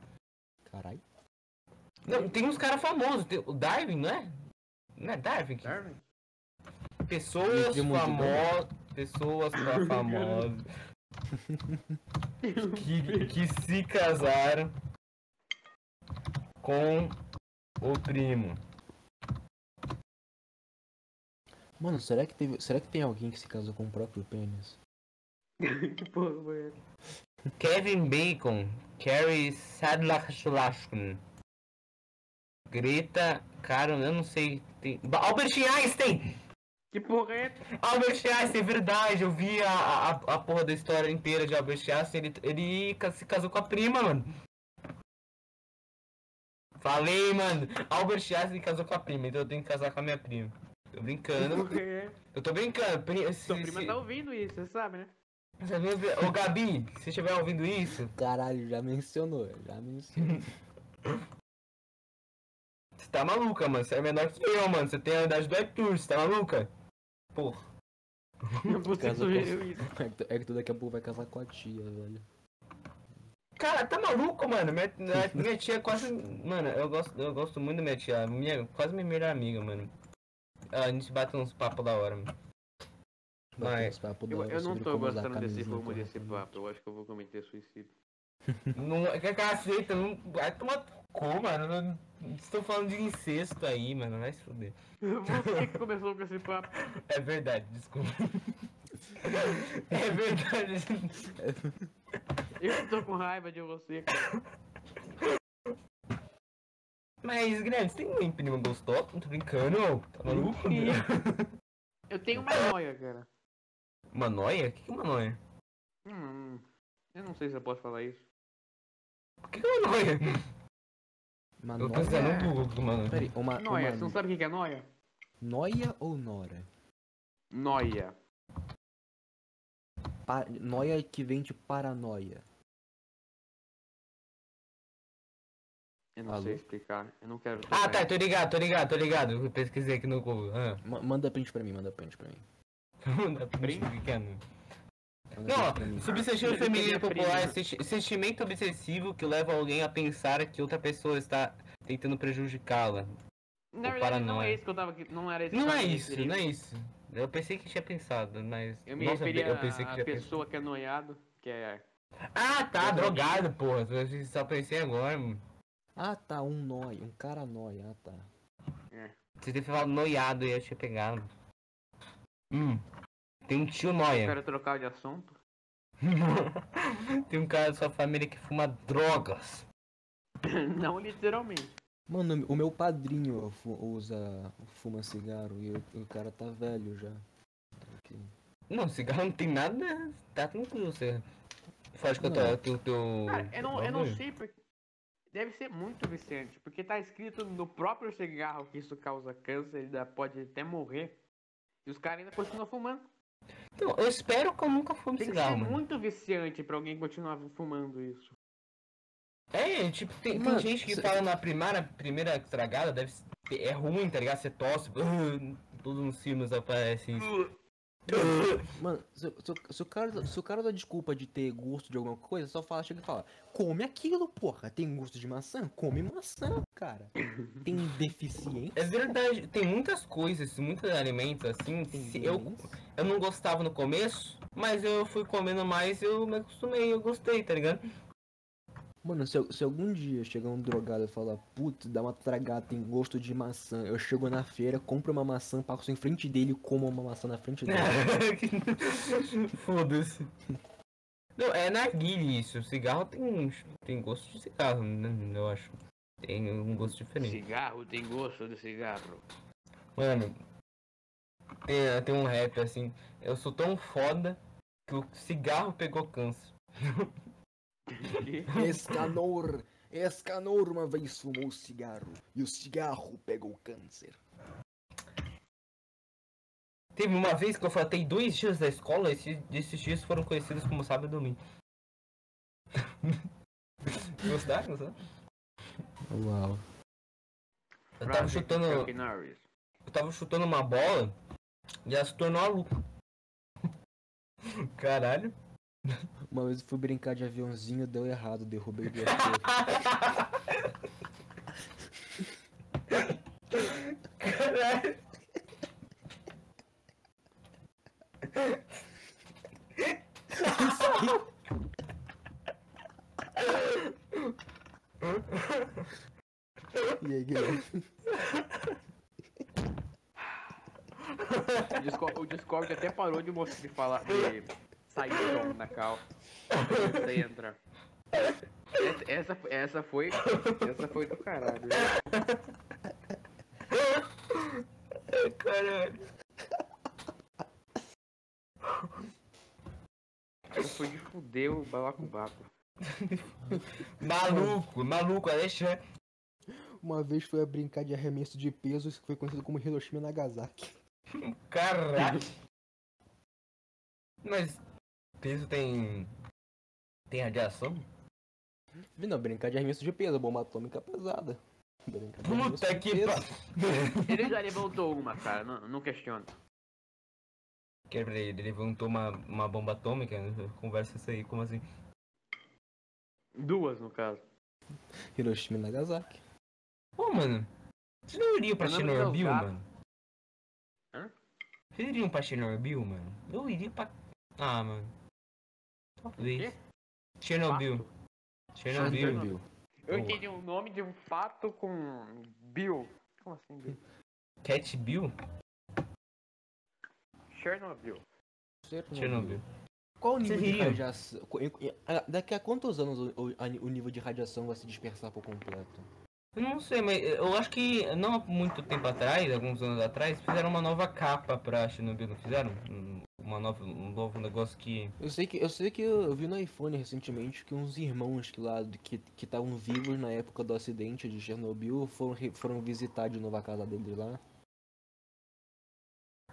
Speaker 2: Caralho.
Speaker 3: Não, tem uns caras famosos, tem o Darwin, não é? Não é Darwin? que-
Speaker 1: Darwin?
Speaker 3: Pessoas
Speaker 2: Primo de
Speaker 3: famosas. Pessoas fa- famosas. que, que se casaram com o primo.
Speaker 2: Mano, será que, teve... será que tem alguém que se casou com o próprio pênis?
Speaker 1: que porra foi essa?
Speaker 3: Kevin Bacon, Carrie Sadlachulashkin, Greta, cara, eu não sei. Tem... Ba- Albert Einstein!
Speaker 1: Que porra é essa?
Speaker 3: Albert Einstein, é verdade, eu vi a, a, a porra da história inteira de Albert Einstein, ele, ele ca- se casou com a prima, mano. Falei, mano, Albert Einstein casou com a prima, então eu tenho que casar com a minha prima. Tô
Speaker 1: Que
Speaker 3: brincando,
Speaker 1: porra é essa?
Speaker 3: eu tô brincando. Pri... Se,
Speaker 1: Sua prima
Speaker 3: se-
Speaker 1: tá ouvindo isso, você sabe, né?
Speaker 3: se a minha- Ô Gabi, se você estiver ouvindo isso,
Speaker 2: Caralho, já mencionou, já mencionou.
Speaker 3: Você tá maluca, mano. Você é menor que eu, mano. Você tem a idade do Arthur, você tá maluca? Porra.
Speaker 1: Você
Speaker 2: Casou
Speaker 1: sugeriu
Speaker 2: com-
Speaker 1: isso.
Speaker 2: é, que tu, é que tu daqui a pouco vai casar com a tia, velho.
Speaker 3: Cara, tá maluco, mano. Minha, minha- minha tia é quase. Mano, eu gosto, eu gosto muito da minha tia. Minha, quase minha melhor amiga, mano. Ah, A gente bate uns papos da hora, mano.
Speaker 2: Vai ter
Speaker 3: Vai.
Speaker 2: uns papos da
Speaker 1: Eu,
Speaker 2: hora
Speaker 1: eu não
Speaker 2: sobre
Speaker 1: tô
Speaker 2: como usar
Speaker 1: gostando desse
Speaker 2: camisinha
Speaker 1: rumo desse
Speaker 2: corretamente.
Speaker 1: papo. Eu acho que eu vou cometer suicídio.
Speaker 3: não é que caceta, não. Vai tomar cu, mano. Não- não Estou falando de incesto aí, mano. Vai se fuder.
Speaker 1: Você que começou com esse papo.
Speaker 3: É verdade, desculpa. é verdade.
Speaker 1: Eu tô com raiva de você, cara.
Speaker 3: Mas, Guilherme, você tem uma prima gostosa? Não tô brincando, ô. Tá maluco?
Speaker 2: Uhum.
Speaker 1: Eu tenho uma noia, cara.
Speaker 3: Uma noia? O que que é uma noia?
Speaker 1: Hum, eu não sei se eu posso falar isso.
Speaker 3: Por que, que é uma noia?
Speaker 2: Mas
Speaker 3: Eu tô
Speaker 2: noia...
Speaker 3: pensando no Google, mano.
Speaker 2: Peraí, uma,
Speaker 1: Noia,
Speaker 2: uma-
Speaker 1: você não sabe o que que é noia?
Speaker 2: noia ou nora?
Speaker 1: Noia.
Speaker 2: Pa- Noia que vem de paranoia.
Speaker 1: Eu não
Speaker 2: Alô?
Speaker 1: sei explicar. Eu não quero.
Speaker 3: Ah,
Speaker 1: explicar
Speaker 3: tá, tô ligado, tô ligado, tô ligado. Eu pesquisei aqui no Google. Ah.
Speaker 2: Ma- manda print pra mim, manda print pra mim.
Speaker 3: Dá pra
Speaker 1: Brin-
Speaker 3: mexer pequeno.
Speaker 2: Manda print
Speaker 3: Não,
Speaker 2: pra mim.
Speaker 3: ó, substantivo feminino
Speaker 1: Minha prima.
Speaker 3: popular, é senti- sentimento obsessivo que leva alguém a pensar que outra pessoa está tentando prejudicá-la.
Speaker 1: isso. Na
Speaker 3: o
Speaker 1: verdade, não é
Speaker 3: paranoia.
Speaker 1: isso que eu tava aqui. Não era isso. que eu
Speaker 3: Não
Speaker 1: tava
Speaker 3: é
Speaker 1: me
Speaker 3: isso,
Speaker 1: referindo.
Speaker 3: não é isso. Eu pensei que tinha pensado, mas.
Speaker 1: Eu me
Speaker 3: Nossa,
Speaker 1: referia
Speaker 3: eu pensei que
Speaker 1: à
Speaker 3: tinha
Speaker 1: pessoa que é noiado, que é.
Speaker 3: pensado. Ah, tá,
Speaker 1: Eu tô-
Speaker 3: drogado, porra. Eu só pensei agora, mano.
Speaker 2: Ah tá, um noia, um cara noia, ah tá.
Speaker 3: Você teve falado noiado e eu tinha pegado. Hum. Tem um tio noia.
Speaker 1: Eu quero trocar de assunto.
Speaker 3: Tem um cara da sua família que fuma drogas.
Speaker 1: não literalmente.
Speaker 2: Mano, o meu padrinho fu- usa, fuma cigarro e o, o cara tá velho já. Aqui.
Speaker 3: Não, cigarro não tem nada. Tá tranquilo, você. Faz com
Speaker 2: Não.
Speaker 3: o teu. teu...
Speaker 1: Cara, é- eu não, eu não
Speaker 3: bagulho.
Speaker 1: sei porque. Deve ser muito viciante, porque tá escrito no próprio cigarro que isso causa câncer, ele dá- pode até morrer. E os caras ainda continuam fumando.
Speaker 3: Então, eu espero que eu nunca fume
Speaker 1: Tem que
Speaker 3: cigarro,
Speaker 1: ser
Speaker 3: mano.
Speaker 1: muito viciante pra alguém continuar fumando isso.
Speaker 3: É, tipo, tem, tem
Speaker 2: Mano,
Speaker 3: gente que
Speaker 2: cê-
Speaker 3: fala na primeira, primeira estragada, deve ser- É ruim, tá ligado? Você tosse. Todos os filmes aparecem isso.
Speaker 2: Mano, se, se o- se o cara, se o cara dá desculpa de ter gosto de alguma coisa, só fala, chega e fala, come aquilo, porra. Tem gosto de maçã? Come maçã, cara. Tem deficiente?
Speaker 3: É verdade, tem muitas coisas, muitos alimentos assim.
Speaker 2: Tem
Speaker 3: se eu,
Speaker 2: doença?
Speaker 3: eu não gostava no começo, mas eu fui comendo mais e eu me acostumei, eu gostei, tá ligado?
Speaker 2: Mano, se, eu- se algum dia chegar um drogado e falar, putz, dá uma tragada, tem gosto de maçã, eu chego na feira, compro uma maçã, passo em frente dele e como uma maçã na frente dele.
Speaker 3: Foda-se. Não, é na guilha isso. Cigarro tem, um- tem gosto de cigarro, né, eu acho. Tem um gosto diferente.
Speaker 1: Cigarro tem gosto de cigarro.
Speaker 3: Mano, tem, tem um rap assim. Eu sou tão foda que o cigarro pegou câncer.
Speaker 2: Escanor! Escanor uma vez fumou cigarro e o cigarro pegou câncer.
Speaker 3: Teve uma vez que eu faltei dois dias da escola, esses, esses dias foram conhecidos como sábado e domingo. Gostaram? Gostaram?
Speaker 2: Uau.
Speaker 3: Eu tava chutando.
Speaker 1: Chuck Norris.
Speaker 3: eu tava chutando uma bola e ela se tornou maluca. Caralho.
Speaker 2: Uma vez eu fui brincar de aviãozinho, deu errado, derrubei duas coisas.
Speaker 3: Caralho.
Speaker 2: E aí, Guilherme?
Speaker 1: O Discord, o Discord até parou de mostrar de falar de sair som na cal. Você entra. Essa- Essa, essa foi. Essa foi do caralho.
Speaker 3: Caralho.
Speaker 1: Essa foi de fuder o balacobaco.
Speaker 3: Maluco, maluco, Alexandre. né?
Speaker 2: Uma vez foi a brincar de arremesso de pesos que foi conhecido como Hiroshima e Nagasaki.
Speaker 3: Caralho. Mas peso tem. Tem radiação?
Speaker 2: Não, brincar de arremesso de peso, bomba atômica pesada. Brincar de arremesso
Speaker 3: Puta
Speaker 2: de
Speaker 3: que
Speaker 2: peso.
Speaker 3: pariu.
Speaker 1: Ele já levantou uma, cara. Não, não questiona.
Speaker 3: Quebra ele, ele levantou uma, uma bomba atômica. né? Conversa isso aí, como assim?
Speaker 1: Duas, no caso.
Speaker 2: Hiroshima e Nagasaki.
Speaker 3: Pô, mano. Vocês não iriam pra
Speaker 1: Eu lembro de
Speaker 3: Chernobyl,
Speaker 1: Osaka.
Speaker 3: mano?
Speaker 1: Hã?
Speaker 3: Vocês iriam pra Chernobyl, mano? Eu iria pra. Ah, mano. Talvez.
Speaker 1: Quê?
Speaker 3: Chernobyl. Chernobyl.
Speaker 2: Chernobyl.
Speaker 1: Eu
Speaker 3: Boa.
Speaker 1: entendi o nome de um fato com Bill. Como assim, Bill?
Speaker 3: Cat Bill?
Speaker 1: Chernobyl.
Speaker 3: Chernobyl.
Speaker 2: Qual o nível
Speaker 3: Vocês
Speaker 2: de
Speaker 3: iriam?
Speaker 2: radiação? co- em- em- ah, Daqui a quantos anos o, o- a- o nível de radiação vai se dispersar por completo?
Speaker 3: Eu não sei, mas eu acho que não há muito tempo atrás, alguns anos atrás, fizeram uma nova capa pra Chernobyl, não fizeram? Um- Uma nova, um novo negócio que.
Speaker 2: Eu sei que eu sei que eu vi no iPhone recentemente que uns irmãos que lá que que estavam vivos na época do acidente de Chernobyl foram re- foram visitar de novo a casa deles lá.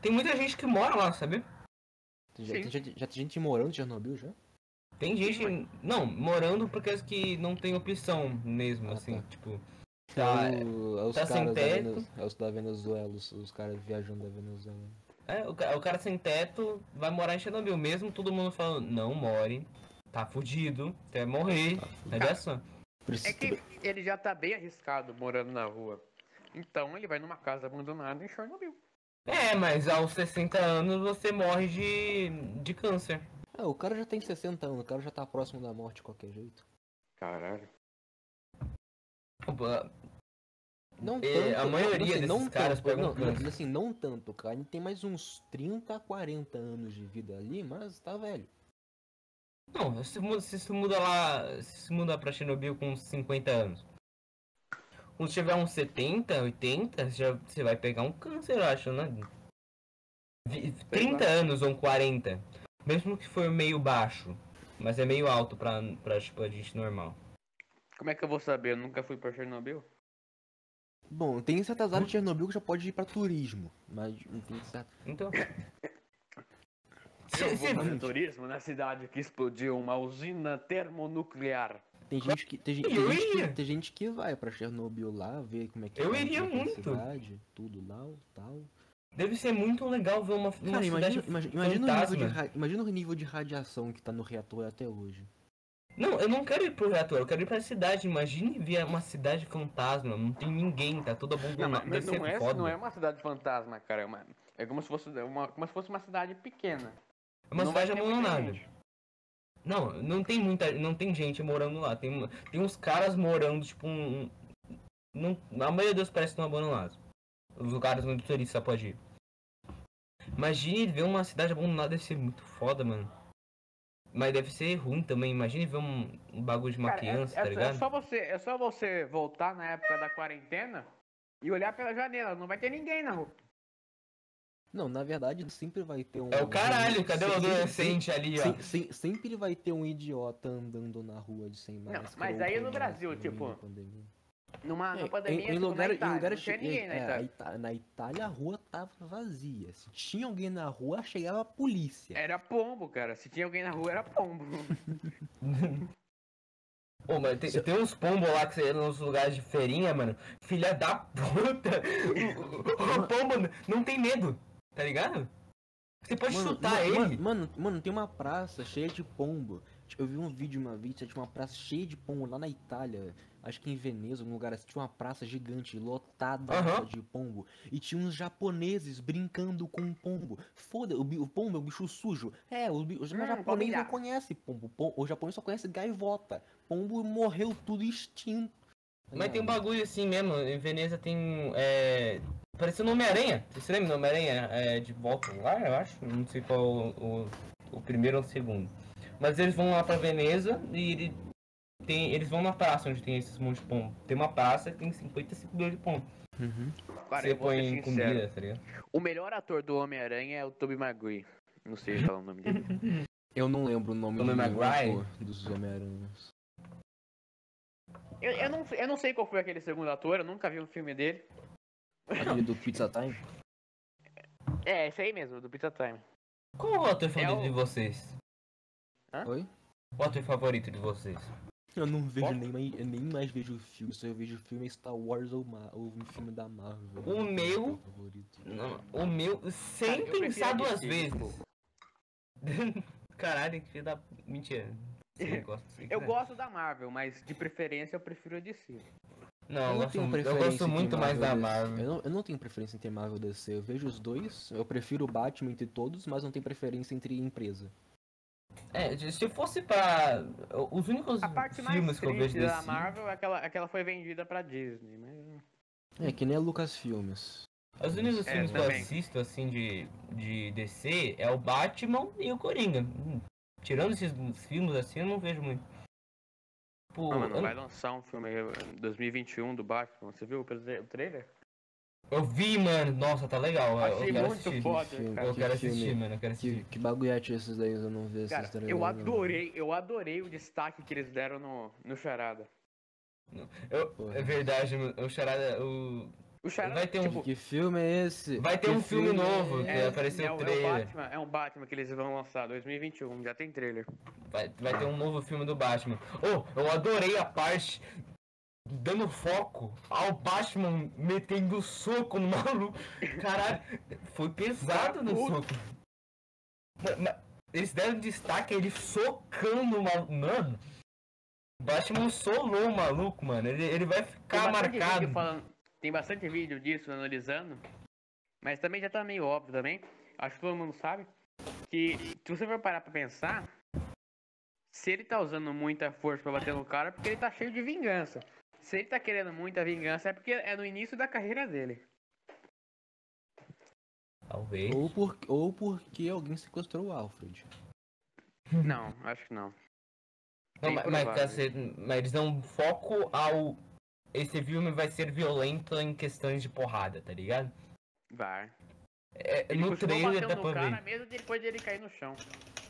Speaker 3: Tem muita gente que mora lá, sabe?
Speaker 2: Já,
Speaker 1: Sim.
Speaker 2: tem gente- já tem gente morando em Chernobyl já?
Speaker 3: Tem gente. Não, morando porque as que não tem opção mesmo,
Speaker 2: Ah,
Speaker 3: assim,
Speaker 2: tá.
Speaker 3: tipo. Tá,
Speaker 2: É o- é os
Speaker 3: tá sem
Speaker 2: caras da
Speaker 3: teto.
Speaker 2: Vene- é os da Venezuela, os, os caras viajando da Venezuela.
Speaker 3: É, o, ca- o cara sem teto vai morar em Chernobyl mesmo, todo mundo falando, não more, tá fudido, até morrer, radiação.
Speaker 1: É
Speaker 2: Preci-
Speaker 1: que ele já tá bem arriscado morando na rua. Então ele vai numa casa abandonada em Chernobyl.
Speaker 3: É, mas aos 60 anos você morre de, de câncer.
Speaker 2: Ah, o cara já tem 60 anos, o cara já tá próximo da morte de qualquer jeito.
Speaker 1: Caralho.
Speaker 3: Opa,
Speaker 2: Não
Speaker 3: É,
Speaker 2: tanto,
Speaker 3: a
Speaker 2: não-
Speaker 3: maioria
Speaker 2: não, assim,
Speaker 3: desses
Speaker 2: não
Speaker 3: caras
Speaker 2: tanto,
Speaker 3: pegam
Speaker 2: não, não,
Speaker 3: câncer.
Speaker 2: mas assim, não tanto, cara. Ele tem mais uns 30, 40 anos de vida ali, mas tá velho.
Speaker 3: Não, se muda, se isso muda lá, se isso muda pra Chernobyl com uns 50 anos. Quando tiver uns 70, 80, já, você vai pegar um câncer, eu acho, né? Vi- 30 anos ou 40. Mesmo que for meio baixo. Mas é meio alto pra, pra tipo, a gente normal.
Speaker 1: Como é que eu vou saber? Eu nunca fui pra Chernobyl?
Speaker 2: Bom, tem certas áreas de Chernobyl que já pode ir pra turismo, mas não tem certo.
Speaker 3: Então.
Speaker 1: Eu
Speaker 3: Cê-
Speaker 1: vou
Speaker 3: cê-
Speaker 1: fazer turismo na cidade que explodiu uma usina termonuclear.
Speaker 2: Tem gente que tem, gen- tem
Speaker 3: Eu
Speaker 2: gente que
Speaker 3: iria.
Speaker 2: tem gente que vai pra Chernobyl lá ver como é que
Speaker 3: Eu
Speaker 2: tá,
Speaker 3: iria
Speaker 2: como é que é a
Speaker 3: muito.
Speaker 2: cidade, tudo lá, tal.
Speaker 3: Deve ser muito legal ver uma, uma
Speaker 2: Cara, imagina,
Speaker 3: cidade
Speaker 2: imagina, imagina o nível de,
Speaker 3: fantasma.
Speaker 2: ra- imagina o nível de radiação que tá no reator até hoje.
Speaker 3: Não, eu não quero ir pro reator, eu quero ir pra cidade. Imagine ver uma cidade fantasma, não tem ninguém, tá toda
Speaker 1: Não,
Speaker 3: abandonada.
Speaker 1: mas
Speaker 3: Deve ser
Speaker 1: não é,
Speaker 3: foda.
Speaker 1: não é uma cidade fantasma, cara. É, uma- é como, se fosse uma, como se fosse uma cidade pequena.
Speaker 3: É uma
Speaker 1: Não vai
Speaker 3: cidade
Speaker 1: ter muita
Speaker 3: abandonada.
Speaker 1: gente.
Speaker 3: Não, não tem muita. Não tem gente morando lá. Tem, tem uns caras morando, tipo, um. um- num- a maioria deles parece que estão abandonados. Os lugares onde o turista pode ir. Imagine ver uma cidade abandonada, deve ser muito foda, mano. Mas deve ser ruim também. Imagine ver um, um bagulho de uma
Speaker 1: Cara, é-
Speaker 3: criança,
Speaker 1: é,
Speaker 3: tá
Speaker 1: é
Speaker 3: ligado?
Speaker 1: só você, é só você voltar na época da quarentena e olhar pela janela. Não vai ter ninguém na rua.
Speaker 2: Não, na verdade sempre vai ter um.
Speaker 3: É o caralho, cadê o
Speaker 2: Sem- sem-
Speaker 3: adolescente ali, ó?
Speaker 2: sem- sem- sempre vai ter um idiota andando na rua de sem máscara.
Speaker 1: mas
Speaker 2: ou
Speaker 1: aí
Speaker 2: com
Speaker 1: no Brasil,
Speaker 2: máscara,
Speaker 1: tipo,
Speaker 2: na pandemia.
Speaker 1: Numa
Speaker 2: É,
Speaker 1: na pandemia,
Speaker 2: em, em
Speaker 1: tipo, na
Speaker 2: lugar, em
Speaker 1: Itália,
Speaker 2: lugares
Speaker 1: não tinha
Speaker 2: che-
Speaker 1: ninguém né, na
Speaker 2: é,
Speaker 1: Itália.
Speaker 2: a Ita- na Itália a rua tava vazia. Se tinha alguém na rua, chegava a
Speaker 3: é.
Speaker 2: polícia.
Speaker 1: Era pombo, cara. Se tinha alguém na rua, era pombo.
Speaker 3: Ô, mas tem, tem uns pombos lá que você nos lugares de feirinha, mano. Filha da puta! O, o- o pombo n- não tem medo, tá ligado? Você pode chutar
Speaker 2: mano,
Speaker 3: ele.
Speaker 2: Mano, mano, mano, tem uma praça cheia de pombo. Tipo, Eu vi um vídeo uma vez, tinha uma praça cheia de pombo lá na Itália. Acho que em Veneza, um lugar assim, tinha uma praça gigante, lotada
Speaker 3: Aham.
Speaker 2: de pombo. E tinha uns japoneses brincando com o pombo. Foda, o, bi- o pombo é um bicho sujo. É, o, bi- o
Speaker 1: Hum,
Speaker 2: japonês não
Speaker 1: comida.
Speaker 2: conhece pombo. Pom- O japonês só conhece gaivota. Pombo morreu tudo extinto. Tá
Speaker 3: Mas tem um
Speaker 2: Ligado?
Speaker 3: bagulho assim mesmo. Em Veneza tem. É, parecendo Homem-Aranha. Você lembra do Homem-Aranha? É, de volta lá, eu acho. Não sei qual o, o, o primeiro ou o segundo. Mas eles vão lá pra Veneza e ele tem, eles vão na praça onde tem esses monte de pombo. Tem uma praça que tem 55 milhões de pombo.
Speaker 2: Uhum.
Speaker 1: Cara,
Speaker 3: você
Speaker 1: eu vou ser
Speaker 3: põe
Speaker 1: sincero.
Speaker 3: comida, tá ligado?
Speaker 1: O melhor ator do Homem-Aranha é o Tobey Maguire. Não sei falar o nome dele.
Speaker 2: Eu não lembro o nome
Speaker 3: Tobey
Speaker 2: do-
Speaker 3: Maguire?
Speaker 2: dos Homem-Aranhas.
Speaker 1: Eu, eu não, eu não sei qual foi aquele segundo ator, eu nunca vi um filme dele.
Speaker 2: Aquele do Pizza Time?
Speaker 1: É, esse aí mesmo, do Pizza Time.
Speaker 3: Qual é o ator favorito
Speaker 1: o-
Speaker 3: de vocês?
Speaker 2: Oi?
Speaker 3: O ator favorito de vocês?
Speaker 2: Eu não vejo
Speaker 1: Foco?
Speaker 2: nem mais, eu nem mais vejo filme, só eu vejo filme Star Wars ou, Ma ou um filme da Marvel.
Speaker 3: O
Speaker 2: Não tem
Speaker 3: meu-
Speaker 2: meu favorito.
Speaker 3: Não, o meu, sem
Speaker 1: Cara, eu
Speaker 3: pensar
Speaker 1: prefiro a
Speaker 3: duas
Speaker 1: DC,
Speaker 3: vezes.
Speaker 1: desculpa.
Speaker 3: Caralho, que da. Mentira. Você gosta, você
Speaker 1: Eu
Speaker 3: quiser.
Speaker 1: gosto da Marvel, mas de preferência eu prefiro a DC.
Speaker 3: Não, eu
Speaker 2: não
Speaker 3: gosto,
Speaker 2: tenho
Speaker 3: muito- eu
Speaker 2: preferência
Speaker 3: gosto
Speaker 2: entre
Speaker 3: muito mais da
Speaker 2: e DC.
Speaker 3: Marvel.
Speaker 2: Eu não, eu não tenho preferência entre Marvel e DC. Eu vejo os dois, eu prefiro o Batman entre todos, mas não tenho preferência entre empresa.
Speaker 3: É, se se fosse pra. Os únicos
Speaker 1: A parte mais
Speaker 3: filmes que eu vejo
Speaker 1: triste da
Speaker 3: desse.
Speaker 1: Marvel é aquela, aquela foi vendida pra Disney, mas.
Speaker 2: É, que nem a Lucas Filmes.
Speaker 3: Os únicos
Speaker 1: É,
Speaker 3: filmes que eu
Speaker 1: também.
Speaker 3: assisto, assim, de, de DC é o Batman e o Coringa. Hum, Tirando esses filmes assim, eu não vejo muito. Pô,
Speaker 1: Não,
Speaker 3: eu
Speaker 1: mano, vai lançar um filme aí, 2021 do Batman. Você viu o tra- o trailer?
Speaker 3: Eu vi, mano. Nossa, tá legal. Eu, eu
Speaker 1: Achei
Speaker 3: quero
Speaker 1: muito
Speaker 3: assistir.
Speaker 1: foda,
Speaker 2: filme,
Speaker 1: cara.
Speaker 3: Eu quero
Speaker 2: Que filme.
Speaker 3: assistir, mano. Eu quero
Speaker 2: Que,
Speaker 3: assistir.
Speaker 2: que bagulhete esses daí, eu não vejo
Speaker 1: Cara,
Speaker 2: esses trailers,
Speaker 1: eu
Speaker 2: não.
Speaker 1: adorei, eu adorei o destaque que eles deram no, no Charada.
Speaker 3: Eu-
Speaker 2: Porra.
Speaker 3: é verdade, mano. O Charada. O...
Speaker 1: O Charada
Speaker 3: Vai ter um-
Speaker 1: tipo,
Speaker 2: Que filme é esse?
Speaker 3: Vai ter
Speaker 2: Que
Speaker 3: um filme novo,
Speaker 2: é
Speaker 3: que
Speaker 2: esse?
Speaker 3: apareceu
Speaker 1: é,
Speaker 3: o
Speaker 1: o- É, um
Speaker 3: trailer.
Speaker 1: Batman, é um Batman que eles vão lançar 2021, já tem trailer.
Speaker 3: Vai, vai ter um novo filme do Batman. Oh, eu adorei a parte dando foco ao Batman metendo soco no maluco. Caralho, foi pesado no
Speaker 1: Puta.
Speaker 3: soco. Ma- ma- Eles deram destaque a ele socando o maluco. Mano, o Batman solou o maluco, mano. Ele, ele vai ficar
Speaker 1: bastante
Speaker 3: marcado.
Speaker 1: vídeo falando- tem bastante vídeo disso analisando, mas também já tá meio óbvio também. Acho que todo mundo sabe que se você for parar pra pensar, se ele tá usando muita força pra bater no cara, é porque ele tá cheio de vingança. Se ele tá querendo muita vingança, é porque é no início da carreira dele.
Speaker 3: Talvez.
Speaker 2: Ou, por, ou porque alguém sequestrou o Alfred.
Speaker 3: Hum.
Speaker 1: Não, acho que não. Bem
Speaker 3: Não, ma- mas,
Speaker 1: provável.
Speaker 3: tá sendo- mas eles dão um foco ao. Esse filme vai ser violento em questões de porrada, tá ligado?
Speaker 1: Vai.
Speaker 3: É,
Speaker 1: Ele
Speaker 3: no
Speaker 1: continuou
Speaker 3: trailer dá
Speaker 1: batendo
Speaker 3: pra
Speaker 1: no cara né?
Speaker 3: ver.
Speaker 1: mesmo depois dele cair no chão.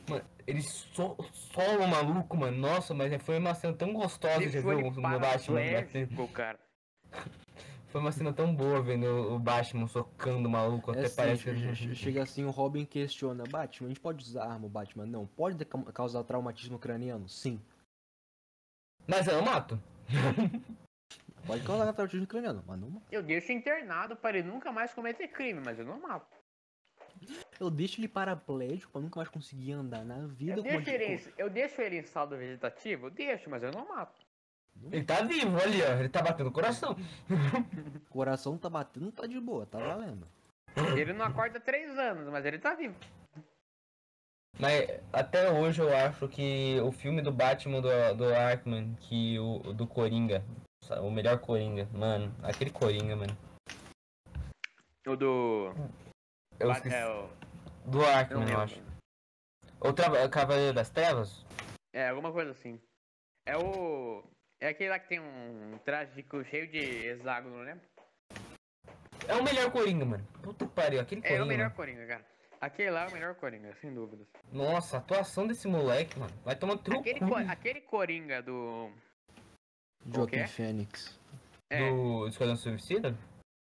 Speaker 3: Mano, ele so, sola o maluco, mano. Nossa, mas é, foi uma cena tão gostosa de ver o, né? o Batman. batendo.
Speaker 1: paraplégico, cara.
Speaker 3: Foi uma cena tão boa vendo o Batman socando o maluco.
Speaker 2: É
Speaker 3: até
Speaker 2: assim,
Speaker 3: parece
Speaker 2: che-
Speaker 3: que.
Speaker 2: che- chega assim, o Robin questiona, Batman, a gente pode usar arma, Batman? Não. Pode deca- causar traumatismo craniano? Sim.
Speaker 3: Mas eu mato.
Speaker 2: Pode causar traumatismo craniano, mas não.
Speaker 1: Eu deixo internado pra ele nunca mais cometer crime, mas eu não mato.
Speaker 2: Eu deixo ele paraplégico pra nunca mais conseguir andar na vida.
Speaker 1: Eu
Speaker 2: com uma
Speaker 1: deixo, ele
Speaker 2: dificu-
Speaker 1: em, eu deixo ele em saldo vegetativo? Eu Deixo, mas eu não mato.
Speaker 3: Ele tá vivo ali, ó. Ele tá batendo o coração.
Speaker 2: O coração tá batendo, tá de boa, tá valendo.
Speaker 1: Ele não acorda há três anos, mas ele tá vivo.
Speaker 3: Mas até hoje eu acho que o filme do Batman do, do Arkman, que o do Coringa, sabe, o melhor Coringa, mano, aquele Coringa, mano.
Speaker 1: O do.
Speaker 3: Eu
Speaker 1: Bat-
Speaker 3: esqueci,
Speaker 1: é, o-
Speaker 3: do
Speaker 1: eu não
Speaker 3: Arkman, eu
Speaker 1: lembro.
Speaker 3: acho. Ou Trava- Cavaleiro das Trevas?
Speaker 1: É, alguma coisa assim. É o. É aquele lá que tem um traje de cu cheio de hexágono, né?
Speaker 3: É o melhor Coringa, mano. Puta que pariu, aquele
Speaker 1: É
Speaker 3: Coringa.
Speaker 1: o melhor
Speaker 3: mano.
Speaker 1: Coringa, cara. Aquele lá é o melhor Coringa, sem dúvidas.
Speaker 3: Nossa, a atuação desse moleque, mano. Vai tomar truco
Speaker 1: Aquele, co- aquele Coringa do.
Speaker 2: Joaquim
Speaker 1: quê?
Speaker 2: Fênix.
Speaker 1: É,
Speaker 3: do Esquadrão Suicida?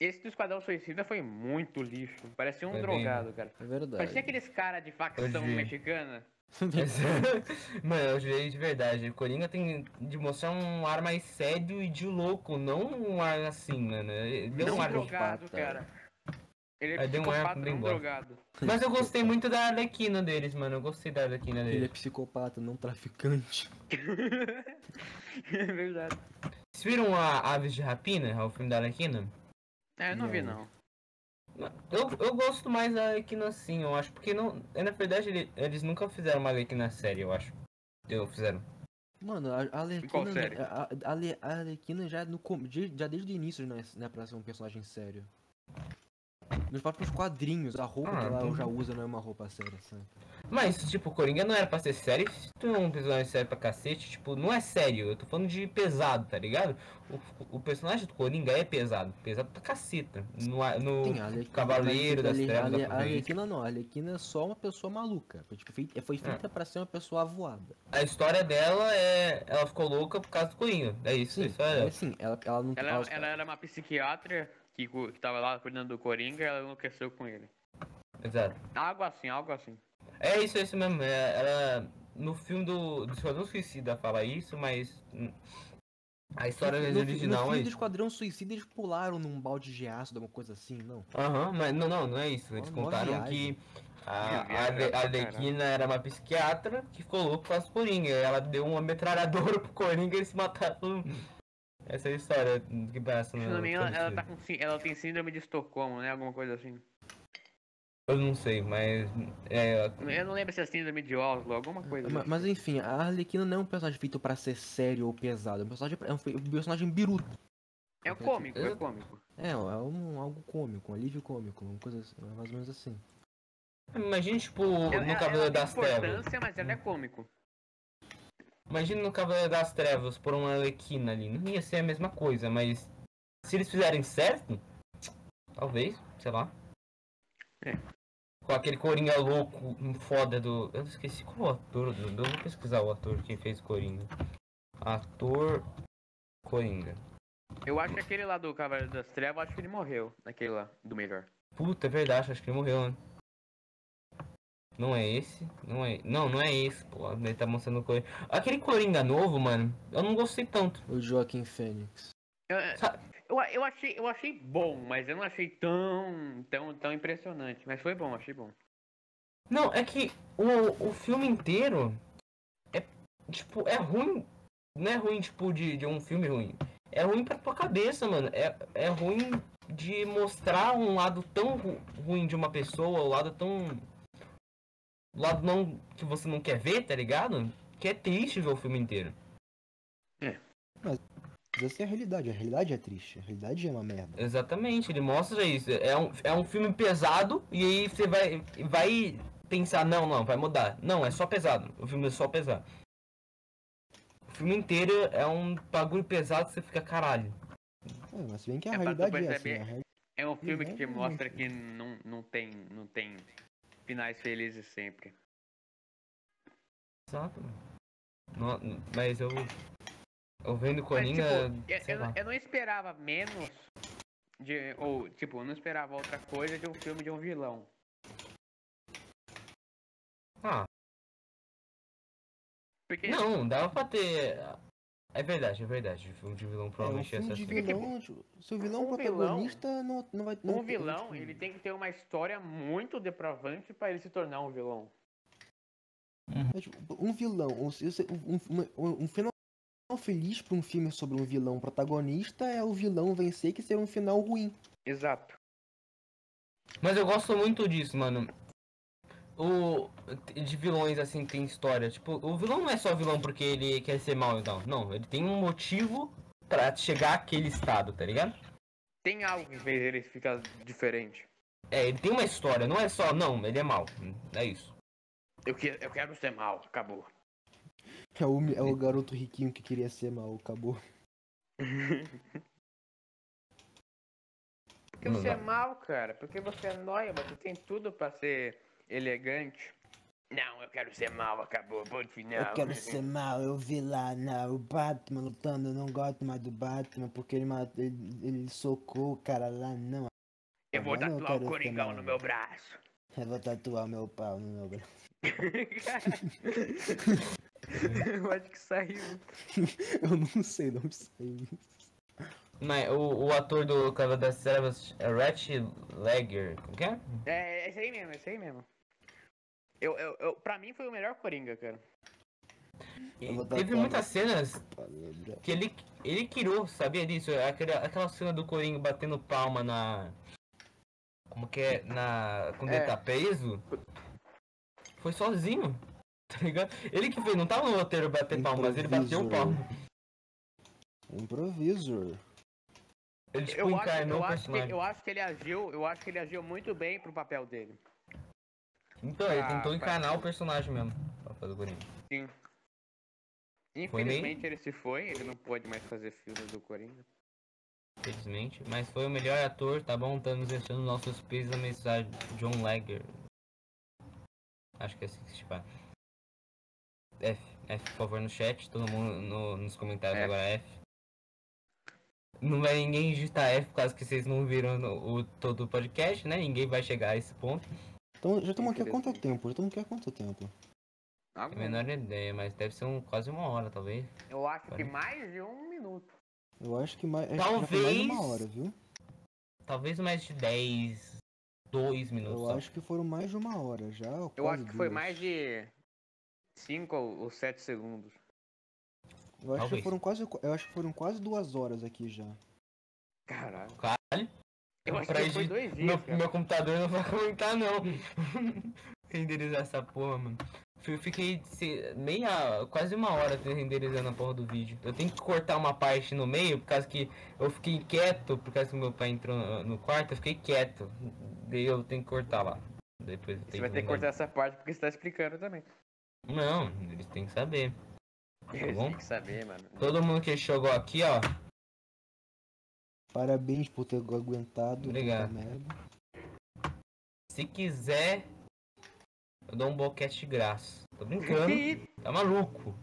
Speaker 1: esse do Esquadrão Suicida foi muito lixo. Parecia um
Speaker 3: Foi bem,
Speaker 1: drogado, cara.
Speaker 2: É verdade.
Speaker 1: Parecia aqueles caras de facção
Speaker 3: Hoje-
Speaker 1: mexicana.
Speaker 3: mano, eu jurei de verdade. O Coringa tem de mostrar um ar mais sério e de louco, não um ar assim, mano. Ele Deu
Speaker 1: Não
Speaker 3: um
Speaker 1: um
Speaker 3: ar
Speaker 1: drogado,
Speaker 2: psicopata.
Speaker 1: cara. Ele é
Speaker 3: Aí deu um ar
Speaker 1: psicopata,
Speaker 3: bem
Speaker 1: não
Speaker 3: bosta.
Speaker 1: drogado.
Speaker 3: Mas eu gostei muito da Arlequina deles, mano. Eu gostei da Arlequina
Speaker 2: Ele é
Speaker 3: deles.
Speaker 2: psicopata, não traficante.
Speaker 1: é verdade.
Speaker 3: Vocês viram a Aves de Rapina, o filme da Arlequina?
Speaker 1: É, eu não, vi
Speaker 2: Não.
Speaker 1: não.
Speaker 3: Eu, eu gosto mais da Arlequina assim, eu acho. Porque não. é, Na verdade, ele- eles nunca fizeram uma Arlequina série, eu acho. Eu fizeram.
Speaker 2: Mano, a a
Speaker 1: qual
Speaker 2: Arlequina.
Speaker 1: série?
Speaker 2: A, a- a Ale- a Arlequina já, é no, com- de- já desde o início não é, não é pra ser um personagem sério. Nos próprios quadrinhos, a roupa que
Speaker 3: Ah,
Speaker 2: ela
Speaker 3: então-
Speaker 2: já usa não é uma roupa séria, sabe?
Speaker 3: Mas, tipo, o Coringa não era pra ser sério. Se tu é um personagem sério pra cacete, tipo, não é sério. Eu tô falando de pesado, tá ligado? O, o personagem do Coringa é pesado. Pesado pra caceta. No, a- no
Speaker 2: Tem a Arlequina.
Speaker 3: Cavaleiro das
Speaker 2: Ale-
Speaker 3: Trevas.
Speaker 2: Ale-
Speaker 3: da
Speaker 2: a
Speaker 3: Corrente.
Speaker 2: Arlequina não, a Arlequina é só uma pessoa maluca. Foi, tipo, feita- foi
Speaker 3: É.
Speaker 2: feita pra ser uma pessoa voada.
Speaker 3: A história dela é. Ela ficou louca por causa do Coringa. É isso,
Speaker 2: Sim,
Speaker 3: isso é.
Speaker 2: mas sim, ela, ela não
Speaker 1: Ela, ela era uma psiquiatra que, cu- que tava lá cuidando do Coringa ela enlouqueceu com ele.
Speaker 3: Exato.
Speaker 1: Algo assim, algo assim.
Speaker 3: É isso, é isso mesmo. É, ela, no filme do, do Esquadrão Suicida fala isso, mas. hum, A história
Speaker 2: no,
Speaker 3: é
Speaker 2: no,
Speaker 3: original
Speaker 2: no
Speaker 3: é
Speaker 2: filme do
Speaker 3: isso.
Speaker 2: Esquadrão Suicida eles pularam num balde de ácido, alguma coisa assim, não.
Speaker 3: Aham, mas não, não, não é isso. Eles
Speaker 2: Uma boa
Speaker 3: contaram
Speaker 2: viagem.
Speaker 3: que a,
Speaker 1: Que
Speaker 3: a, Ale-
Speaker 1: viagem, é
Speaker 3: a Arlequina era uma psiquiatra que ficou louca por causa do Coringa. Ela deu uma metralhadora pro Coringa e eles mataram todo mundo. Essa é a história que passa no.
Speaker 1: Se não me engano,
Speaker 3: filme.
Speaker 1: ela, tá com, sí- ela tem síndrome de Estocolmo, né? Alguma coisa assim.
Speaker 3: Eu não sei, mas. É,
Speaker 1: Eu não lembro se é síndrome de Oslo, alguma coisa
Speaker 2: Ma-
Speaker 1: assim.
Speaker 2: Mas enfim, a Arlequina não é um personagem feito pra ser sério ou pesado, é um personagem, é um fe- um personagem biruta.
Speaker 1: É o cômico, é
Speaker 3: Eu-
Speaker 1: o cômico.
Speaker 2: É, é um, algo cômico, um alívio cômico, uma coisa assim, mais ou menos assim.
Speaker 3: imagina, tipo,
Speaker 1: Ela,
Speaker 3: no
Speaker 1: ela, ela é
Speaker 3: Cavaleiro
Speaker 1: tem
Speaker 3: das Trevas.
Speaker 1: importância, mas ela é cômico.
Speaker 3: Imagina no Cavaleiro das Trevas por uma Arlequina ali. Não ia ser a mesma coisa, mas se eles fizerem certo, talvez, sei lá.
Speaker 1: É.
Speaker 3: Com aquele Coringa louco, um foda do. Eu esqueci qual o ator do. Eu vou pesquisar o ator que fez Coringa. Ator Coringa.
Speaker 1: Eu acho que aquele lá do Cavaleiro das Trevas, acho que ele morreu. Aquele lá, do melhor.
Speaker 3: Puta, é verdade, acho que ele morreu, né? Não é esse? Não é. Não, não é esse, pô. Ele tá mostrando o Coringa. Aquele Coringa novo, mano, eu não gostei tanto.
Speaker 2: O Joaquim Fênix.
Speaker 1: Eu,
Speaker 3: Sa-
Speaker 1: eu, eu achei, eu achei bom, mas eu não achei tão, tão, tão impressionante. Mas foi bom, achei bom.
Speaker 3: Não, é que o, o filme inteiro é tipo, é ruim. Não é ruim, tipo, de, de um filme ruim. É ruim pra tua cabeça, mano. É, é ruim de mostrar um lado tão ru- ruim de uma pessoa, o lado tão. O lado não. que você não quer ver, tá ligado? Que é triste ver o filme inteiro.
Speaker 2: Mas essa é a realidade, a realidade é triste, a realidade é uma merda.
Speaker 3: Exatamente, ele mostra isso. É um, é um filme pesado e aí você vai, vai pensar, não, não, vai mudar. Não, é só pesado. O filme é só pesado. O filme inteiro é um bagulho pesado que você fica caralho.
Speaker 2: É, mas se bem que a
Speaker 1: É pra tu
Speaker 2: realidade é assim,
Speaker 1: perceber.
Speaker 2: a real-
Speaker 1: É um filme que te
Speaker 2: Uhum.
Speaker 1: mostra que não, não, tem, não tem finais felizes sempre.
Speaker 3: Exato. No- mas eu. Eu vendo
Speaker 1: Mas,
Speaker 3: Coringa.
Speaker 1: tipo, eu-
Speaker 3: sei
Speaker 1: eu,
Speaker 3: lá.
Speaker 1: não- eu não esperava menos de. Ou, tipo, eu não esperava outra coisa de um filme de um vilão.
Speaker 3: Ah,
Speaker 1: Porque
Speaker 3: não, dava pra ter. É verdade, é verdade. O filme de vilão
Speaker 2: É, um
Speaker 3: provavelmente ia ser
Speaker 2: filme de
Speaker 3: assim.
Speaker 2: vilão, tipo, se o vilão é o
Speaker 1: um vilão-
Speaker 2: protagonista, não, não vai... Não,
Speaker 1: um vilão,
Speaker 2: tipo,
Speaker 1: ele tem que ter uma história muito depravante pra ele se tornar um vilão.
Speaker 2: é, tipo, um vilão, um, um, um, um final feliz pra um filme sobre um vilão protagonista é o vilão vencer que ser um final ruim.
Speaker 1: Exato.
Speaker 3: Mas eu gosto muito disso, mano. o de vilões assim que tem história. Tipo, o vilão não é só vilão porque ele quer ser mal então. Não, ele tem um motivo pra chegar àquele estado, tá ligado?
Speaker 1: Tem algo que fez ele ficar diferente.
Speaker 3: É, ele tem uma história, não é só, não, ele é mal. É isso.
Speaker 1: Eu, que, eu quero ser mal, acabou.
Speaker 2: É o, é o garoto riquinho que queria ser mal, acabou.
Speaker 1: Porque
Speaker 3: Não
Speaker 1: você é
Speaker 3: dá.
Speaker 1: mal, cara. Porque você é nóia, você tem tudo pra ser elegante. Não, eu quero ser mal, acabou, ponto final.
Speaker 2: Eu quero ser mal, eu vi lá na, o Batman lutando, eu não gosto mais do Batman porque ele, matou, ele, ele socou o cara lá, não.
Speaker 1: Eu vou
Speaker 2: Não, eu
Speaker 1: tatuar
Speaker 2: quero
Speaker 1: o
Speaker 2: ser
Speaker 1: Coringão
Speaker 2: mal.
Speaker 1: no meu braço.
Speaker 2: Eu vou tatuar meu pau no meu braço.
Speaker 1: eu acho que saiu.
Speaker 2: eu não sei, não sei.
Speaker 3: Mas o, o ator do Cavaleiro das Trevas é Ratch Legger. Como que é?
Speaker 1: É, é isso aí mesmo, é isso aí mesmo. Eu, eu, eu, pra mim foi o melhor Coringa, cara.
Speaker 2: Eu vou
Speaker 3: Teve
Speaker 2: tatuar
Speaker 3: muitas cenas
Speaker 2: meu pau no meu braço.
Speaker 3: que ele, ele criou, sabia disso? Aquela, aquela cena do Coringa batendo palma na. Como que é? Na. Quando
Speaker 1: É.
Speaker 3: ele tá preso. Foi sozinho. Tá ligado? Ele que fez, não tava no roteiro bater palma, mas ele bateu
Speaker 2: Improviso.
Speaker 3: palma.
Speaker 2: Improviso.
Speaker 3: Ele tipo
Speaker 1: Eu acho,
Speaker 3: encarnou
Speaker 1: eu,
Speaker 3: o
Speaker 1: acho que,
Speaker 3: personagem.
Speaker 1: eu acho que ele agiu, eu acho que ele agiu muito bem pro papel dele.
Speaker 3: Então, ele
Speaker 1: Ah,
Speaker 3: tentou
Speaker 1: vai.
Speaker 3: encarnar o personagem mesmo. pra fazer o Coringa.
Speaker 1: Sim.
Speaker 3: Foi meio-
Speaker 1: Infelizmente ele se foi, ele não pôde mais fazer filmes do Coringa.
Speaker 3: Infelizmente. Mas foi o melhor ator, tá bom? Estamos deixando nossos pesos na mensagem de John Legger. Acho que é assim que se chama. F, F, por favor, no chat. Todo mundo no- nos comentários
Speaker 1: F.
Speaker 3: agora F. Não vai ninguém digitar F por causa que vocês não viram no- o, todo o podcast, né? Ninguém vai chegar a esse ponto.
Speaker 2: Então, já estamos aqui há quanto
Speaker 1: Interessante.
Speaker 2: tempo? Já estamos aqui há quanto tempo?
Speaker 1: Ah,
Speaker 3: Tenho a é
Speaker 2: é.
Speaker 3: menor ideia, mas deve ser um, quase uma hora, talvez.
Speaker 1: Eu acho que mais de um minuto.
Speaker 2: Eu acho que mais, acho que já foi mais de uma
Speaker 3: Talvez.
Speaker 2: hora, viu?
Speaker 3: Talvez mais de 10, 2 minutos.
Speaker 2: Eu
Speaker 3: só.
Speaker 2: acho que foram mais de uma hora já. ou
Speaker 1: Eu
Speaker 2: quase
Speaker 1: acho que foi
Speaker 2: duas.
Speaker 1: mais de 5 ou 7 segundos.
Speaker 2: Eu acho, que
Speaker 3: Talvez.
Speaker 2: foram quase, eu acho que foram quase duas horas aqui já.
Speaker 1: Caralho.
Speaker 3: Caralho.
Speaker 1: Eu acho
Speaker 3: Pra
Speaker 1: que foi
Speaker 3: edi-
Speaker 1: dois dias,
Speaker 3: Meu,
Speaker 1: cara.
Speaker 3: meu computador não vai aguentar, não. Renderizar essa porra, mano. Eu fiquei se- meia. quase uma hora renderizando a porra do vídeo. Eu tenho que cortar uma parte no meio, por causa que eu fiquei quieto, por causa que meu pai entrou no- no quarto, eu fiquei quieto. Daí eu tenho que cortar lá. Depois eu
Speaker 1: Você
Speaker 3: tenho
Speaker 1: vai ter que cortar
Speaker 3: mandar-
Speaker 1: essa parte porque você tá explicando também.
Speaker 3: Não, eles têm que saber.
Speaker 1: Eles
Speaker 3: bom.
Speaker 1: têm que saber, mano.
Speaker 3: Todo mundo que chegou aqui, ó.
Speaker 2: Parabéns por ter aguentado. tanta
Speaker 3: Obrigado.
Speaker 2: merda.
Speaker 3: Se quiser, eu dou um boquete de graça. Tô brincando.
Speaker 1: Que-
Speaker 3: Tá maluco.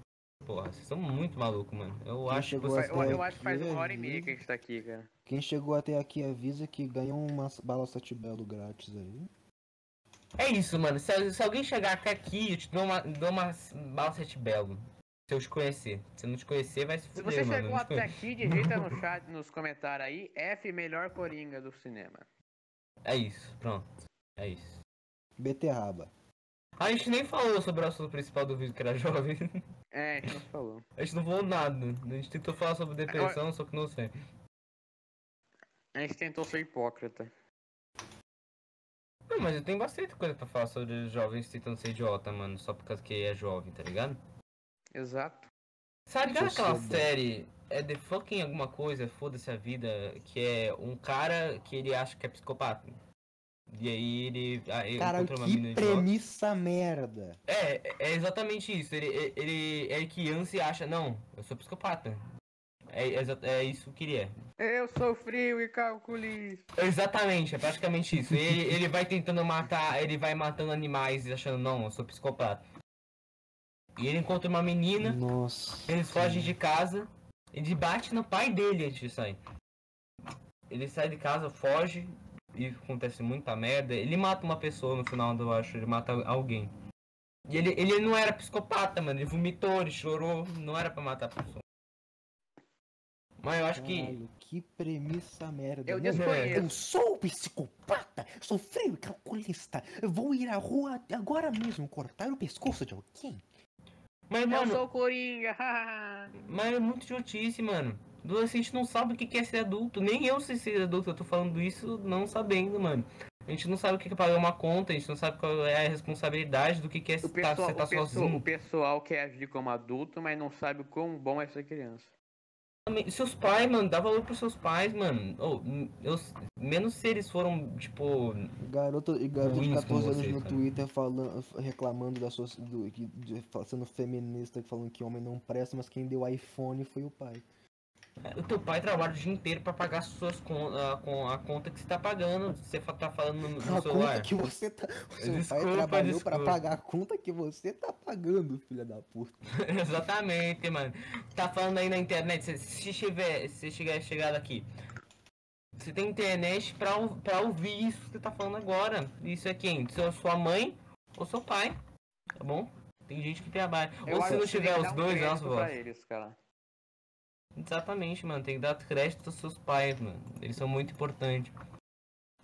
Speaker 3: Porra, vocês são muito maluco, mano. Eu
Speaker 2: Quem
Speaker 3: acho que
Speaker 2: chegou
Speaker 3: vocês
Speaker 2: até
Speaker 1: Eu, eu
Speaker 3: estão...
Speaker 1: acho que faz uma hora e meia
Speaker 2: Maravilha.
Speaker 1: que a gente tá aqui, cara.
Speaker 2: Quem chegou até aqui avisa que ganhou uma bala sete belo grátis aí.
Speaker 3: É isso, mano. Se, se alguém chegar até aqui, eu te dou uma, dou uma bala sete belo. Se eu te conhecer. Se eu não te conhecer, vai se
Speaker 1: Se
Speaker 3: fuder,
Speaker 1: você
Speaker 3: mano.
Speaker 1: chegou
Speaker 3: Eu não te
Speaker 1: até aqui, digita no chat, nos comentários aí, F melhor Coringa do cinema.
Speaker 3: conheço. É isso, pronto. É isso.
Speaker 2: Beterraba.
Speaker 3: A gente nem falou sobre o assunto principal do vídeo, que era jovem.
Speaker 1: É, a gente não falou.
Speaker 3: A gente não falou nada. A gente tentou falar sobre depressão, só que não sei.
Speaker 1: A gente tentou ser hipócrita.
Speaker 3: Não, mas eu tenho bastante coisa pra falar sobre jovens tentando ser idiota, mano. Só por causa que é jovem, tá ligado?
Speaker 1: Exato.
Speaker 3: Sabe
Speaker 2: Deixa eu
Speaker 3: aquela
Speaker 2: saber.
Speaker 3: série é The Fucking alguma coisa, foda-se a vida, que é um cara que ele acha que é psicopata. E aí ele, ah, ele
Speaker 2: Cara,
Speaker 3: encontra uma
Speaker 2: que
Speaker 3: mina idiota.
Speaker 2: premissa merda.
Speaker 3: É, é exatamente isso. Ele, ele, ele é criança e acha, não, eu sou psicopata. É, é exa- é isso que ele é.
Speaker 1: Eu sou frio e calculista.
Speaker 3: Exatamente, é praticamente isso. Ele, ele vai tentando matar, ele vai matando animais e achando, não, eu sou psicopata. E ele encontra uma menina
Speaker 2: Nossa.
Speaker 3: Eles fogem de casa, ele bate no pai dele antes de sair. Ele sai de casa, foge, e acontece muita merda. Ele mata uma pessoa no final, eu acho, ele mata alguém. E ele, ele não era psicopata, mano, ele vomitou, ele chorou, não era pra matar a pessoa. Mas eu acho que.
Speaker 2: Caralho, que premissa merda.
Speaker 1: Eu
Speaker 3: É.
Speaker 2: Não,
Speaker 1: desconheço.
Speaker 2: Eu sou um psicopata, sou frio e calculista. Eu vou ir à rua agora mesmo cortar o pescoço de alguém.
Speaker 3: Mas,
Speaker 1: É, Eu
Speaker 3: mano,
Speaker 1: sou Coringa.
Speaker 3: mas é muito idiotice, mano. Adolescente não sabe o que que é ser adulto. Nem eu sei ser adulto, eu tô falando isso não sabendo, mano. A gente não sabe o que é pagar uma conta, a gente não sabe qual é a responsabilidade do que que é
Speaker 1: O
Speaker 3: estar
Speaker 1: pessoal,
Speaker 3: você tá
Speaker 1: o, pessoal,
Speaker 3: sozinho.
Speaker 1: o pessoal quer agir como adulto, mas não sabe o quão bom é ser criança.
Speaker 3: Também, Seus pais, mano, dá valor pros seus pais, mano. Ou, eu, menos se eles foram, tipo.
Speaker 2: Garoto, e garoto de
Speaker 3: Ruins com
Speaker 2: 14 anos
Speaker 3: vocês,
Speaker 2: no
Speaker 3: cara.
Speaker 2: Twitter falando, reclamando da sua, do, que- de- fa- sendo feminista, falando que homem não presta, mas quem deu iPhone foi o pai.
Speaker 3: O teu pai trabalha o dia inteiro pra pagar as suas con a, con- a conta que você tá pagando. Você fa- tá falando no, no
Speaker 2: a
Speaker 3: celular.
Speaker 2: conta que você tá. O seu
Speaker 3: Desculpa,
Speaker 2: pai trabalhou pra
Speaker 3: desculpa.
Speaker 2: pagar a conta que você tá pagando, filha da puta.
Speaker 3: Exatamente, mano. Tá falando aí na internet, se, se tiver, se chegar chegado aqui. Você tem internet pra, ou- pra ouvir isso que você tá falando agora. Isso é quem? Seu, sua mãe ou seu pai? Tá bom? Tem gente que trabalha. ou se
Speaker 1: acho
Speaker 3: não
Speaker 1: que tem
Speaker 3: tiver
Speaker 1: que
Speaker 3: os
Speaker 1: dar um
Speaker 3: dois,
Speaker 1: crédito
Speaker 3: nossa,
Speaker 1: pra
Speaker 3: voz.
Speaker 1: eles, cara.
Speaker 3: Exatamente, mano. Tem que dar crédito aos seus pais, mano. Eles são muito importantes.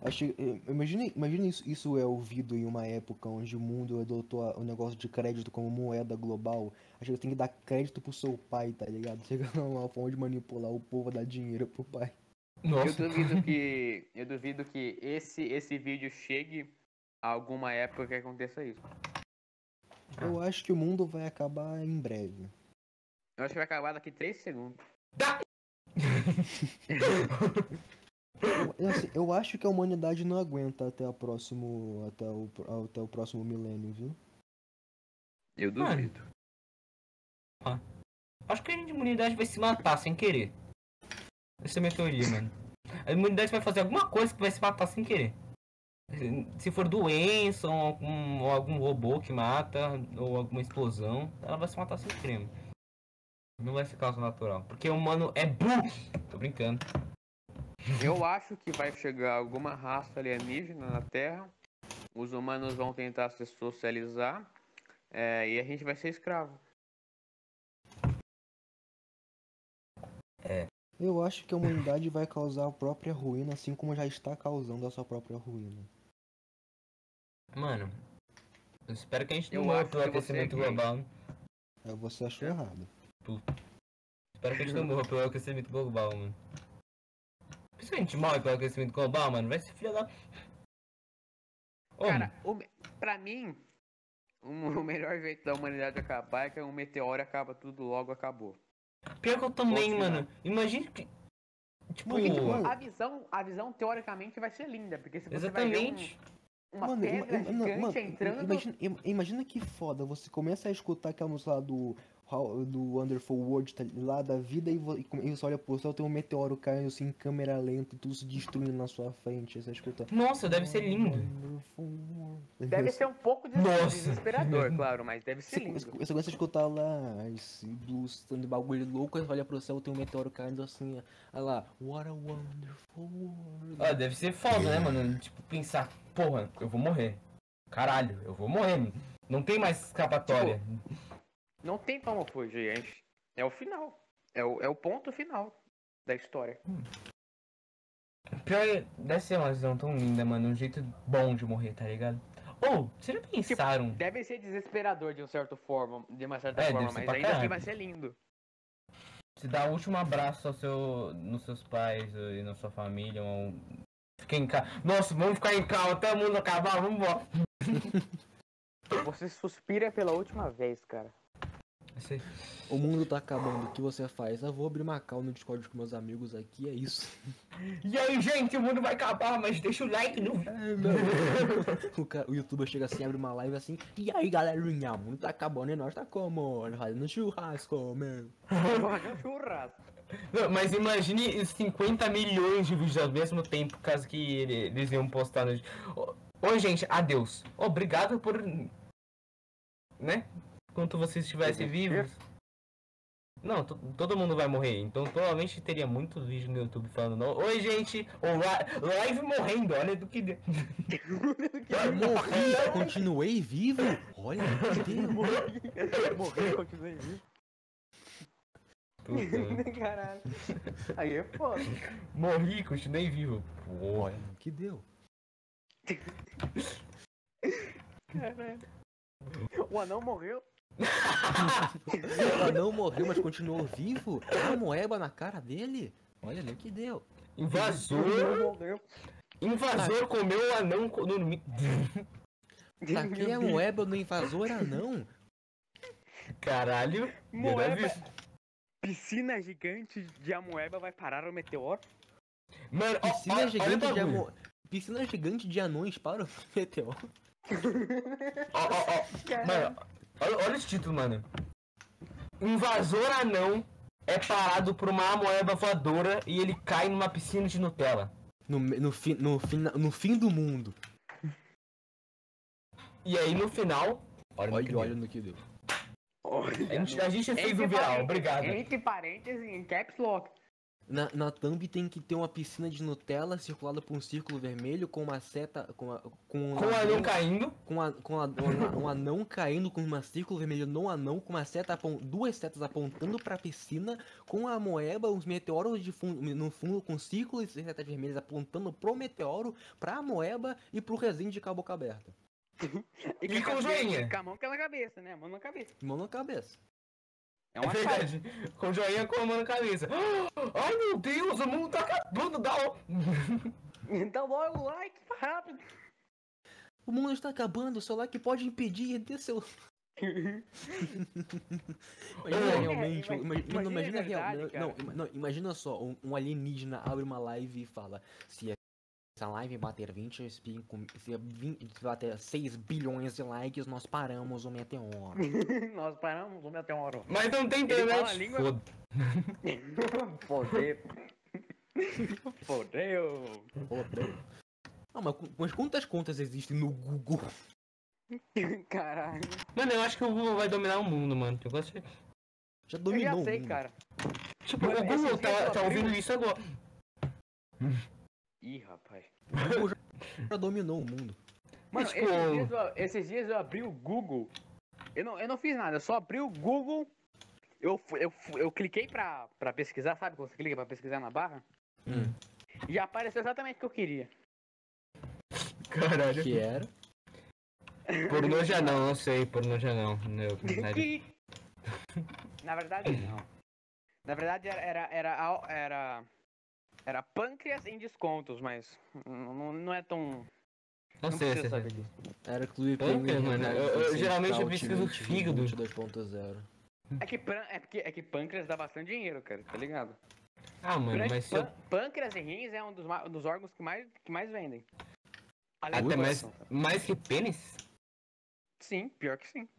Speaker 2: Achei, eh, imagina imagina isso, isso é ouvido em uma época onde o mundo adotou a- o negócio de crédito como moeda global. Acho que você tem que dar crédito pro seu pai, tá ligado? Chegando uma forma de manipular o povo, dar dinheiro pro pai.
Speaker 1: Eu
Speaker 3: Nossa.
Speaker 1: duvido que. Eu duvido que esse, esse vídeo chegue a alguma época que aconteça isso.
Speaker 2: Eu acho que o mundo vai acabar em breve.
Speaker 1: Eu acho que vai acabar daqui 3 segundos.
Speaker 2: Eu, eu, assim, eu acho que a humanidade não aguenta até, a próximo, até, o, pro- até o próximo milênio, viu?
Speaker 1: Eu
Speaker 3: Mano.
Speaker 1: duvido.
Speaker 3: Acho que a imunidade vai se matar sem querer. Essa é a minha teoria, mano. A imunidade vai fazer alguma coisa que vai se matar sem querer. Se for doença ou algum, ou algum robô que mata, ou alguma explosão, ela vai se matar sem querer. mano. Não vai ser causa natural. Porque o humano é burro. Tô brincando.
Speaker 1: Eu acho que vai chegar alguma raça alienígena na Terra. Os humanos vão tentar se socializar. é, e a gente vai ser escravo.
Speaker 2: Eu acho que a humanidade vai causar a própria ruína, assim como já está causando a sua própria ruína.
Speaker 3: Mano, eu espero que a gente
Speaker 1: Eu
Speaker 3: não morra
Speaker 1: acho
Speaker 3: pelo
Speaker 1: que você é
Speaker 3: aquecimento
Speaker 1: gay.
Speaker 3: global.
Speaker 2: Aí É, você achou errado.
Speaker 3: Espero que a gente não morra pelo aquecimento global, mano. Se a gente morre pelo aquecimento global, mano, vai ser filha da. Ô,
Speaker 1: Cara, o, me- pra mim, o, o melhor jeito da humanidade acabar é que um meteoro acaba tudo logo, acabou.
Speaker 3: Pior que eu também,
Speaker 1: Ótimo,
Speaker 3: mano. Imagina que. Tipo,
Speaker 2: Mano, mano,
Speaker 1: A visão, a visão teoricamente vai ser linda, porque se você vai ver
Speaker 3: exatamente.
Speaker 1: um- uma
Speaker 2: Mano, ima-
Speaker 1: pedra
Speaker 2: ima- não,
Speaker 1: gigante
Speaker 2: mano,
Speaker 1: entrando...
Speaker 2: imagina, im- imagina que foda, você começa a escutar aquela música lá do, How- do Wonderful World, tá, lá da vida, e, vo- e come- e você olha pro céu, tem um meteoro caindo assim em câmera lenta, e tudo se destruindo na sua frente, aí você escuta...
Speaker 1: um-
Speaker 3: Nossa, deve ser lindo.
Speaker 2: Wonderful World.
Speaker 1: Deve ser um pouco des-
Speaker 3: Nossa.
Speaker 1: desesperador, claro, mas deve ser
Speaker 2: Você,
Speaker 1: lindo.
Speaker 2: você começa a escutar lá esse blues, tanto bagulho louco, aí você olha pro céu, tem um meteoro caindo assim, olha lá, what a wonderful world.
Speaker 3: Ah, deve ser foda, né, mano? Tipo, pensar, porra, eu vou morrer. Caralho, eu vou morrer. mano. Não tem mais escapatória.
Speaker 1: Não tem como fugir, gente. É o final. É o, é o ponto final da história. Tipo-
Speaker 3: Pior, é- deve ser uma visão tão linda, mano. Um jeito bom de morrer, tá ligado? Ou, vocês já
Speaker 1: Tipo,
Speaker 3: pensaram?
Speaker 1: Deve ser desesperador de um certo forma, de uma certa
Speaker 3: É, deve
Speaker 1: forma,
Speaker 3: ser
Speaker 1: mas
Speaker 3: pra
Speaker 1: ainda assim
Speaker 3: caralho.
Speaker 1: vai ser lindo.
Speaker 3: Se dá o último abraço ao seu, nos seus pais e na sua família, ou... Fica em casa. Nossa, vamos ficar em casa até o mundo acabar, vamos embora.
Speaker 1: Você suspira pela última vez, cara.
Speaker 3: Isso aí.
Speaker 4: O mundo tá acabando, o que você faz? Eu vou abrir uma call no Discord com meus amigos aqui, é isso.
Speaker 3: E aí, gente, o mundo vai acabar, mas deixa o like no vídeo.
Speaker 4: o, cara, o youtuber chega assim, abre uma live assim, e aí galerinha, o mundo tá acabando e nós tá como? Fazendo churrasco, meu.
Speaker 1: Churrasco.
Speaker 3: Não, Mas imagine os 50 milhões de vídeos ao mesmo tempo, caso que ele- eles iam postar no. Ô, Ô, gente, adeus. Obrigado por. Né? Enquanto vocês estivessem
Speaker 1: Existir?
Speaker 3: vivos. Não, to- todo mundo vai morrer, então provavelmente teria muitos vídeos no YouTube falando, "Não, oi gente, ou li- live morrendo, olha do que deu.
Speaker 4: Morri, continuei vivo? Olha, que Deus.
Speaker 1: Morri, continuei vivo.
Speaker 3: Puta,
Speaker 1: Caralho. Aí é foda.
Speaker 3: Morri, continuei vivo. Porra.
Speaker 4: Olha, que deu.
Speaker 1: Caralho. O anão morreu.
Speaker 4: Ela não morreu, mas continuou vivo? Uma moeba na cara dele? Olha, nem que deu.
Speaker 3: Uhum. Invasor.
Speaker 1: morreu.
Speaker 3: Invasor comeu o anão co- no... mi-
Speaker 2: Taquei Tá a moeba no invasor anão.
Speaker 3: Caralho. é
Speaker 1: Moeba.
Speaker 3: verdade isso.
Speaker 1: Piscina gigante de Amoeba vai parar o meteoro?
Speaker 3: Mano, ó,
Speaker 2: Piscina
Speaker 3: olha, olha o
Speaker 2: gigante de
Speaker 3: bagulho.
Speaker 2: amo... Piscina gigante de anões para o meteoro.
Speaker 3: Ó, ó, ó. Mano, olha, olha esse título, mano. Invasor anão é parado por uma amoeba voadora e ele cai numa piscina de Nutella.
Speaker 2: No, me- no, fi, no, fina- no fim do mundo.
Speaker 3: E aí no final. Olha, no que
Speaker 2: Olha,
Speaker 3: deu.
Speaker 2: olha no que deu.
Speaker 1: Olha,
Speaker 3: A gente, a gente fez um
Speaker 1: Entre
Speaker 3: viral,
Speaker 1: parênteses-
Speaker 3: obrigado.
Speaker 1: Entre parênteses, em caps lock.
Speaker 2: Na, na thumb tem que ter uma piscina de Nutella circulada por um círculo vermelho com uma seta. Com, a, com, um
Speaker 3: Com o anão caindo.
Speaker 2: com, a- com a- um, um anão caindo com um círculo vermelho no anão, com uma seta apon- duas setas apontando pra piscina, com a moeba, uns meteoros de fundo, no fundo com círculos e setas vermelhas apontando pro meteoro, pra moeba e pro resenho de com a boca aberta.
Speaker 3: E com
Speaker 1: a cabeça-
Speaker 3: joinha.
Speaker 1: Com a mão pela cabeça, né? A mão na cabeça.
Speaker 2: Mão na cabeça.
Speaker 1: É
Speaker 3: É
Speaker 1: uma cara.
Speaker 3: verdade. Com joinha com a mão na cabeça. Ai meu Deus, o mundo tá acabando, dá o-
Speaker 1: Então logo o like, rápido.
Speaker 2: O mundo está acabando, o seu like pode impedir de seu. Imagina
Speaker 3: Ô,
Speaker 2: realmente,
Speaker 1: é,
Speaker 2: ima-
Speaker 1: imagina
Speaker 2: imagina,
Speaker 1: de verdade,
Speaker 2: realmente. Não, ima- não, imagina só, um, um alienígena abre uma live e fala: se essa live bater 20, espin- com- se a vin- se bater 6 bilhões de likes, nós paramos o meteoro.
Speaker 1: Nós paramos o meteoro.
Speaker 3: Mas não tem
Speaker 1: Ele fala a
Speaker 3: internet.
Speaker 1: língua- né?
Speaker 3: Foda.
Speaker 1: Fodeu. Fodeu.
Speaker 2: Fodeu. Ah, mas, qu- mas quantas contas existem no Google?
Speaker 1: Caralho.
Speaker 3: Mano, eu acho que o Google vai dominar o mundo, mano. Eu gosto de-
Speaker 2: Já
Speaker 1: Eu já
Speaker 2: dominou o
Speaker 1: sei,
Speaker 2: mundo.
Speaker 1: cara.
Speaker 3: Tipo,
Speaker 1: Mano, é
Speaker 3: o
Speaker 1: esses
Speaker 3: Google
Speaker 1: dias eu
Speaker 3: tá, tá
Speaker 1: abri
Speaker 3: ouvindo
Speaker 1: um-
Speaker 3: isso agora.
Speaker 1: Ih, rapaz.
Speaker 2: O Google já, já dominou o mundo.
Speaker 1: Mano,
Speaker 3: Tipo-
Speaker 1: esses, dias eu, esses dias eu abri o Google. Eu não, eu não fiz nada, eu só abri o Google. Eu, fu- eu, fu- eu cliquei pra, pra pesquisar, sabe? Quando você clica pra pesquisar na barra.
Speaker 2: Hum.
Speaker 1: E apareceu exatamente o que eu queria.
Speaker 3: Caralho.
Speaker 2: Que era.
Speaker 3: Pornô já não, não sei, pornô já não. Meu, verdade.
Speaker 1: Que- na verdade, não. Na verdade, era. Era, era, al- era, era pâncreas em descontos, mas. n- Não, não é tão.
Speaker 3: não
Speaker 1: não
Speaker 3: sei,
Speaker 1: precisa
Speaker 3: sei.
Speaker 1: saber disso.
Speaker 2: Era Clube
Speaker 3: Eu não
Speaker 2: Premium.
Speaker 3: quero, mano.
Speaker 2: Renato,
Speaker 3: Eu- eu-
Speaker 2: Vicente
Speaker 3: geralmente eu
Speaker 2: Kraut,
Speaker 3: preciso do
Speaker 2: 20,
Speaker 3: fígado.
Speaker 2: 22.0.
Speaker 1: É que, pran- é, porque, é que pâncreas dá bastante dinheiro, cara, tá ligado?
Speaker 3: Ah, mano,
Speaker 1: Grande
Speaker 3: mas se eu...
Speaker 1: pân- Pâncreas e rins é um dos, ma- um dos órgãos que mais, que mais vendem. Além do
Speaker 3: Até mais,
Speaker 1: coração.
Speaker 3: mais que pênis?
Speaker 1: Sim, pior que sim.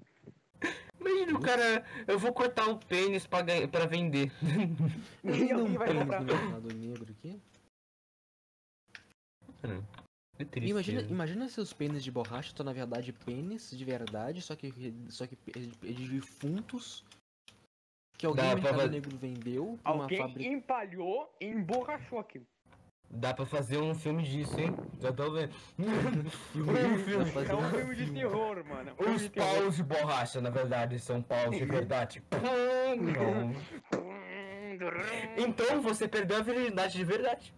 Speaker 3: Imagina o cara, eu vou cortar o pênis pra, ganhar, pra vender.
Speaker 1: E
Speaker 2: Não
Speaker 1: alguém vai
Speaker 2: tem
Speaker 1: comprar.
Speaker 2: no mercado negro aqui.
Speaker 3: Que tristeza.
Speaker 2: Imagina, imagina se os pênis de borracha são na verdade pênis de verdade, só que só que pe- de defuntos que alguém
Speaker 3: Dá
Speaker 2: do
Speaker 3: pra
Speaker 2: mercado
Speaker 3: fazer-
Speaker 2: negro vendeu pra uma
Speaker 1: Alguém
Speaker 2: fábrica.
Speaker 1: empalhou e emborrachou aquilo.
Speaker 3: Dá pra fazer um filme disso, hein? Já tô vendo. Um
Speaker 2: Dá pra fazer
Speaker 1: É um
Speaker 2: um
Speaker 1: filme de
Speaker 2: filme.
Speaker 1: terror, mano. É um filme
Speaker 3: Os
Speaker 1: de terror.
Speaker 3: paus de borracha, na verdade, são paus de verdade. Não. Então você perdeu a virgindade de verdade.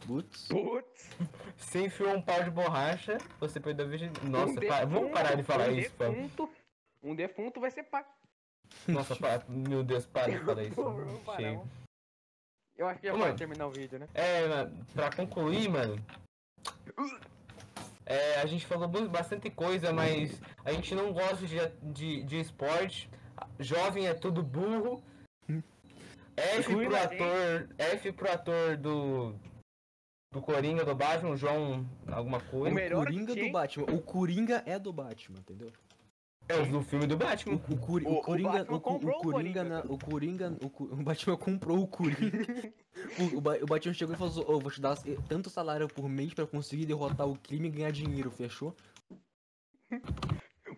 Speaker 2: Putz.
Speaker 1: Putz.
Speaker 3: Você enfiou um pau de borracha, você perdeu a virgindade.
Speaker 1: um
Speaker 3: Nossa, pa- vamos
Speaker 1: defunto-
Speaker 3: parar de falar
Speaker 1: um
Speaker 3: isso, pá.
Speaker 1: Defunto, um defunto vai ser pago.
Speaker 3: Nossa, pa- meu Deus, para de falar isso.
Speaker 1: Vamos parar,
Speaker 3: Chega.
Speaker 1: vamos. Eu acho que já
Speaker 3: Ô,
Speaker 1: pode
Speaker 3: mano.
Speaker 1: terminar o vídeo, né?
Speaker 3: É, mano, pra concluir, mano. É, a gente falou bu- bastante coisa, mas a gente não gosta de, de, de esporte. Jovem é tudo burro. F
Speaker 1: Inclui
Speaker 3: pro
Speaker 1: a
Speaker 3: ator. F pro ator do. Do Coringa do Batman, João alguma
Speaker 1: O
Speaker 3: coisa.
Speaker 1: me- melhor
Speaker 2: Coringa
Speaker 1: que
Speaker 2: do
Speaker 1: tem-
Speaker 2: Batman. O Coringa é do Batman, entendeu?
Speaker 3: É o do filme do Batman.
Speaker 2: O, Cori-
Speaker 1: O-
Speaker 2: o
Speaker 1: o
Speaker 2: Coringa,
Speaker 1: Batman
Speaker 2: o, Cu- o
Speaker 1: comprou o Coringa,
Speaker 2: Coringa, na- o Coringa, o, Cu- o Batman comprou o Coringa. o, o, Ba- o Batman chegou e falou: assim, "Ô, vou te dar tanto salário por mês pra conseguir derrotar o crime e ganhar dinheiro, fechou?"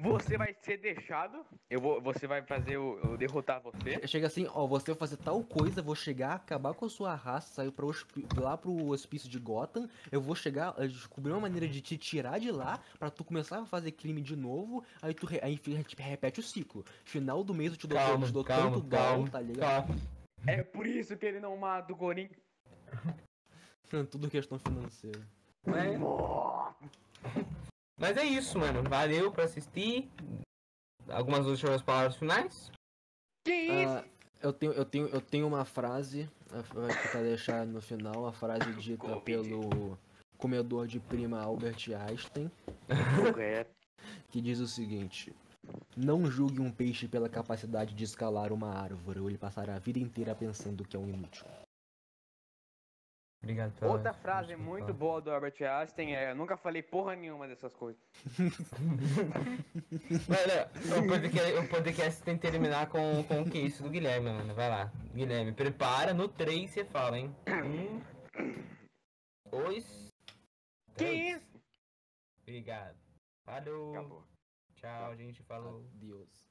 Speaker 1: Você vai ser deixado. Eu vou, você vai fazer o, eu derrotar você.
Speaker 2: Chega assim, ó, você vai fazer tal coisa, vou chegar, acabar com a sua raça, sair pra hospi- lá pro hospício de Gotham, eu vou chegar, eh, descobrir uma maneira de te tirar de lá, pra tu começar a fazer crime de novo, aí tu re- aí, fi- re- repete o ciclo. Final do mês eu te dou, eu te
Speaker 3: Calma,
Speaker 2: dou
Speaker 3: calma,
Speaker 2: tanto
Speaker 3: calma,
Speaker 2: gol, tá ligado?
Speaker 3: calma.
Speaker 1: É por isso que ele não mata o Coringa.
Speaker 2: Tudo questão financeira.
Speaker 3: Mas- Mas é isso, mano. Valeu pra assistir. Algumas últimas palavras finais.
Speaker 1: Que isso?
Speaker 2: Ah, eu, tenho, eu, tenho, eu tenho uma frase ah, pra pra deixar no final, a frase dita
Speaker 1: Covid.
Speaker 2: pelo comedor de prima Albert Einstein,
Speaker 1: Correto.
Speaker 2: que diz o seguinte: Não julgue um peixe pela capacidade de escalar uma árvore, ou ele passará a vida inteira pensando que é um inútil.
Speaker 3: Obrigado pela...
Speaker 1: Outra frase muito boa do Albert Einstein é: Eu nunca falei porra nenhuma dessas coisas.
Speaker 3: Olha, o podcast, o podcast tem que terminar com, com o que isso do Guilherme, mano. Vai lá. Guilherme, prepara. No 3 você fala, hein? Um. Dois.
Speaker 1: Que
Speaker 3: três.
Speaker 1: isso?
Speaker 3: Obrigado. Falou.
Speaker 1: Acabou.
Speaker 3: Tchau, gente. Falou.
Speaker 2: Deus.